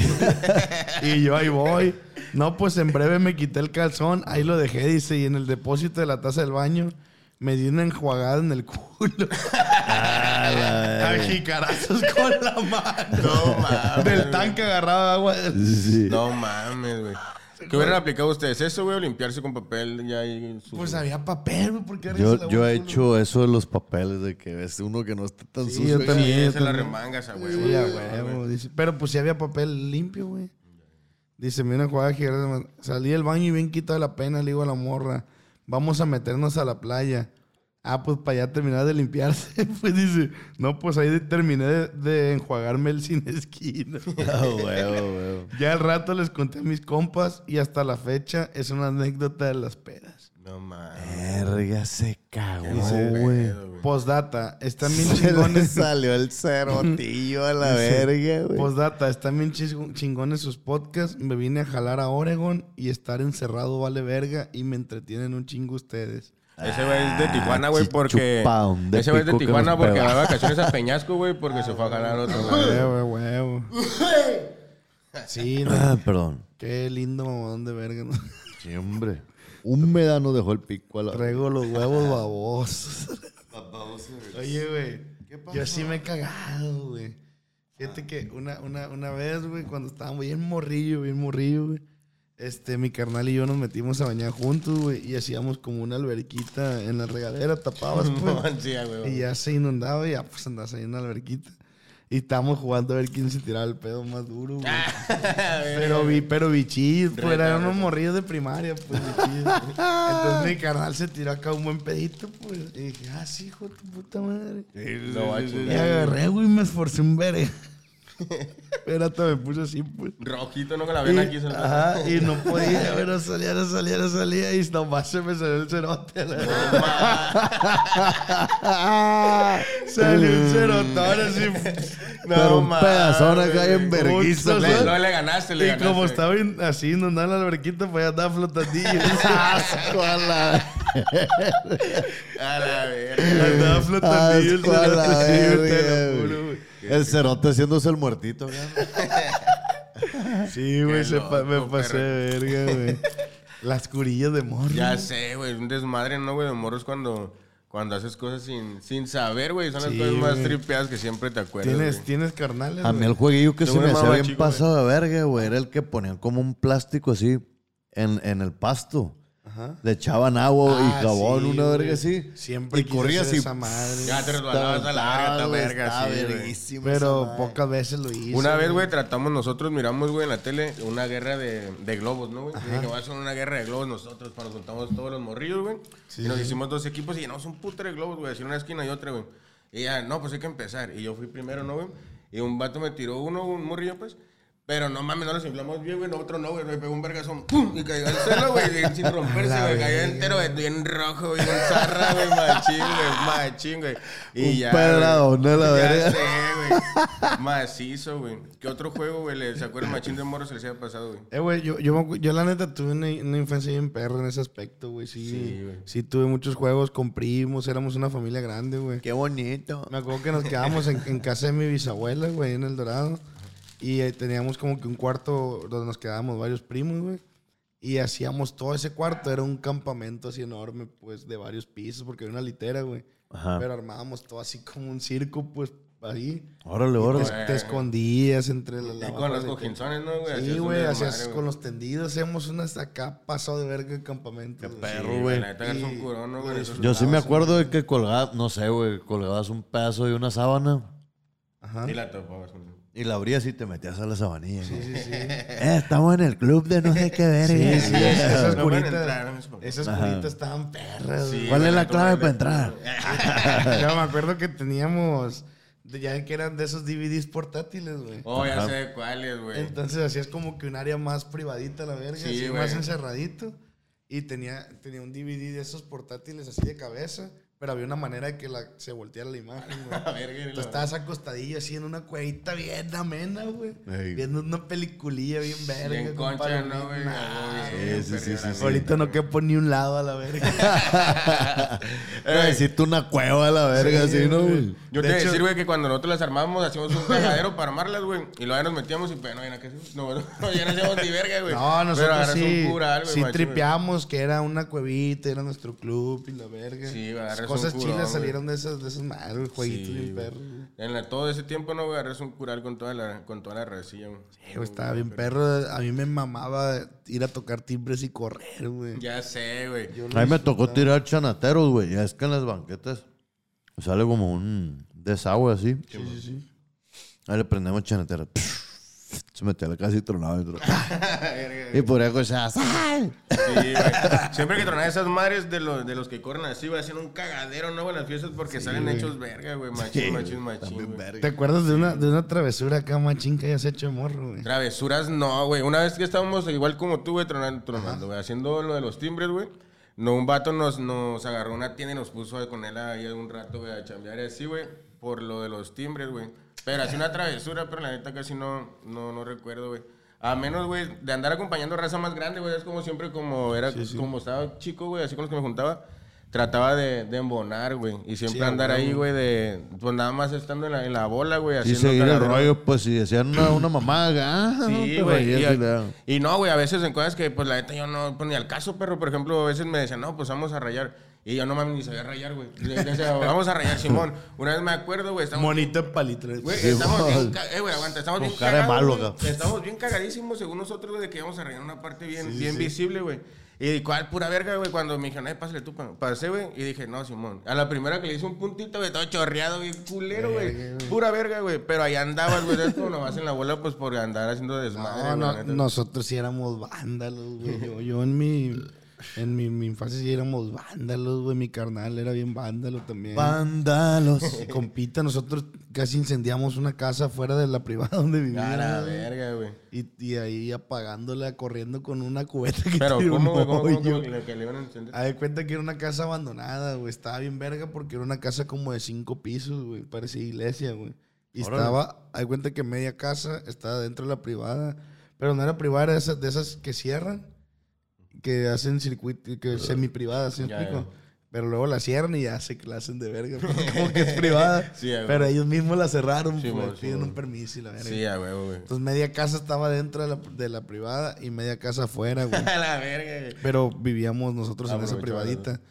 D: Y yo ahí voy. No, pues en breve me quité el calzón, ahí lo dejé, dice, y en el depósito de la taza del baño me di una enjuagada en el culo.
B: A Ah, la
D: A
B: verga.
D: jicarazos con la mano.
C: No mames.
D: Del tanque agarrado de agua.
B: Sí.
C: No mames, güey. ¿Qué hubieran aplicado ustedes? ¿Eso, güey? ¿O limpiarse con papel ya ahí en su...
D: Pues había papel, güey, porque
B: Yo, yo he hecho eso de los papeles, de que ves uno que no está tan
D: Sí,
B: sucio.
D: yo
C: Sí,
D: también.
C: se la remangas a huevo.
D: Sí, a huevo, dice. Pero pues sí había papel limpio, güey. Dice, mira, jugada gigante. Salí del baño y bien quitado la pena, le digo a la morra. Vamos a meternos a la playa. Ah, pues para ya terminar de limpiarse. Pues dice, no, pues ahí terminé de, de enjuagarme el sin esquina.
B: Ah, huevo, huevo.
D: Ya al rato les conté a mis compas y hasta la fecha es una anécdota de las pedas.
C: No mames.
B: Verga, se cagó,
C: Qué
B: güey.
C: pedo, güey.
D: Postdata, están bien
B: Se le
D: chingones.
B: salió el cerotillo a la
D: Dice, pues,
B: verga, güey.
D: Postdata, están bien chis- chingones sus podcasts. Me vine a jalar a Oregon y estar encerrado vale verga y me entretienen un chingo ustedes.
C: Ese güey es de Tijuana, güey,
B: chichupao,
C: porque.
B: de
C: Ese güey es de
B: pico que
C: Tijuana
B: nos
C: porque
B: pega.
C: va de vacaciones a Peñasco, güey, porque se fue a ganar otro, güey.
D: Huevo, huevo. Sí, no,
B: Ah, perdón.
D: qué lindo mamadón de verga. ¿no?
B: Siempre. Un medano dejó el pico a la
D: Traigo los huevos babosos. Oye, güey. Yo sí me he cagado, güey. Fíjate que una, una, una vez, güey, cuando estábamos bien morrillo, bien morrillo, güey. Este, mi carnal y yo nos metimos a bañar juntos, güey. Y hacíamos como una alberquita en la regadera, tapabas, pues.
C: Sí, güey.
D: Y ya se inundaba y ya pues andabas ahí en la alberquita. Y estábamos jugando a ver quién se tiraba el pedo más duro, güey.
C: Ah,
D: pero vi, pero bichis, pues eran unos morrillos de primaria, pues bichis. Entonces mi carnal se tiró acá un buen pedito, pues. Y dije, ah, sí, hijo de tu puta madre.
C: Lo va a
D: Y
C: chingar.
D: agarré, güey, y me esforcé un verga. Pero hasta me puse así, pues.
C: Rojito, no que la
D: Y,
C: ven aquí. se la-
D: ajá, y no podía, güey, no salía, no salía, no salía. Y nomás se me salió el cerote. a la verga.
C: Ah.
D: Salió un cerotón así. pues.
B: Pero un
C: mames,
B: pedazón acá
C: güey.
B: en verguiza,
D: Justo,
B: güey.
C: Le- No le ganaste, le
D: Y
C: ganaste.
D: como estaba in- así inundada la alberquita, pues ya andaba flotandillo.
B: Asco a la-
C: A la verga.
D: andaba flotandillo el
B: asco a la
D: cerote, sí, güey, te
B: verga,
D: lo
B: güey.
D: juro, güey.
B: El cerote haciéndose el muertito, güey.
D: Sí, güey, se pa- me
C: loco,
D: pasé de verga, güey. Las curillas de morro.
C: Ya sé, güey. Un desmadre, ¿no, güey? De morros cuando, cuando haces cosas sin, sin saber, güey. Son las
D: Sí,
C: cosas más
D: güey.
C: tripeadas que siempre te acuerdas.
D: ¿Tienes,
C: güey.
D: tienes carnales,
B: A mí
D: güey?
B: el jueguillo que
C: Yo
B: se
C: me
B: me hacía
C: mamaba
B: bien
C: chico,
B: pasado de verga, güey, era el que ponían como un plástico así en, en el pasto. Le echaban agua
D: Ah,
B: y jabón,
D: sí,
B: una verga
D: güey.
B: así.
D: Siempre
B: y
D: quise
B: corría
D: hacer
B: así.
D: esa madre.
C: Ya te resbalabas a la verga, esta verga,
B: Está
C: sí, güey.
B: verguísima esa
D: Pero
B: madre.
D: pocas veces lo hice.
C: Una vez, güey, tratamos nosotros, miramos, güey, en la tele una guerra de, de globos, ¿no, güey? Que va a ser una guerra de globos nosotros, para nos juntamos todos los morrillos, güey. y nos hicimos dos equipos y llenamos un putre de globos, güey, así en una esquina y otra, güey. Y ya, no, pues hay que empezar. Y yo fui primero, ¿no, güey? Y un vato me tiró uno, un morrillo, pues. Pero no mames, no los inflamos bien, güey. no, Otro no, güey. Me pegó un vergazón, ¡pum! Y cayó al suelo, güey. bien Sin romperse, güey. Cayó entero, güey. Bien rojo, güey. Bien zarra, güey. Machín, güey. Machín, güey. Y
B: Un
C: ya.
B: pedradón,
C: güey.
B: a la
C: Ya
B: verga.
C: sé, güey. Macizo, güey. ¿Qué otro juego, güey? le- ¿Se acuerdan? Machín de Morro se les había pasado, güey.
D: Eh, güey, yo, yo, me acu- yo la neta tuve una, una infancia bien perra en ese aspecto, güey. Sí,
C: Sí,
D: sí,
C: güey.
D: tuve muchos juegos con primos, éramos una familia grande, güey.
B: Qué bonito.
D: Me acuerdo que nos quedábamos en, en casa de mi bisabuela, güey, en El Dorado. Y eh, teníamos como que un cuarto donde nos quedábamos varios primos, güey. Y hacíamos todo ese cuarto, era un campamento así enorme, pues, de varios pisos, porque había una litera, güey.
B: Ajá.
D: Pero armábamos todo así como un circo, pues, ahí.
B: Órale,
D: Y
B: órale.
D: te, te escondías entre las
C: Y con los
D: lavadoras y todo.
C: cojinzones, ¿no, güey?
D: Sí,
C: Hacías un
D: güey,
C: desmadre,
D: hacías con los tendidos, hacíamos unas acá, pasado de verga en campamento. güey.
C: Sí,
B: perro,
C: güey.
B: güey.
C: La neta, agarras un
D: Y-
C: curón, ¿no, güey? Eso es-
B: Yo sí me acuerdo de que colgabas, no sé, güey, colgabas un pedazo de una sábana
D: Ajá.
C: Y la topabas, güey.
B: y la abrías y te metías a la sabanilla.
D: Sí,
B: güey.
D: sí, sí.
B: Eh, estamos en el club de no sé qué verga.
D: Sí, sí, esas
C: No pueden entrar, no
D: curitas.
C: sé por qué.
D: Esas curitas estaban perras.
C: Sí,
B: ¿Cuál
C: güey,
B: es la
C: neta,
B: clave
C: güey,
B: para
C: le-
B: entrar?
D: güey. Yo me acuerdo que teníamos, de- ya que eran de esos DVDs portátiles, güey.
C: Oh, ya sé de cuáles, güey.
D: Entonces hacías como que un área más privadita, la verga,
C: Sí,
D: así
C: güey.
D: más encerradito. Y tenía, tenía un DVD de esos portátiles así de cabeza, pero había una manera de que la, se volteara la imagen, güey.
C: La verga, y
D: Tú
C: la-
D: estabas acostadillo así en una cuevita bien amena, güey.
B: Ey.
D: Viendo una peliculilla bien verga.
C: Bien
D: con
C: concha,
D: palomitas.
C: ¿no, güey?
D: Nah,
C: Algo
B: Sí,
C: bien,
B: sí, sí, sí, sí.
D: Ahorita no quepo ni un lado a la verga.
B: Necesito una cueva a la verga,
D: Sí,
B: así, ¿no,
D: güey.
B: güey?
C: Yo te
D: De
C: voy a
D: hecho-
C: decir, güey, que cuando nosotros las armábamos, hacíamos un cagadero para armarlas, güey. Y luego ya nos metíamos y, pues, no, ya no, que- no, no, ya no hacíamos ni verga, güey.
D: No,
C: Pero
D: nosotros
C: agarras
D: sí,
C: un cural, güey, machín,
D: sí
C: güey.
D: tripeamos que era una cuevita, era nuestro club y la verga.
C: Sí, güey,
D: Las
C: agarras
D: Cosas
C: un curón,
D: chilas
C: güey.
D: salieron de esas, de esos mal, güey, jueguitos
C: Sí,
D: bien
C: güey.
D: perros. güey.
C: En la- todo ese tiempo no, güey, agarras un cural con toda la, con toda la resilla, güey.
D: Eh, güey, Estaba bien perro. A mí me mamaba ir a tocar timbres y correr, güey.
C: Ya sé, güey.
D: Yo lo
B: A mí me tocó tirar chanateros, güey. Es que en las banquetas sale como un desagüe así.
D: Sí, sí, sí.
B: Ahí le prendemos chanatero. Psh, Se metió a la casa y tronaba dentro. y por eso se hace.
C: Sí, güey. Siempre que tronan esas madres de los, de los que corren así, güey, hacen un cagadero nuevo en las fiestas porque salen hechos verga, güey. Machín, machín, machín. güey.
D: ¿Te acuerdas de una, de una travesura acá, machín, que hayas hecho de morro, güey?
C: Travesuras no, güey. Una vez que estábamos igual como tú, güey, tronando, tronando, güey, haciendo lo de los timbres, güey. No, un vato nos, nos agarró una tienda y nos puso con él ahí un rato, güey, a chambear y así, güey, por lo de los timbres, güey. Pero así una travesura, pero la neta casi no, no, no recuerdo, güey. A menos, güey, de andar acompañando raza más grande, güey, es como siempre, como era, como estaba chico, güey, así con los que me juntaba, trataba de, de embonar, güey. Y siempre andar ahí, güey, de, pues nada más estando en la, en la bola, güey.
B: Y
C: haciendo
B: seguir el
C: cagadero.
B: rollo, pues si decían una, una mamá, ah, no
C: Sí,
B: te
C: güey.
B: reías,
C: y-
B: y la-
C: Y, no, güey, a veces en cosas que, pues, la neta yo no ponía al caso, perro. Por ejemplo, a veces me decían, no, pues vamos a rayar. Y yo no mames, ni sabía rayar, güey. Le- le decía, vamos a rayar, Simón. Una vez me acuerdo, güey, estamos.
D: Monito palito.
C: Güey,
B: Sí,
C: estamos
B: güey.
C: bien, ca- eh, güey, aguanta, estamos
B: Con
C: bien
B: cara de
C: cagados,
B: malo,
C: güey.
B: acá.
C: Estamos bien cagadísimos, según nosotros, güey, de que íbamos a rellenar una parte bien, bien visible, güey. Y cuál pura verga, güey, cuando me dijeron, eh, pásale tú, pa-". pasé, güey, y dije, no, Simón. A la primera que le hice un puntito, güey, todo chorreado, bien culero, güey. Pura verga, güey. Pero ahí andabas, güey, es como nomás en la bola, pues por andar haciendo desmadre,
D: No,
C: güey,
D: no,
C: la neta.
D: nosotros sí éramos vándalos, güey. Yo, yo en mi... En mi, mi infancia sí éramos vándalos, güey. Mi carnal era bien vándalo también.
B: Vándalos.
D: Compita, nosotros casi incendiamos una casa fuera de la privada donde
C: A la
D: vivíamos. güey.
C: verga, güey.
D: Y, y ahí apagándola, corriendo con una cubeta que
C: Pero,
D: tiró un Ah,
C: ¿cómo, güey? ¿Cómo, cómo,
D: hoyo.
C: cómo que le- que le iban a encender?
D: Haz de cuenta que era una casa abandonada, güey. Estaba bien verga porque era una casa como de cinco pisos, güey. Parecía iglesia, güey. Y estaba, haz de cuenta que media casa estaba dentro de la privada. Pero no era privada, era de esas, de esas que cierran, que hacen circuito, que es semi-privada, ¿sí me
C: Ya,
D: explico?
C: ya.
D: Pero luego la cierran y ya se que la hacen de verga. porque Como que es privada.
C: Sí, ya,
D: pero ellos mismos la cerraron,
C: Sí,
D: pues,
C: mo, sí,
D: piden
C: mo.
D: un permiso y la verga.
C: Sí, a huevo, güey.
D: Entonces media casa estaba dentro de la, de la privada y media casa afuera, güey.
C: A la verga, güey.
D: Pero vivíamos nosotros en esa
C: Aprovechaba,
D: privadita.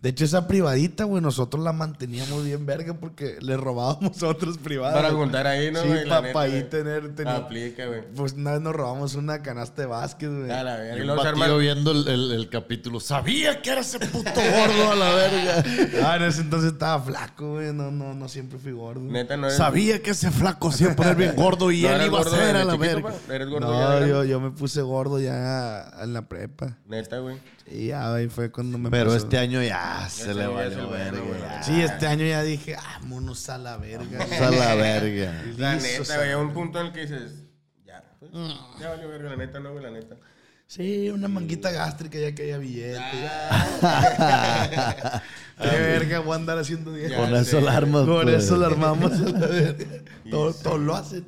D: De hecho, esa privadita, güey, nosotros la manteníamos bien verga porque le robábamos a otros privados.
C: Para juntar ahí, ¿no,
D: Ah, Sí,
C: güey? La
D: pa-
C: neta,
D: pa' ahí
C: güey.
D: tener... tener-
C: Aplica, güey.
D: Pues una vez nos robamos una canasta de básquet, güey.
C: A la verga. Y
G: Y un
C: luego se
G: batido
C: arma-
G: viendo el, el- el capítulo. Sabía que era ese puto gordo a la verga.
D: Ah, en ese entonces estaba flaco, güey. No, no, no siempre fui gordo.
C: Neta, no eres...
G: Sabía que ese flaco se iba a poner bien gordo y
C: no
G: él
C: eres
G: iba a
C: gordo
G: ser
C: desde
G: a la
C: chiquito, pues.
G: verga.
C: pa. Eres gordo ya,
D: No,
C: grande.
D: yo, yo me puse gordo ya en la prepa.
C: Neta, güey.
D: Y ya, güey, fue cuando me
B: Pero
D: empezó-
B: este año ya se le
C: año ya
B: va a
C: es el bueno, güey.
B: verga.
D: Sí, este año ya dije, ah, monos a la verga.
B: ya. A la verga.
C: La
D: Liso,
C: neta,
D: o sea,
C: güey. Un punto en el que dices... Ya, pues, ya valió verga. La neta, no, güey. La neta.
D: Sí, una manguita gástrica ya que haya billete.
C: Ah,
D: Qué verga, voy a andar haciendo dieta.
B: Con eso la armas.
D: Por
B: pues.
D: eso la armamos a la verga. Todo, todo lo hacen.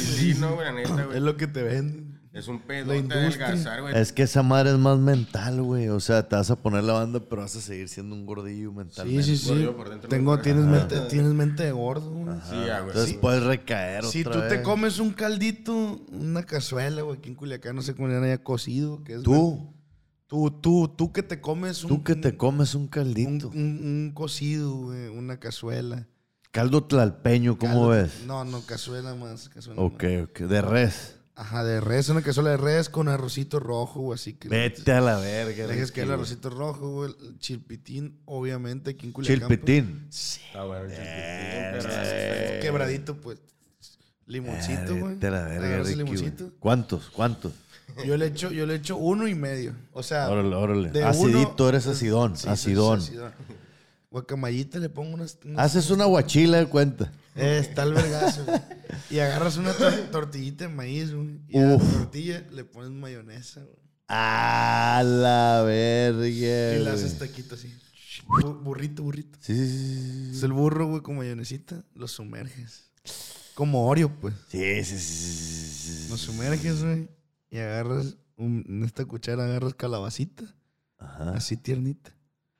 C: Sí, no, güey. La neta,
D: Es
C: güey.
D: lo que te venden.
C: Es un pedo
D: la
C: de
D: industria.
C: adelgazar, güey.
B: Es que esa madre es más mental, güey. O sea, te vas a poner la banda, pero vas a seguir siendo un gordillo mentalmente.
D: Sí, sí, sí.
C: Gordo por dentro,
D: Tengo,
C: gordo.
D: tienes, mente, tienes mente de gordo, güey.
C: Sí, ya, güey.
B: Ah, Entonces puedes recaer
D: Si
B: otra
D: tú te
B: vez.
D: comes un caldito, una cazuela, güey, aquí en Culiacán, no sé cómo le dan allá cocido. Que es
B: Tú,
D: Tú, tú, tú que te comes un,
B: tú que te comes un
D: un,
B: caldito.
D: un- un cocido, güey, una cazuela.
B: Caldo tlalpeño, ¿cómo
D: Caldo-
B: ves?
D: No, no, cazuela más, cazuela
B: Ok,
D: más.
B: ok. De res.
D: Ajá, de res, una cazuela de res con arrocito rojo, güey, así que...
B: Vete a la verga.
D: Dejes que el
B: Ricky.
D: arrocito rojo, güey, el chilpitín, obviamente, aquí en Culiacán. pues,
B: Chilpitín.
C: Está bueno. el
B: Eh,
D: Quebradito, pues. Limoncito, güey.
B: Vete a la verga,
D: Agarras el
B: Ricky, güey.
D: limoncito.
B: ¿Cuántos? ¿Cuántos?
D: Yo le echo, yo le echo uno y medio. O sea,
B: Órale, órale.
D: de
B: Acidito,
D: uno-
B: eres acidón.
D: Sí, soy
B: acidón.
D: acidón. Guacamayita le pongo unas... unas-
B: Haces una guachila de cuenta.
D: Eh, está el vergazo, güey. Y agarras una tor- tortillita de maíz, güey. Y a la
B: Uf.
D: tortilla le pones mayonesa, güey.
B: A la verga.
D: Y la
B: güey.
D: haces taquito así. Bu- burrito, burrito.
B: Sí, sí, sí, sí.
D: Es el burro, güey, con mayonesita. Lo sumerges. Como Oreo, pues.
B: Sí, sí, sí, sí, sí, sí.
D: Lo sumerges, güey. Y agarras... un- en esta cuchara agarras calabacita.
B: Ajá,
D: Así tiernita.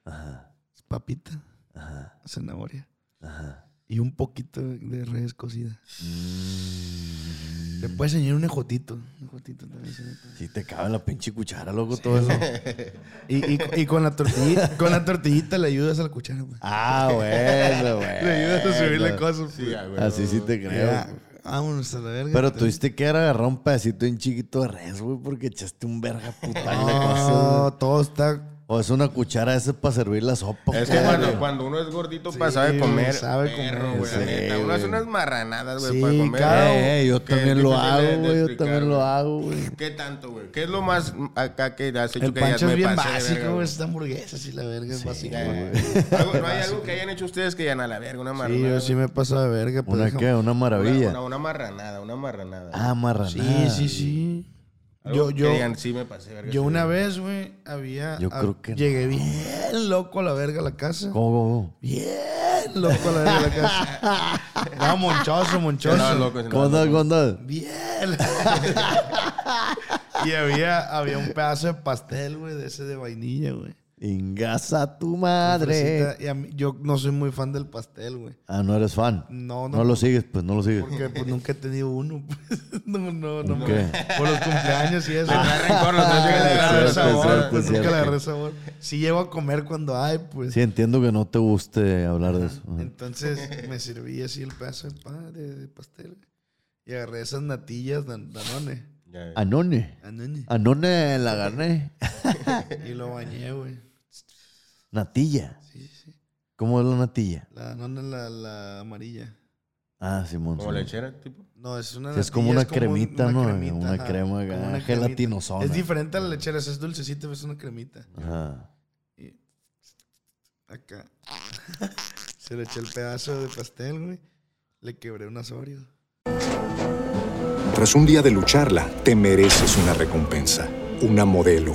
B: ajá,
D: Papita.
B: ajá,
D: Zanahoria.
B: ajá.
D: Y un poquito de res cocida.
B: Mm.
D: Le puedes añadir un ejotito. Un ejotito también. se nota.
B: Si te cabe la pinche cuchara, loco, todo eso.
D: Y, y, y con la tortillita, con la tortillita le ayudas a la cuchara, güey.
B: Ah, bueno, güey.
D: Le ayudas a subirle cosas.
C: Sí, ya, güey.
B: Así sí te creo.
D: Ya, vámonos a la verga.
B: Pero
D: Te-
B: tuviste que era agarrar un pedacito en chiquito de res, güey, porque echaste un verga putal de cosas.
D: No,
B: güey.
D: todo está
B: O es una cuchara, ese es para servir la sopa.
C: Es que
B: güey.
C: cuando, cuando uno es gordito, para
B: Sí,
C: sabe
B: güey,
C: comer.
B: sabe
C: perro,
B: comer,
C: güey, la
B: sí,
C: neta. Uno
B: güey.
C: hace unas marranadas, güey,
B: Sí,
C: para comer.
B: claro. Eh, yo
C: Qué
B: también lo
C: difícil de-
B: hago,
C: de
B: güey, yo
C: explicar,
B: también lo hago, güey.
C: ¿Qué tanto, güey? ¿Qué es lo más acá que has hecho
D: El
C: que digas,
D: pancho es
C: "Me
D: bien
C: pasé de verga,
D: básico,
C: güey"?
D: güey. Esta hamburguesa y la verga es básica.
C: Algo- ¿No hay algo que hayan hecho ustedes que digan a la verga, una
D: Sí,
C: marranada?
D: yo sí me paso de verga. pues,
B: ¿Una
D: déjame-
B: qué? ¿Una maravilla?
C: Una, una marranada, una marranada.
B: Ah, marranada.
D: Sí, sí, sí.
C: Algo
D: Yo,
C: que
D: yo,
C: digan, "Sí me pasé de verga,
D: yo
C: sí,
D: una
C: güey".
D: vez, güey, había...
B: Yo
D: a-
B: creo que no.
D: Llegué bien loco a la verga a la casa.
B: ¿Cómo, cómo,
D: Bien loco a la verga a la casa. No, monchoso, monchoso.
C: Andaba loco, andaba
B: cómo? ¿Cómo andas,
C: loco.
B: cómo andas?
D: Bien. y había, había un pedazo de pastel, güey, de ese de vainilla, güey.
B: Ingasa tu madre.
D: Fresita. Y a mí- yo no soy muy fan del pastel, güey.
B: Ah, no eres fan.
D: No, no.
B: No lo sigues, pues no lo sigues.
D: Porque pues nunca he tenido uno. pues. No, no, no.
B: ¿Por
D: me-
B: qué?
D: Por los cumpleaños y eso.
C: Le trae rencor, los dos
D: Nunca
C: llegan
D: le
C: y le
B: cierto,
C: agarran
D: agarré
B: es
D: sabor,
B: cierto,
C: sabor.
D: pues
B: es
D: nunca le
B: cierto.
D: agarré sabor. Sí llego a comer cuando hay, pues.
B: Sí, entiendo que no te guste hablar de eso. Ajá.
D: Entonces me serví así el pedazo de pan, de, de pastel. Y agarré esas natillas dan- danone.
B: Anone.
D: Danone.
B: Ah. Anone la agarré.
D: Y lo bañé, güey.
B: Natilla.
D: Sí, sí.
B: ¿Cómo es la natilla?
D: La danone, la, la amarilla.
B: Ah, Simón.
C: Como
B: Simón.
C: lechera, tipo.
D: No, es una
B: Es como
D: natilla,
B: una cremita, ¿no? Una
D: ajá.
B: crema acá,
D: Como una
B: gelatinosona.
D: Es diferente a la lechera, o sea, es dulcecito, es una cremita.
B: Ajá.
D: Acá. Se le eché el pedazo de pastel, güey. Le quebré unas Oreo.
H: Tras un día de lucharla, te mereces una recompensa, una modelo,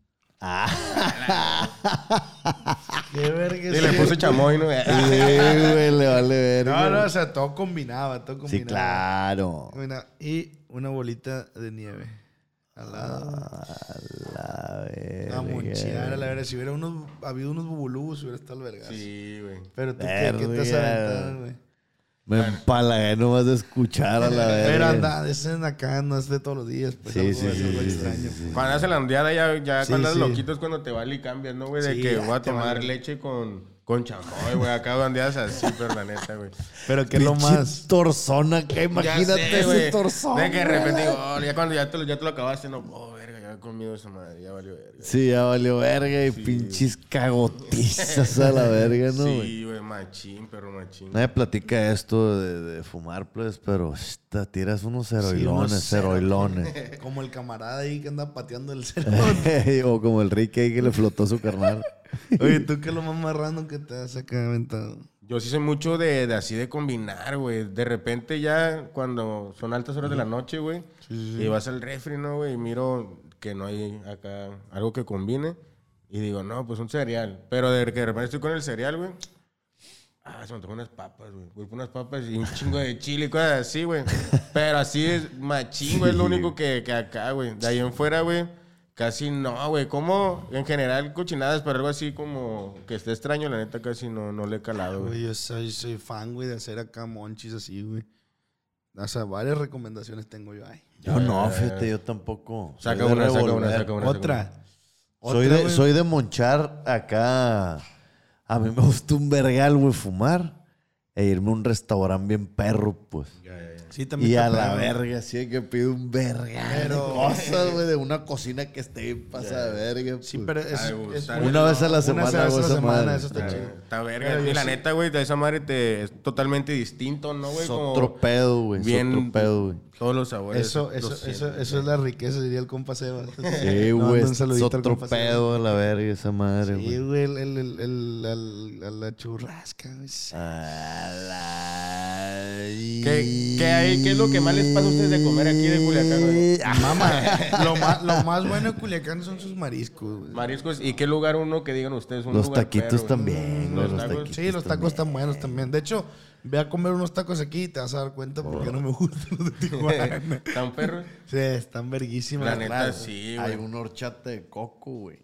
D: Qué verga.
C: Y le puse chamoy, ¿no?
B: Sí, güey, le vale ver.
D: No, no, o sea, todo combinaba, todo combinaba.
B: Sí, claro.
D: Combinaba. Y una bolita de nieve. Al lado.
B: La verga.
D: a monchear, a la verga. Si hubiera unos, habido unos bubulús, hubiera estado el vergas.
C: Sí, güey.
D: Pero tú, ¿qué, qué te has
B: Verga.
D: aventado, güey?
B: Me empalagué nomás de escuchar a la verga.
D: Pero anda, es en acá, no es de todos los días. Pues,
B: Sí,
D: algo-
B: sí,
D: es
B: sí,
D: algo
B: sí, sí,
D: extraño.
C: Cuando haces la ondeada, ya, ya
D: Sí,
C: cuando andas
D: sí.
C: loquito es cuando te vale y cambias, ¿no, güey? De
D: Sí,
C: que
D: ya
C: voy a
D: te
C: tomar
D: vale.
C: leche con, con chamoy, güey. Acá ondeadas así, pero la neta, güey.
B: Pero que
D: es
B: lo
D: lo
B: más
D: más?
B: torzona que
C: Ya
B: imagínate
C: sé,
B: ese
C: güey.
B: torzón.
C: De que de
B: güey.
C: repente digo, "Oh, ya cuando ya te, lo, ya te lo acabaste, no, oh, verga, ya he comido esa madre, ya valió verga.
B: Sí, ya valió verga y pinches cagotizas a la verga, ¿no? güey?
C: Sí, güey, machín, perro machín.
B: Nadie platica esto de, de fumar, pues, pero te tiras unos heroilones,
D: unos cero.
B: heroilones.
D: Como el camarada ahí que anda pateando el cero.
B: o como el Ricky ahí que le flotó su carnal.
D: Oye, ¿tú qué es lo más marrano que te has acá aventado?
C: Yo sí soy mucho de, de así de combinar, güey. De repente ya cuando son altas horas de la noche, güey, y vas al refri, ¿no, güey? Y miro que no hay acá algo que combine. Y digo, no, pues un cereal. Pero de que de repente estoy con el cereal, güey. Ah, se me tocó unas papas, güey. Voy por unas papas y un chingo de chile y cosas así, güey. Pero así es machín, güey. Es lo único que, que acá, güey. De ahí en fuera, güey. Casi no, güey. Como en general cochinadas, pero algo así como que esté extraño, la neta casi no, no le he calado, güey.
D: Güey, yo soy, soy fan, güey, de hacer acá monchis así, güey. O sea, varias recomendaciones tengo yo ahí.
B: Yo no, fíjate, yo tampoco. Soy
C: Eh. Saca
B: de
C: una, saca
B: revolver.
C: una, saca una.
D: Otra.
B: Soy
D: Otra,
B: de,
D: güey.
B: soy de monchar acá. A mí me gusta un vergal, güey, fumar e irme a un restaurante bien perro, pues.
D: Sí,
B: Y a
D: está
B: la
D: perro.
B: verga, sí, que pido un vergal de cosas, güey, de una cocina que esté bien pasada de verga.
D: Sí,
B: pues.
D: pero es,
C: Ay, güey,
D: es
C: está
D: muy-
C: bien.
B: Una vez a la
D: una
B: semana,
D: vez a la
B: hago esa
D: semana,
B: madre.
D: eso está
C: Está,
D: chido.
C: está verga.
D: Pero
C: Y
D: yo
C: la
D: sí-
C: neta, güey, de esa madre te, es totalmente distinto, ¿no, güey?
B: Es
C: Como
B: otro pedo, güey. Es
C: Bien.
B: otro pedo, güey.
C: Todos los sabores.
D: Eso, eso,
C: los
D: eso, eso,
C: sientes,
D: es la riqueza, diría el compa Sebas.
B: Sí,
D: Le mando
B: güey.
D: un
B: Es
D: saludito al
B: otro
D: compa Sebas.
B: pedo a la verga esa madre,
D: Sí,
B: güey.
D: güey, el, el, el, el- el- la- la churrasca, güey.
B: A la
C: ¿Qué, qué hay, ¿Qué es lo que más les pasa a ustedes de comer aquí de Culiacán, güey? Ah.
D: Mamá, lo más, lo más bueno de Culiacán son sus mariscos, güey.
C: Mariscos, ¿y qué lugar uno que digan ustedes? Un
B: Los
C: lugar
B: taquitos
C: perro, güey?
B: también, güey,
C: Los
B: los
C: tacos.
B: taquitos.
D: Sí, los tacos están buenos también. De hecho, ve a comer unos tacos aquí y te vas a dar cuenta porque no me gustan los de Tijuana.
C: ¿Tan perros?
D: Sí, están verguísimas.
C: La neta,
B: Claro,
C: sí,
B: Hay
C: güey.
B: una horchata de coco, güey.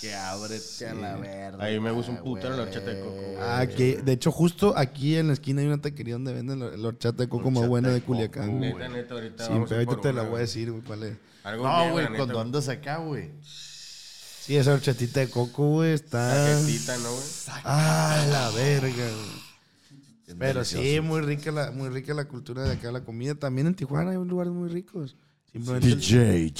B: Que ábrete a la verga.
C: A mí me gusta un putero la horchata de coco, güey.
D: Ah, que- de hecho, justo aquí en la esquina hay una taquería donde venden la, la horchata de coco más buena de Culiacán. güey.
C: Neta, neta, ahorita
D: Sí,
C: vamos
D: pero
C: a ir
D: ahorita
C: por
D: te
C: una,
D: la voy a
C: güey.
D: decir, güey, cuál es.
C: Algún día,
B: No,
C: la
B: güey,
C: neta,
B: cuando andas acá, güey.
D: Sí, esa horchatita de coco, güey, está...
C: Tarjetita, ¿no, güey?
D: Ah, la verga, güey. Pero sí, muy rica, la, muy rica la cultura de acá, la comida. También en Tijuana hay lugares muy ricos. Simplemente el-
B: DJ,
D: el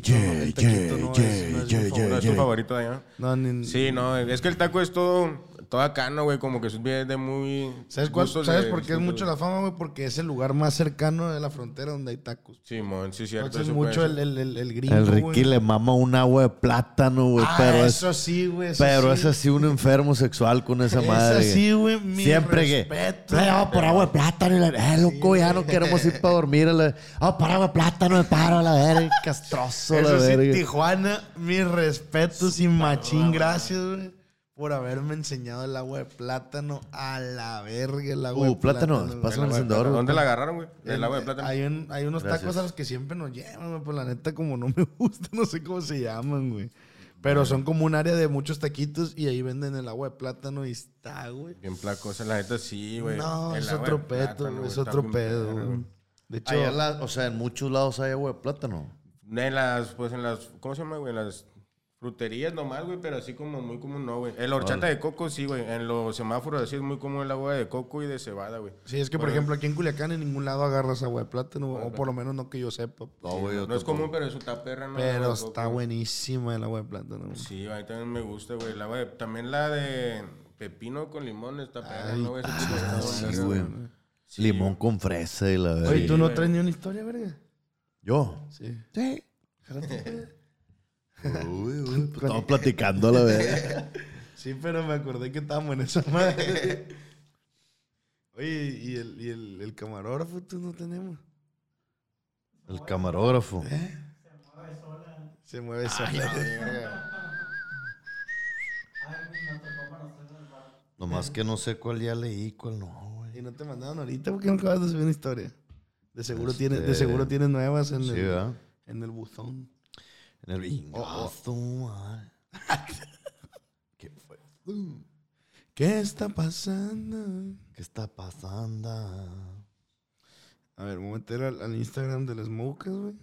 D: taquito, no, el taquito no es- no es mi favorito.
C: ¿No es tu favorito de allá?
D: No, ni-
C: Sí, no, es que el taco es todo, todo acá, ¿no, güey? Como que es bien de muy...
D: ¿Sabes, cuál-
C: gustos
D: ¿sabes
C: de
D: por qué es
C: distintos,
D: mucho
C: güey.
D: la fama, güey? Porque es el lugar más cercano de la frontera donde hay tacos.
C: Sí, mon, sí, cierto.
D: Entonces
C: eso
D: mucho
C: puede
D: el,
C: ser.
D: el, el, el gringo,
B: El
D: güey.
B: Ricky le mama un agua de plátano, güey.
D: Ah,
B: pero es,
D: eso sí, güey. eso
B: pero
D: sí.
B: es así un enfermo sexual con esa madre.
D: Es así, güey. mi
B: Siempre
D: respeto.
B: que. "Eh, vamos por agua de plátano. Y la, eh, loco, ya no queremos ir para dormir. a la- Vamos por agua de plátano, me paro a la verga. Castroso, a la
D: Eso sí,
B: verga.
D: Tijuana, mis respetos y machín, gracias, güey. Por haberme enseñado el agua de plátano a la verga, el agua
B: Uh,
D: de
B: plátano, pásame el
D: güey.
B: encendedor, güey.
C: ¿Dónde la agarraron, güey? El
D: En-
C: agua de plátano.
D: Hay, un- hay unos
B: Gracias.
D: tacos a los que siempre nos llevan, güey. Pues la neta, como no me gusta, no sé cómo se llaman, güey. Pero son como un área de muchos taquitos y ahí venden el agua de plátano y está, güey.
C: Bien placosa, la neta sí, güey.
D: No,
C: El
D: es
C: agua de
D: otro pedo,
C: plátano,
D: güey.
C: güey,
D: Es
C: está
D: otro
C: bien
D: pedo,
C: perro,
D: güey. De hecho,
B: Allá en la- o sea, en muchos lados hay agua de plátano.
C: En las, pues en las, ¿cómo se llama, güey? En las fruterías nomás, güey, pero así como muy común, no, güey. El horchata de coco, sí, güey. En los semáforos así es muy común el agua de coco y de cebada, güey.
D: sí, es que, por
C: Pero-
D: ejemplo, aquí en Culiacán en ningún lado agarras agua de plátano, o por lo menos no que yo sepa.
B: No, güey, yo
C: No es
B: tampoco.
C: común, pero es una perra, ¿no? El
D: Pero
C: agua de coco,
D: está
C: güey.
D: buenísima el agua de plátano. güey.
C: Sí, a mí también me gusta, güey. El agua de, también la de pepino con limón está perra, ¿no, güey? Ese tipo
D: ah,
C: de agua,
B: sí,
C: verga,
B: güey.
C: Sí,
B: Limón con fresa y la verga.
D: Oye, ¿tú no traes ni una historia, verga?
B: Yo.
D: Sí.
B: Sí. Uy, uy, pues, estamos platicando a la verga.
D: Sí, pero me acordé que estábamos en esa madre. Oye, ¿y el, y el, el camarógrafo tú no tenemos?
B: El camarógrafo.
D: Se mueve sola.
B: Nomás que no sé cuál ya leí, cuál no, güey.
D: y no te mandaron ahorita porque no acabas de subir una historia. De seguro,
B: Este-
D: tienes, de seguro tienes nuevas en,
B: Sí,
D: el,
B: ¿verdad?
D: en el buzón.
B: En
D: Oh,
B: el Ingazo, madre. ¿Qué fue?
D: ¿Qué está pasando?
B: ¿Qué está pasando?
D: A ver, me voy a meter al, al Instagram de las mocas, güey.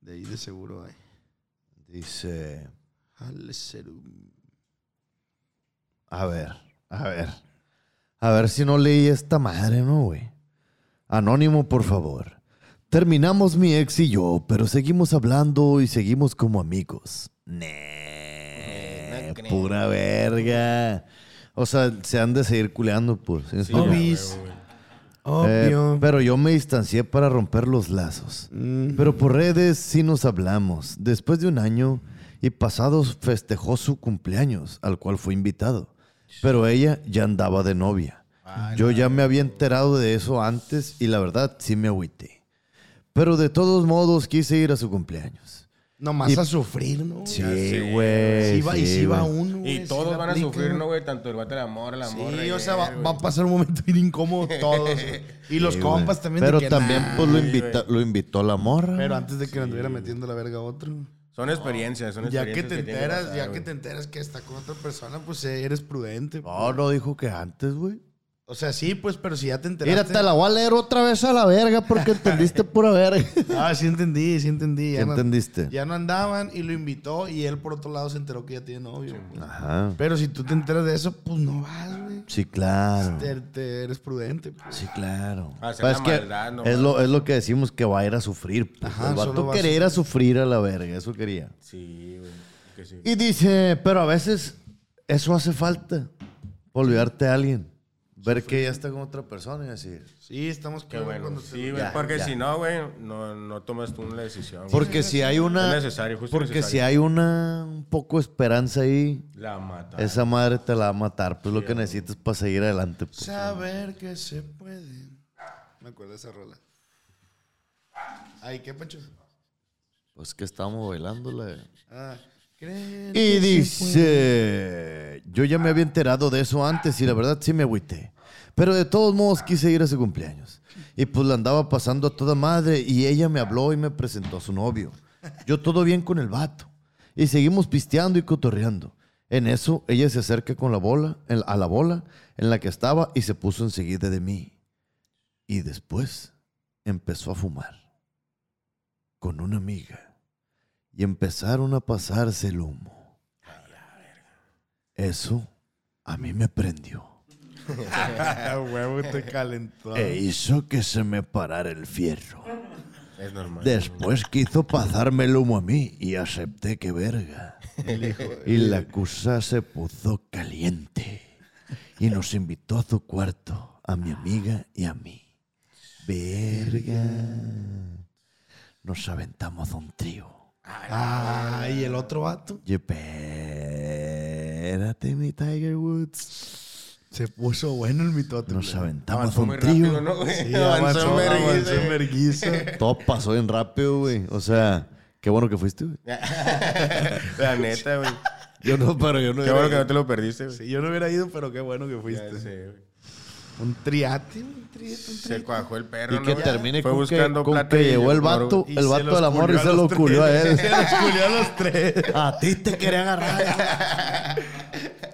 D: De ahí de seguro hay.
B: Dice.
D: Al serum.
B: A ver, a ver. A ver si no leí esta madre, ¿no, güey? Anónimo, por favor. Terminamos mi ex y yo, pero seguimos hablando y seguimos como amigos. Nee, pura verga. O sea, se han de seguir culeando, por. ¿sí me
C: güey,
B: explico?
C: güey,
D: Obis.
C: güey.
B: Eh,
D: Obvio.
B: pero yo me distancié para romper los lazos. Pero por redes sí nos hablamos. Después de un año y pasados festejó su cumpleaños, al cual fue invitado. Pero ella ya andaba de novia.
D: Ah,
B: Yo ya me había enterado de eso antes y la verdad sí me agüité. Pero de todos modos quise ir a su cumpleaños.
D: Nomás
B: y-
D: a sufrir, ¿no?
B: Sí,
C: sé,
B: güey.
D: Sí va- y
B: sí,
D: si va
B: güey.
D: uno.
C: Y
D: güey, sí
C: todos
D: la
C: van a
D: aplican,
C: sufrir,
D: güey.
C: ¿no, güey? Tanto el vato del amor, la morra.
D: Sí, o sea, va,
C: güey.
D: va a pasar un momento bien incómodo todos. Y los
B: Sí, güey.
D: compas también. de
B: Pero
D: que,
B: también
D: nah,
B: pues, lo, invita- lo invitó la morra.
D: pero antes de que le anduviera metiendo la verga a otro.
C: Son experiencias, son
D: Ya
C: experiencias.
D: que te
C: tienen
D: enteras,
C: pasar,
D: ya
C: güey.
D: que te enteras que está con otra persona, pues eh, eres prudente. pues.
B: No, no dijo que antes, güey.
D: O sea, sí, pues, pero si ya te enteraste.
B: Mira, te la voy a leer otra vez a la verga porque entendiste pura verga.
D: Ah, sí entendí, sí entendí. Ya,
B: ¿Qué
D: no,
B: entendiste?
D: ya no andaban y lo invitó y él por otro lado se enteró que ya tiene novio. pues.
B: Ajá.
D: Pero si tú te enteras de eso, pues no vas, güey.
B: Sí, claro.
D: Te- te- eres prudente. pues.
B: Sí, claro.
C: Hacer
B: Pero
C: la
B: es, que
C: Ah, maldad nomás.
B: es, lo, es lo que decimos que va a ir a sufrir. pues.
D: Ajá,
B: El vato
D: solo va a
B: quería ir a sufrir a la verga, eso quería.
C: Sí, güey. Que sí.
B: Y dice, pero a veces eso hace falta. Olvidarte a alguien. Ver que ya está con otra persona y decir.
D: Sí, estamos
C: Qué bueno.
D: te-
C: Sí, güey.
B: Ya,
C: porque
B: ya.
C: si no, güey, no, no tomas tú una decisión. güey.
B: Porque si hay una.
C: Es necesario, justo
B: Porque si
C: necesario.
B: hay una un poco de esperanza ahí,
C: La mata.
B: esa pues. madre te la va a matar. Pues lo que necesitas para seguir adelante. pues.
D: Saber que se puede. Me acuerdo de esa rola. Ay, ¿qué, Pancho?
B: Pues que estábamos bailando la.
D: Ah, creo
B: Y
D: que se
B: dice, yo ya me había enterado de eso antes y la verdad sí me agüité. Pero de todos modos quise ir a su cumpleaños. Y pues la andaba pasando a toda madre y ella me habló y me presentó a su novio. Yo todo bien con el vato. Y seguimos pisteando y cotorreando. En eso ella se acerca con la bola, en- a la bola en la que estaba y se puso enseguida de mí. Y después empezó a fumar con una amiga y empezaron a pasarse el humo. Eso a mí me prendió
D: Huevo, te calentó.
B: e hizo que se me parara el fierro.
C: Es normal.
B: Después quiso pasarme el humo a mí y acepté que verga. Y la cosa se puso caliente y nos invitó a su cuarto, a mi amiga y a mí. Verga. Nos aventamos un trío.
D: Ah, y el otro vato
B: Y espérate, mi Tiger Woods.
D: se puso bueno el mitote.
B: Nos
D: güey.
B: aventamos
C: Avanzó
B: un
C: muy rápido,
B: trío.
C: ¿no, güey?
D: Sí,
C: avanzó,
D: avanzó,
C: verguiza.
D: avanzó en verguiza.
B: Todo pasó bien rápido, güey. O sea, qué bueno que fuiste, güey.
C: La neta, güey.
B: Yo no, pero yo no.
C: Qué bueno que no te lo perdiste, güey.
D: Sí, yo no hubiera ido, pero qué bueno que
C: Ya
B: este.
D: fuiste.
C: sé, güey.
D: Un triate, un triate, un
C: Se
D: triate.
C: cuajó el perro,
B: Y que
C: ¿no?
B: termine
C: Fue
B: con que,
C: buscando
B: con
C: plata
B: que
C: y
B: llegó el
C: oro,
B: vato,
D: Y
B: el
D: se
B: vato
D: los
B: de la morra y
D: culió a
B: se lo
D: los
B: culió a él.
D: Se los culió a los tres.
B: A ti te quería agarrar.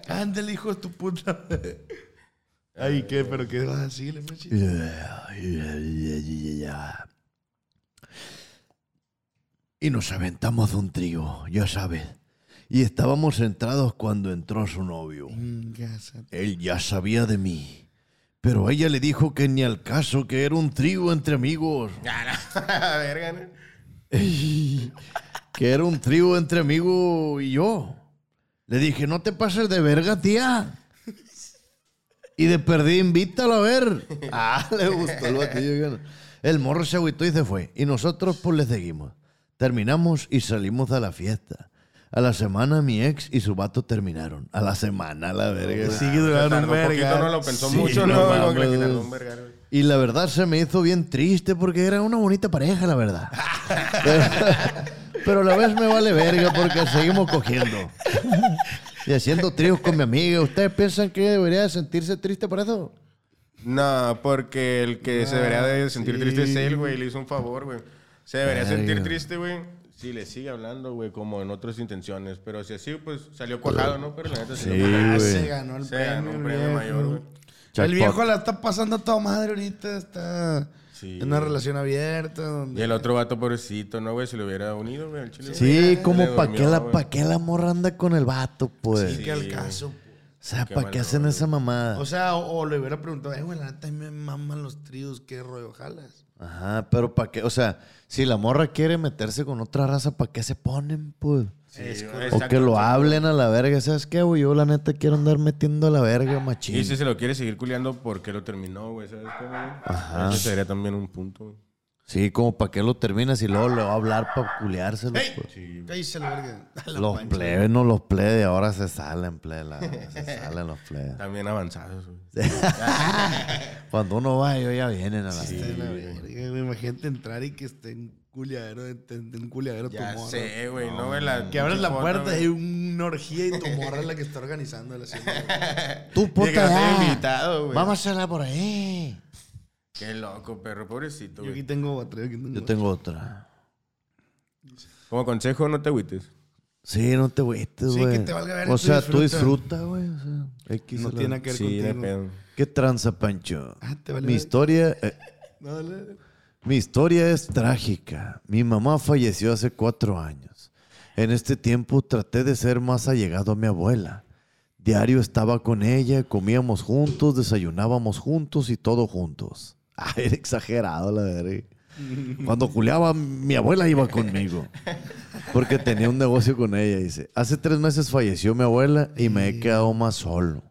D: Ándale, hijo de tu puta. Ay, ¿qué? ¿Pero qué vas a decirle, Mechi?
B: Y nos aventamos un trigo, ya sabes. Y estábamos centrados cuando entró su novio.
D: Ingasa.
B: Él ya sabía de mí. Pero ella le dijo que ni al caso, que era un trigo entre amigos.
C: Ah, verga, ¿no?
B: que era un trío entre amigo y yo. Le dije, no te pases de verga, tía. Y de perdí, invítala a ver. Ah, le gustó el batillo. bueno. El morro se agüitó y se fue. Y nosotros, pues, le seguimos. Terminamos y salimos a la fiesta. A la semana, mi ex y su vato terminaron. A la semana, la verga.
D: Sigue durando
C: Tardó
D: un
C: un poquito, no lo
D: verga.
C: pensó
B: Sí,
C: mucho,
B: no
C: ¿no? Como que le
B: mames.
C: quitaron un vergar, güey.
B: Y la verdad se me hizo bien triste porque era una bonita pareja, la verdad. Pero, pero a la vez me vale verga porque seguimos cogiendo. Y haciendo tríos con mi amiga. ¿Ustedes piensan que debería sentirse triste por eso?
C: No, porque el que se debería de sentir triste es él, güey. Le hizo un favor, güey. Se debería
B: Ah, Verga.
C: sentir triste, güey. Si le sigue hablando, güey, como en otras intenciones. Pero si así, pues salió cuajado, ¿no? Pero la neta
B: Sí,
C: salió cuajado.
D: Ah,
B: güey.
D: se ganó el
C: Se
D: premio.
C: ganó un
D: el
C: premio
D: viejo.
C: mayor, güey.
B: Jackpot.
D: El viejo la está pasando a toda madre ahorita. Está
C: Sí.
D: en una relación abierta.
C: Y
D: Donde...
C: el otro vato pobrecito, ¿no, güey? Se lo hubiera unido, güey, al chile.
B: Sí,
C: güey.
B: como
C: Le
B: pa' qué,
C: durmió,
B: la,
C: güey.
B: pa' qué la morra anda con el vato, pues.
D: Sí, que al
C: Sí.
D: caso.
B: o sea,
C: qué
B: ¿para qué
C: valor,
B: hacen esa mamada?
D: O sea, o, o le hubiera preguntado, eh, güey, la neta, a mí me maman los tríos, qué rollo, jalas.
B: Ajá, pero ¿para qué? O sea, si la morra quiere meterse con otra raza, ¿para qué se ponen, pues?
C: Sí,
B: O
C: güey,
B: que
C: exacto,
B: lo
C: exacto.
B: hablen a la verga. ¿Sabes qué, güey? Yo la neta quiero andar metiendo a la verga, machín.
C: Y si se lo quiere seguir culiando, ¿por qué lo terminó, güey? ¿Sabes cómo, güey?
B: Ajá.
C: Eso sería también un punto, güey.
B: Sí, como para qué lo terminas y luego le va a hablar para culeárselo. pues.
C: Sí, güey.
D: Ahí se la verga. A la
B: Los
D: pancha.
B: plebes no los plebes de ahora se salen, plebes. la verdad, Se salen los plebes.
C: También avanzados, güey.
B: Cuando uno va, ellos ya vienen a la
D: A
B: verga.
D: la verga, güey, Imagínate entrar y que esté en culiadero, en- en en un culiadero tu
C: Ya
D: morra.
C: sé, güey. No, güey. la-
D: Que abres la
C: foto,
D: puerta y
C: güey.
D: hay una orgía y tu morra es la que está organizando la cena.
B: Tú, puta,
C: Llegaste
B: ya.
C: invitado, güey.
B: Vamos a hacerla por ahí.
C: Qué loco, perro, pobrecito,
D: güey. Yo aquí
C: güey.
D: tengo otra. yo aquí tengo
B: Yo
D: otra.
B: tengo otra.
C: Como consejo, no te agüites.
B: Sí, no te agüites,
D: Sí,
B: güey.
D: que te valga verga,
B: O
D: tú
B: sea, tú
D: disfruta.
B: disfruta, güey. O sea, X
D: No
B: la-
D: tiene nada que ver
C: Sí, de
D: contigo.
C: pedo.
B: ¿Qué tranza, Pancho?
D: Ah, te vale
B: Mi
D: verga.
B: historia... eh,
D: No, dale.
B: Mi historia es trágica. Mi mamá falleció hace cuatro años. En este tiempo traté de ser más allegado a mi abuela. Diario estaba con ella, comíamos juntos, desayunábamos juntos y todo juntos. Ah, era exagerado la verga. Cuando juleaba, mi abuela iba conmigo. Porque tenía un negocio con ella, dice. Hace tres meses falleció mi abuela y me he quedado más solo.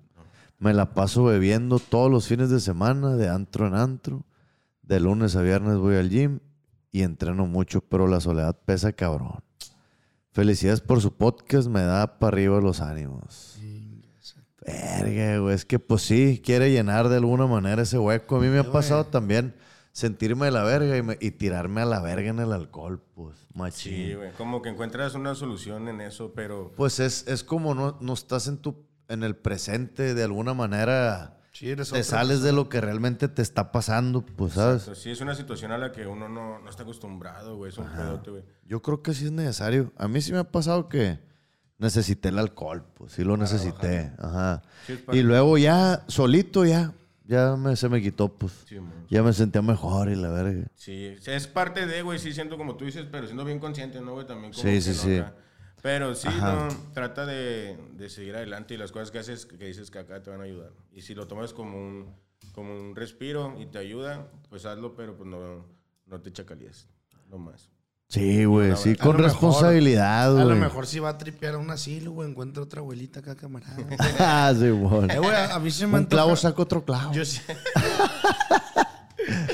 B: Me la paso bebiendo todos los fines de semana, de antro en antro. De lunes a viernes voy al gym y entreno mucho, pero la soledad pesa cabrón. Felicidades por su podcast, me da para arriba los ánimos. Verga, güey, es que pues sí, quiere llenar de alguna manera ese hueco. A mí me ha pasado también sentirme de la verga y, me- y tirarme a la verga en el alcohol, pues. Machín.
C: Sí, güey. Como que encuentras una solución en eso, pero.
B: Pues es, es como no, no estás en tu en el presente de alguna manera.
D: Sí, eres
B: te
D: otra
B: sales de lo que realmente te está pasando, pues, ¿sabes?
C: Exacto, Sí, es una situación a la que uno no, no está acostumbrado, güey. Es un pedote, güey.
B: Yo creo que sí es necesario. A mí sí me ha pasado que necesité el alcohol, pues sí lo necesité. Ajá.
C: Sí, es parte.
B: Y luego ya, solito ya, ya me- se me quitó, pues.
C: Sí, man.
B: ya me sentía mejor y la verga.
C: Sí, o sea, es parte de, güey, sí siento como tú dices, pero siendo bien consciente, ¿no, güey? También como
B: Sí,
C: que
B: sí,
C: no,
B: sí.
C: acá. Pero sí,
B: Ajá.
C: no, trata de, de seguir adelante y las cosas que haces, que dices que acá te van a ayudar. Y si lo tomas como un, como un respiro y te ayuda, pues hazlo, pero pues no, no te chacalíes, no más.
B: Sí, güey, sí,
D: A
B: con
D: lo mejor-
B: responsabilidad, güey.
D: A lo mejor si va a tripear a un asilo, güey, encuentra otra abuelita acá, camarada.
B: Ah, sí, bueno.
D: Eh, güey, a a mí se me
B: Un clavo
D: antoja-
B: saca otro clavo.
D: Yo sí.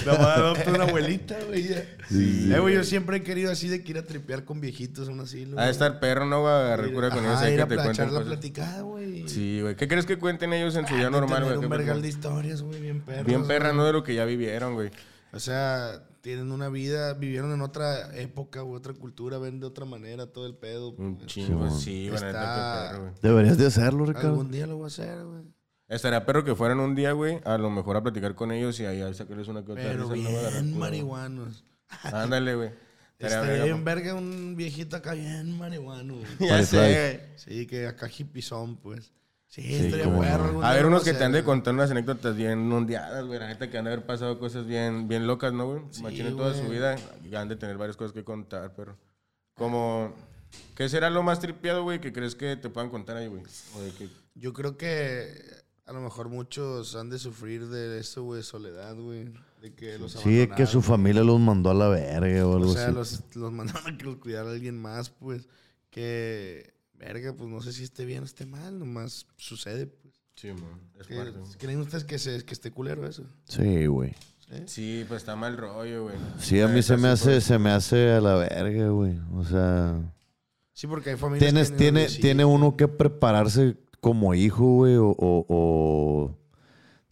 D: La mamá adopta una abuelita, güey. ya. Eh, güey, yo siempre he querido así de que ir a tripear con viejitos a un asilo.
C: Ha de
D: güey.
C: estar perro, ¿no, güey? Agarrar
D: Ir-
C: cura con ellos
D: ajá,
C: ahí
D: ir
C: que
D: a
C: te
D: pla- echar
C: cuenten
D: la
C: cosas.
D: platicada, güey.
C: Sí, güey. ¿Qué crees que cuenten ellos en su día
D: De
C: normal,
D: tener
C: güey?
D: un
C: ¿Qué
D: vergal de
C: pedo?
D: historias, güey, bien perras.
C: Bien perra,
D: güey.
C: ¿no? De lo que ya vivieron, güey.
D: O sea, tienen una vida, vivieron en otra época, u otra cultura, ven de otra manera todo el pedo.
C: Un
D: pues.
C: chingo, sí, güey. la neta,
D: Está-
C: qué perro, güey.
B: Deberías de hacerlo, Ricardo.
D: Algún día lo voy a hacer, güey.
C: Estaría perro que fueran un día, güey, a lo mejor a platicar con ellos y ahí a sacarles una que otra
D: Pero
C: risa, no va a agarrar
D: bien
C: cura,
D: marihuanos.
C: güey. Ándale, güey. Estaría
D: Estaría
C: verga,
D: bien
C: pa-
D: verga un viejito acá bien marihuano, güey. Pues,
C: Ya sé, güey.
D: Sí, que acá hippizón, pues. Sí, estaría
B: cómo
D: perro
B: no.
D: algún
C: A
D: día
C: ver,
D: lo
C: unos
D: voy a
C: que te han de
D: hacer, güey.
C: contar unas anécdotas bien ondeadas, güey. La gente que han de haber pasado cosas bien, bien locas, ¿no, güey? Machín toda su
D: güey.
C: vida. y Han de tener varias cosas que contar, pero. Como. ¿Qué será lo más tripeado, güey, que crees que te puedan contar ahí, güey? O de que-
D: Yo creo que a lo mejor muchos han de sufrir de eso, güey, soledad, güey. De que los
B: Sí, es que su
D: abandonaron.
B: familia los mandó a la verga o algo
D: O sea,
B: así.
D: los, los mandaron a que los cuidara alguien más, pues. Que, verga, pues no sé si esté bien o esté mal, nomás sucede, pues.
C: Sí, man. Es
D: Que-
C: parte, güey.
D: ¿Creen ustedes que, se, que esté culero eso?
B: Sí, güey.
C: Sí, pues está mal rollo, güey.
B: Sí, a
C: La
B: mí se me
C: neta, sí,
B: hace,
D: pues.
B: se me hace a la verga, güey. O sea,
D: Sí, porque hay familias
B: tienes,
D: que
B: tiene,
D: sí,
B: tiene uno que prepararse como hijo, güey, o, o- o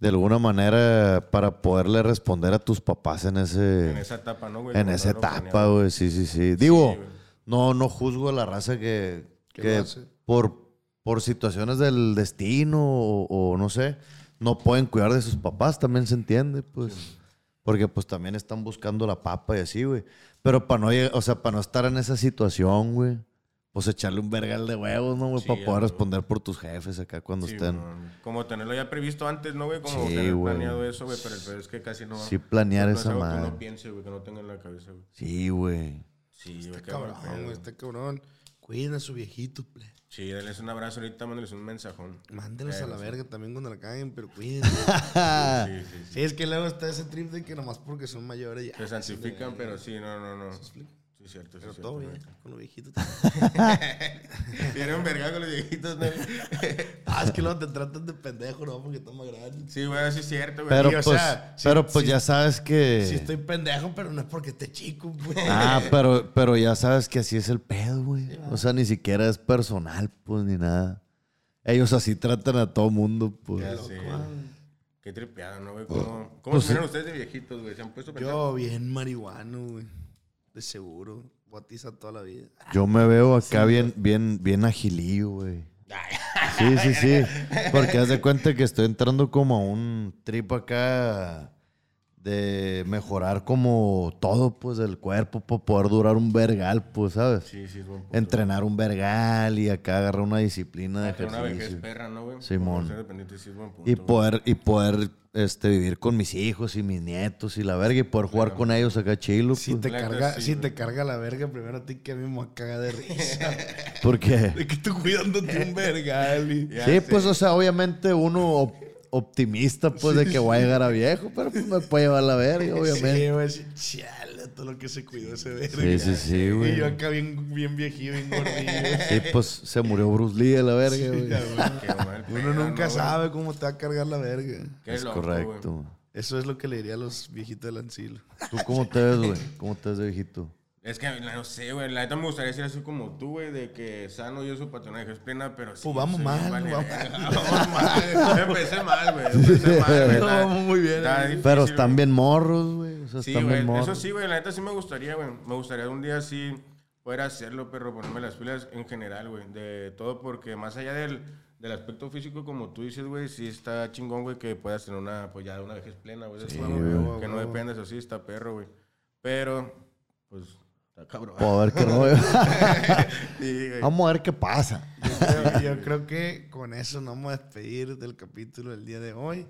B: de alguna manera para poderle responder a tus papás en ese,
C: En esa etapa, ¿no, güey?
B: este, en
C: Cuando
B: esa
C: lo planeaban.
B: etapa, güey. Sí, sí, sí. Digo,
C: güey.
B: no, no juzgo a la raza que,
D: Que
B: que
D: lo hace.
B: por, por situaciones del destino o, o no sé, no pueden cuidar de sus papás, también se entiende, pues. Porque pues también están buscando la papa y así, güey. Pero para no llegar, o sea, para no estar en esa situación, güey. Pues echarle un vergal de huevos, ¿no, güey?
C: Sí,
B: para
C: a
B: poder
C: huevo.
B: responder por tus jefes acá cuando
C: Sí,
B: estén.
C: güey. Como tenerlo ya previsto antes, ¿no, güey? Como
B: Sí,
C: tener
B: güey.
C: planeado eso, güey. Pero el peor es que casi no.
B: Sí, planear
C: no es
B: esa
C: algo Que
B: madre.
C: no piense, güey, que no tenga en la cabeza, güey.
B: Sí, güey.
C: Sí, güey, qué mal
D: Este Cabrón,
C: pedo.
D: güey, está cabrón. Cuiden a su viejito, ple.
C: Sí, denles un abrazo ahorita, mándenles un mensajón.
D: Mándenlos a la
C: Eh,
D: verga también cuando la caguen, pero cuiden.
B: Ah.
C: Sí, sí, sí.
D: sí, es que luego está ese trip de que nomás porque son mayores ya.
C: Se santifican, pero sí, no, no, no. Sí, cierto, sí,
D: Pero
C: cierto.
D: todo
C: güey.
D: bien, con los viejitos. también.
C: Tienen verga con los viejitos, ¿no?
D: ah, es que luego te tratan de pendejo, ¿no? Porque toma grande.
C: Sí, güey, sí es cierto, güey.
B: Pero
D: o
B: pues,
D: sea, sí,
B: pero pues
D: sí.
B: ya sabes que.
D: Sí, estoy pendejo, pero no es porque esté chico, güey.
B: Ah, pero, pero ya sabes que así es el pedo, güey. O sea, ni siquiera es personal, pues, ni nada. Ellos así tratan a todo mundo, pues.
C: Ya sé. Qué tripeado, ¿no, güey? ¿Cómo, cómo
B: Pues
C: se miran ustedes de viejitos, güey? ¿Se han puesto a pensar?
D: Yo bien marihuano, güey. De seguro. Botiza toda la vida.
B: Yo me veo acá bien,
C: pues.
B: bien, bien agilillo, güey. Sí, sí, sí. Porque haz de cuenta que estoy entrando como a un trip acá de mejorar como todo, pues, del cuerpo para poder durar un vergal, pues, ¿sabes?
C: Sí, sí, es buen punto.
B: Entrenar un vergal y acá agarrar una disciplina de
C: Tener una vejez
B: ejercicio.
C: perra, ¿no, güey?
B: Simón.
C: Por ser dependiente, sí es buen punto,
B: Y
C: güey.
B: poder, y poder este, vivir con mis hijos y mis nietos y la verga y poder jugar con ellos acá chilo.
D: Si te
B: pues.
C: La neta,
D: carga,
C: sí,
D: si
C: güey.
D: te carga la verga, primero a ti que a mí me voy a cagar de risa.
B: Porque.
D: de que estoy cuidándote un vergal y-
C: Ya
B: Sí,
C: sé.
B: pues, o sea, obviamente uno op- optimista, pues, de que voy a llegar a viejo, pero pues me puede llevar la verga,
D: Sí,
B: obviamente.
D: güey, sí, chale, todo lo que se cuidó ese verga.
B: Sí, sí, sí,
D: Y
B: güey.
D: yo acá bien, bien viejillo, bien gordillo.
B: Sí, pues se murió Bruce Lee a la verga, güey.
C: Qué mal
D: Uno
C: pedo,
D: nunca
C: ¿no, güey?
D: sabe cómo te va a cargar la verga.
C: Qué
B: Es
C: loco, güey.
B: correcto.
D: Eso es lo que le diría a los viejitos del ancilo.
B: ¿Tú cómo te ves, güey? ¿Cómo te ves de viejito?
C: Es que la- no sé, güey. La neta me gustaría ser así como tú, güey, de que sano yo su patronaje es plena, pero sí.
D: Pues vamos
C: soy
D: mal,
C: bien
D: vamos
C: vale-
D: mal.
C: Vamos mal. Empecé mal, güey. Empecé mal, güey.
D: Vamos muy bien,
C: Está
D: güey.
C: difícil,
B: Pero
C: güey.
B: están bien morros, güey. O Eso
C: Sí,
B: está muy
C: güey.
B: morro.
C: Eso sí, güey. La neta sí me gustaría, güey. Me gustaría un día sí poder hacerlo, pero ponerme las pilas en general, güey. De todo, porque más allá del, del aspecto físico, como tú dices, güey, sí está chingón, güey, que puedas tener una, pues ya una vejez plena, güey. Eso es algo
B: güey.
C: Que no dependas así, está perro, güey. Pero, pues, está cabrón.
B: Vamos a ver qué rollo.
C: Sí, güey.
B: Vamos a ver qué pasa.
D: Yo, yo creo que con eso nos vamos a despedir del capítulo del día de hoy.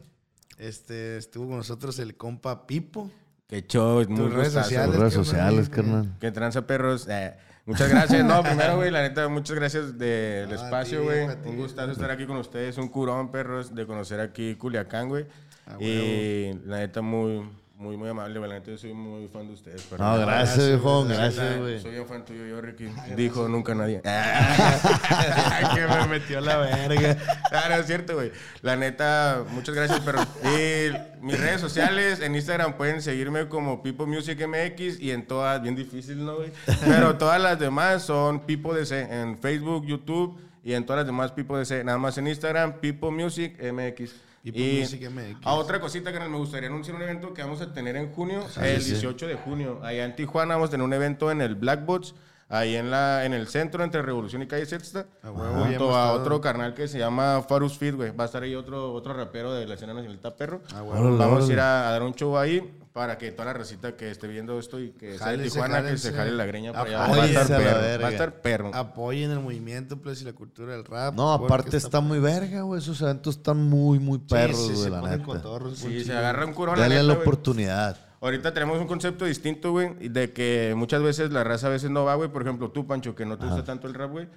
D: Este, estuvo con nosotros el compa Pipo.
C: Qué show, es muy
D: Tus redes
C: gustazo,
D: sociales.
B: Tus redes
D: carnal.
B: sociales, carnal.
C: Qué tranza, perros. Eh, muchas gracias. No, primero, güey, la neta, muchas gracias del
D: No, a
C: espacio,
D: ti,
C: güey.
D: a ti.
C: Un gustazo estar aquí con ustedes. Un curón, perros, de conocer aquí Culiacán, güey.
D: A
C: y la neta, muy, muy, muy amable, güey. La neta, yo soy muy fan de ustedes, perros.
B: No, gracias, viejo.
C: La neta,
B: Gracias, güey.
C: Soy bien fan tuyo, yo, Ricky. Dijo nunca nadie. que me metió la verga. Ah, no es cierto, güey. La neta, muchas gracias, pero. Y mis redes sociales, en Instagram pueden seguirme como Pipo Music MX y en todas, bien difícil, ¿no, güey? Pero todas las demás son Pipo DC en Facebook, YouTube y en todas las demás Pipo DC. Nada más en Instagram, Pipo Music MX.
D: Pipo Music MX.
C: A Ah, otra cosita que me gustaría anunciar un evento que vamos a tener en junio, el 18 de junio. Allá en Tijuana vamos a tener un evento en el Blackbots, ahí en la en el centro entre Revolución y Calle Sexta.
D: A huevo, ya hemos
C: Junto a
D: estado-
C: otro carnal que se llama Farus Fit, güey. Va a estar ahí otro otro rapero de la escena nacional Perro.
B: Órale,
C: Vamos a
B: órale.
C: ir a, a dar un show ahí para que toda la recita que esté viendo esto y que sea de
D: Jálense,
C: Tijuana que se
D: jálense.
C: jale la greña para allá.
D: Apóyense
C: Va a estar
B: a la
C: perro.
B: verga.
C: Va a estar perro.
D: Apoyen el movimiento, pues, y la cultura del rap.
B: No,
D: porque
B: aparte está muy verga, güey. Esos eventos están muy, muy
D: Sí,
B: perros,
D: sí,
B: güey,
D: se
B: la
D: ponen
B: neta.
D: cotorros,
C: Sí, se
D: cuchillos.
C: agarra un curón.
B: Dale
C: neta,
B: la
C: güey.
B: oportunidad.
C: Ahorita tenemos un concepto distinto, güey, y de que muchas veces la raza a veces no va, güey. Por ejemplo, tú, Pancho, que no te gusta tanto el rap, güey,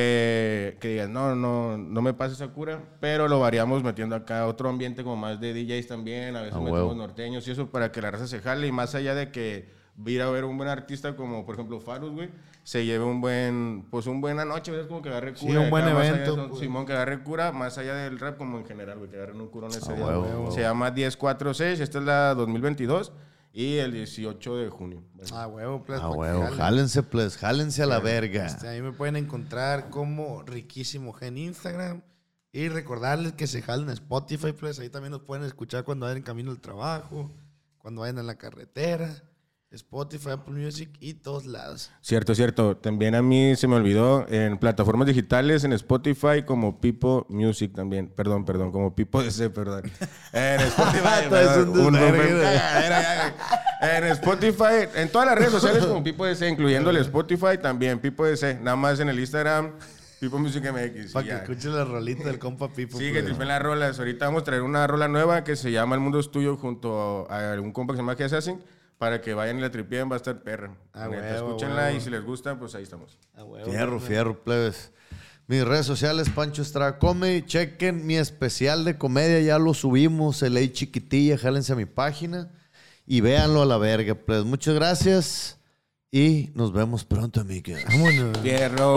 C: que, que digas, no, no, no me pasa esa cura, pero lo variamos metiendo acá otro ambiente como más de DJs también, a veces
B: A
C: metemos
B: huevo.
C: norteños y eso para que la raza se jale y más allá de que ir a ver un buen artista como, por ejemplo, Farus, güey, se lleve un buen, pues un buena noche, güey, es como que agarre
D: Sí,
C: cura.
D: un
C: acá,
D: buen
C: más allá de
D: evento,
C: eso,
D: pues.
C: Simón, que agarre cura, más allá del rap como en general, güey, que agarren un curón ese
B: A
C: día.
B: huevo,
C: güey.
B: a huevo.
C: Se llama 1046, esta es la 2022 y el 18 de junio.
D: A huevo, pues.
B: A
D: para que
B: Ah, huevo.
D: jalen.
B: Jálense, pues. Jálense a la verga.
D: Este, ahí me pueden encontrar como Riquísimo G en Instagram. Y recordarles que se jalen a Spotify, pues. Ahí también nos pueden escuchar cuando vayan en camino al trabajo, cuando vayan en la carretera. Spotify, Apple Music y todos lados.
C: Cierto, cierto. También a mí se me olvidó en plataformas digitales, en Spotify, como Pipo Music también. Perdón, perdón, como Pipo DC, perdón. En Spotify,
B: Todo es un
C: perdón, un
B: desvergue,
C: nombre,
B: güey.
C: cagadera, ya, güey. En Spotify, en todas las redes sociales como Pipo DC, incluyendo el Spotify también, Pipo DC. Nada más en el Instagram, Pipo Music MX.
D: Para
C: y
D: que
C: ya.
D: escuchen la rolita del compa Pipo.
C: Sí, que
D: pues.
C: tripen las rolas. Ahorita vamos a traer una rola nueva que se llama El Mundo es Tuyo junto a algún compa que se llama G Assassin para que vayan y la tripien. Va a estar perra.
D: Ah,
C: Neta,
D: huevo,
C: escúchenla
D: huevo.
C: y si les gusta, pues ahí estamos.
D: A huevo,
B: Ah, Fierro,
D: carnal.
B: fierro, plebes. Mis redes sociales, Pancho Estrada Comedy. Chequen mi especial de comedia, ya lo subimos, el ley chiquitilla. Jálense a mi página y véanlo a la verga, plebes. Muchas gracias y nos vemos pronto, amigos.
D: Vámonos.
C: Fierro.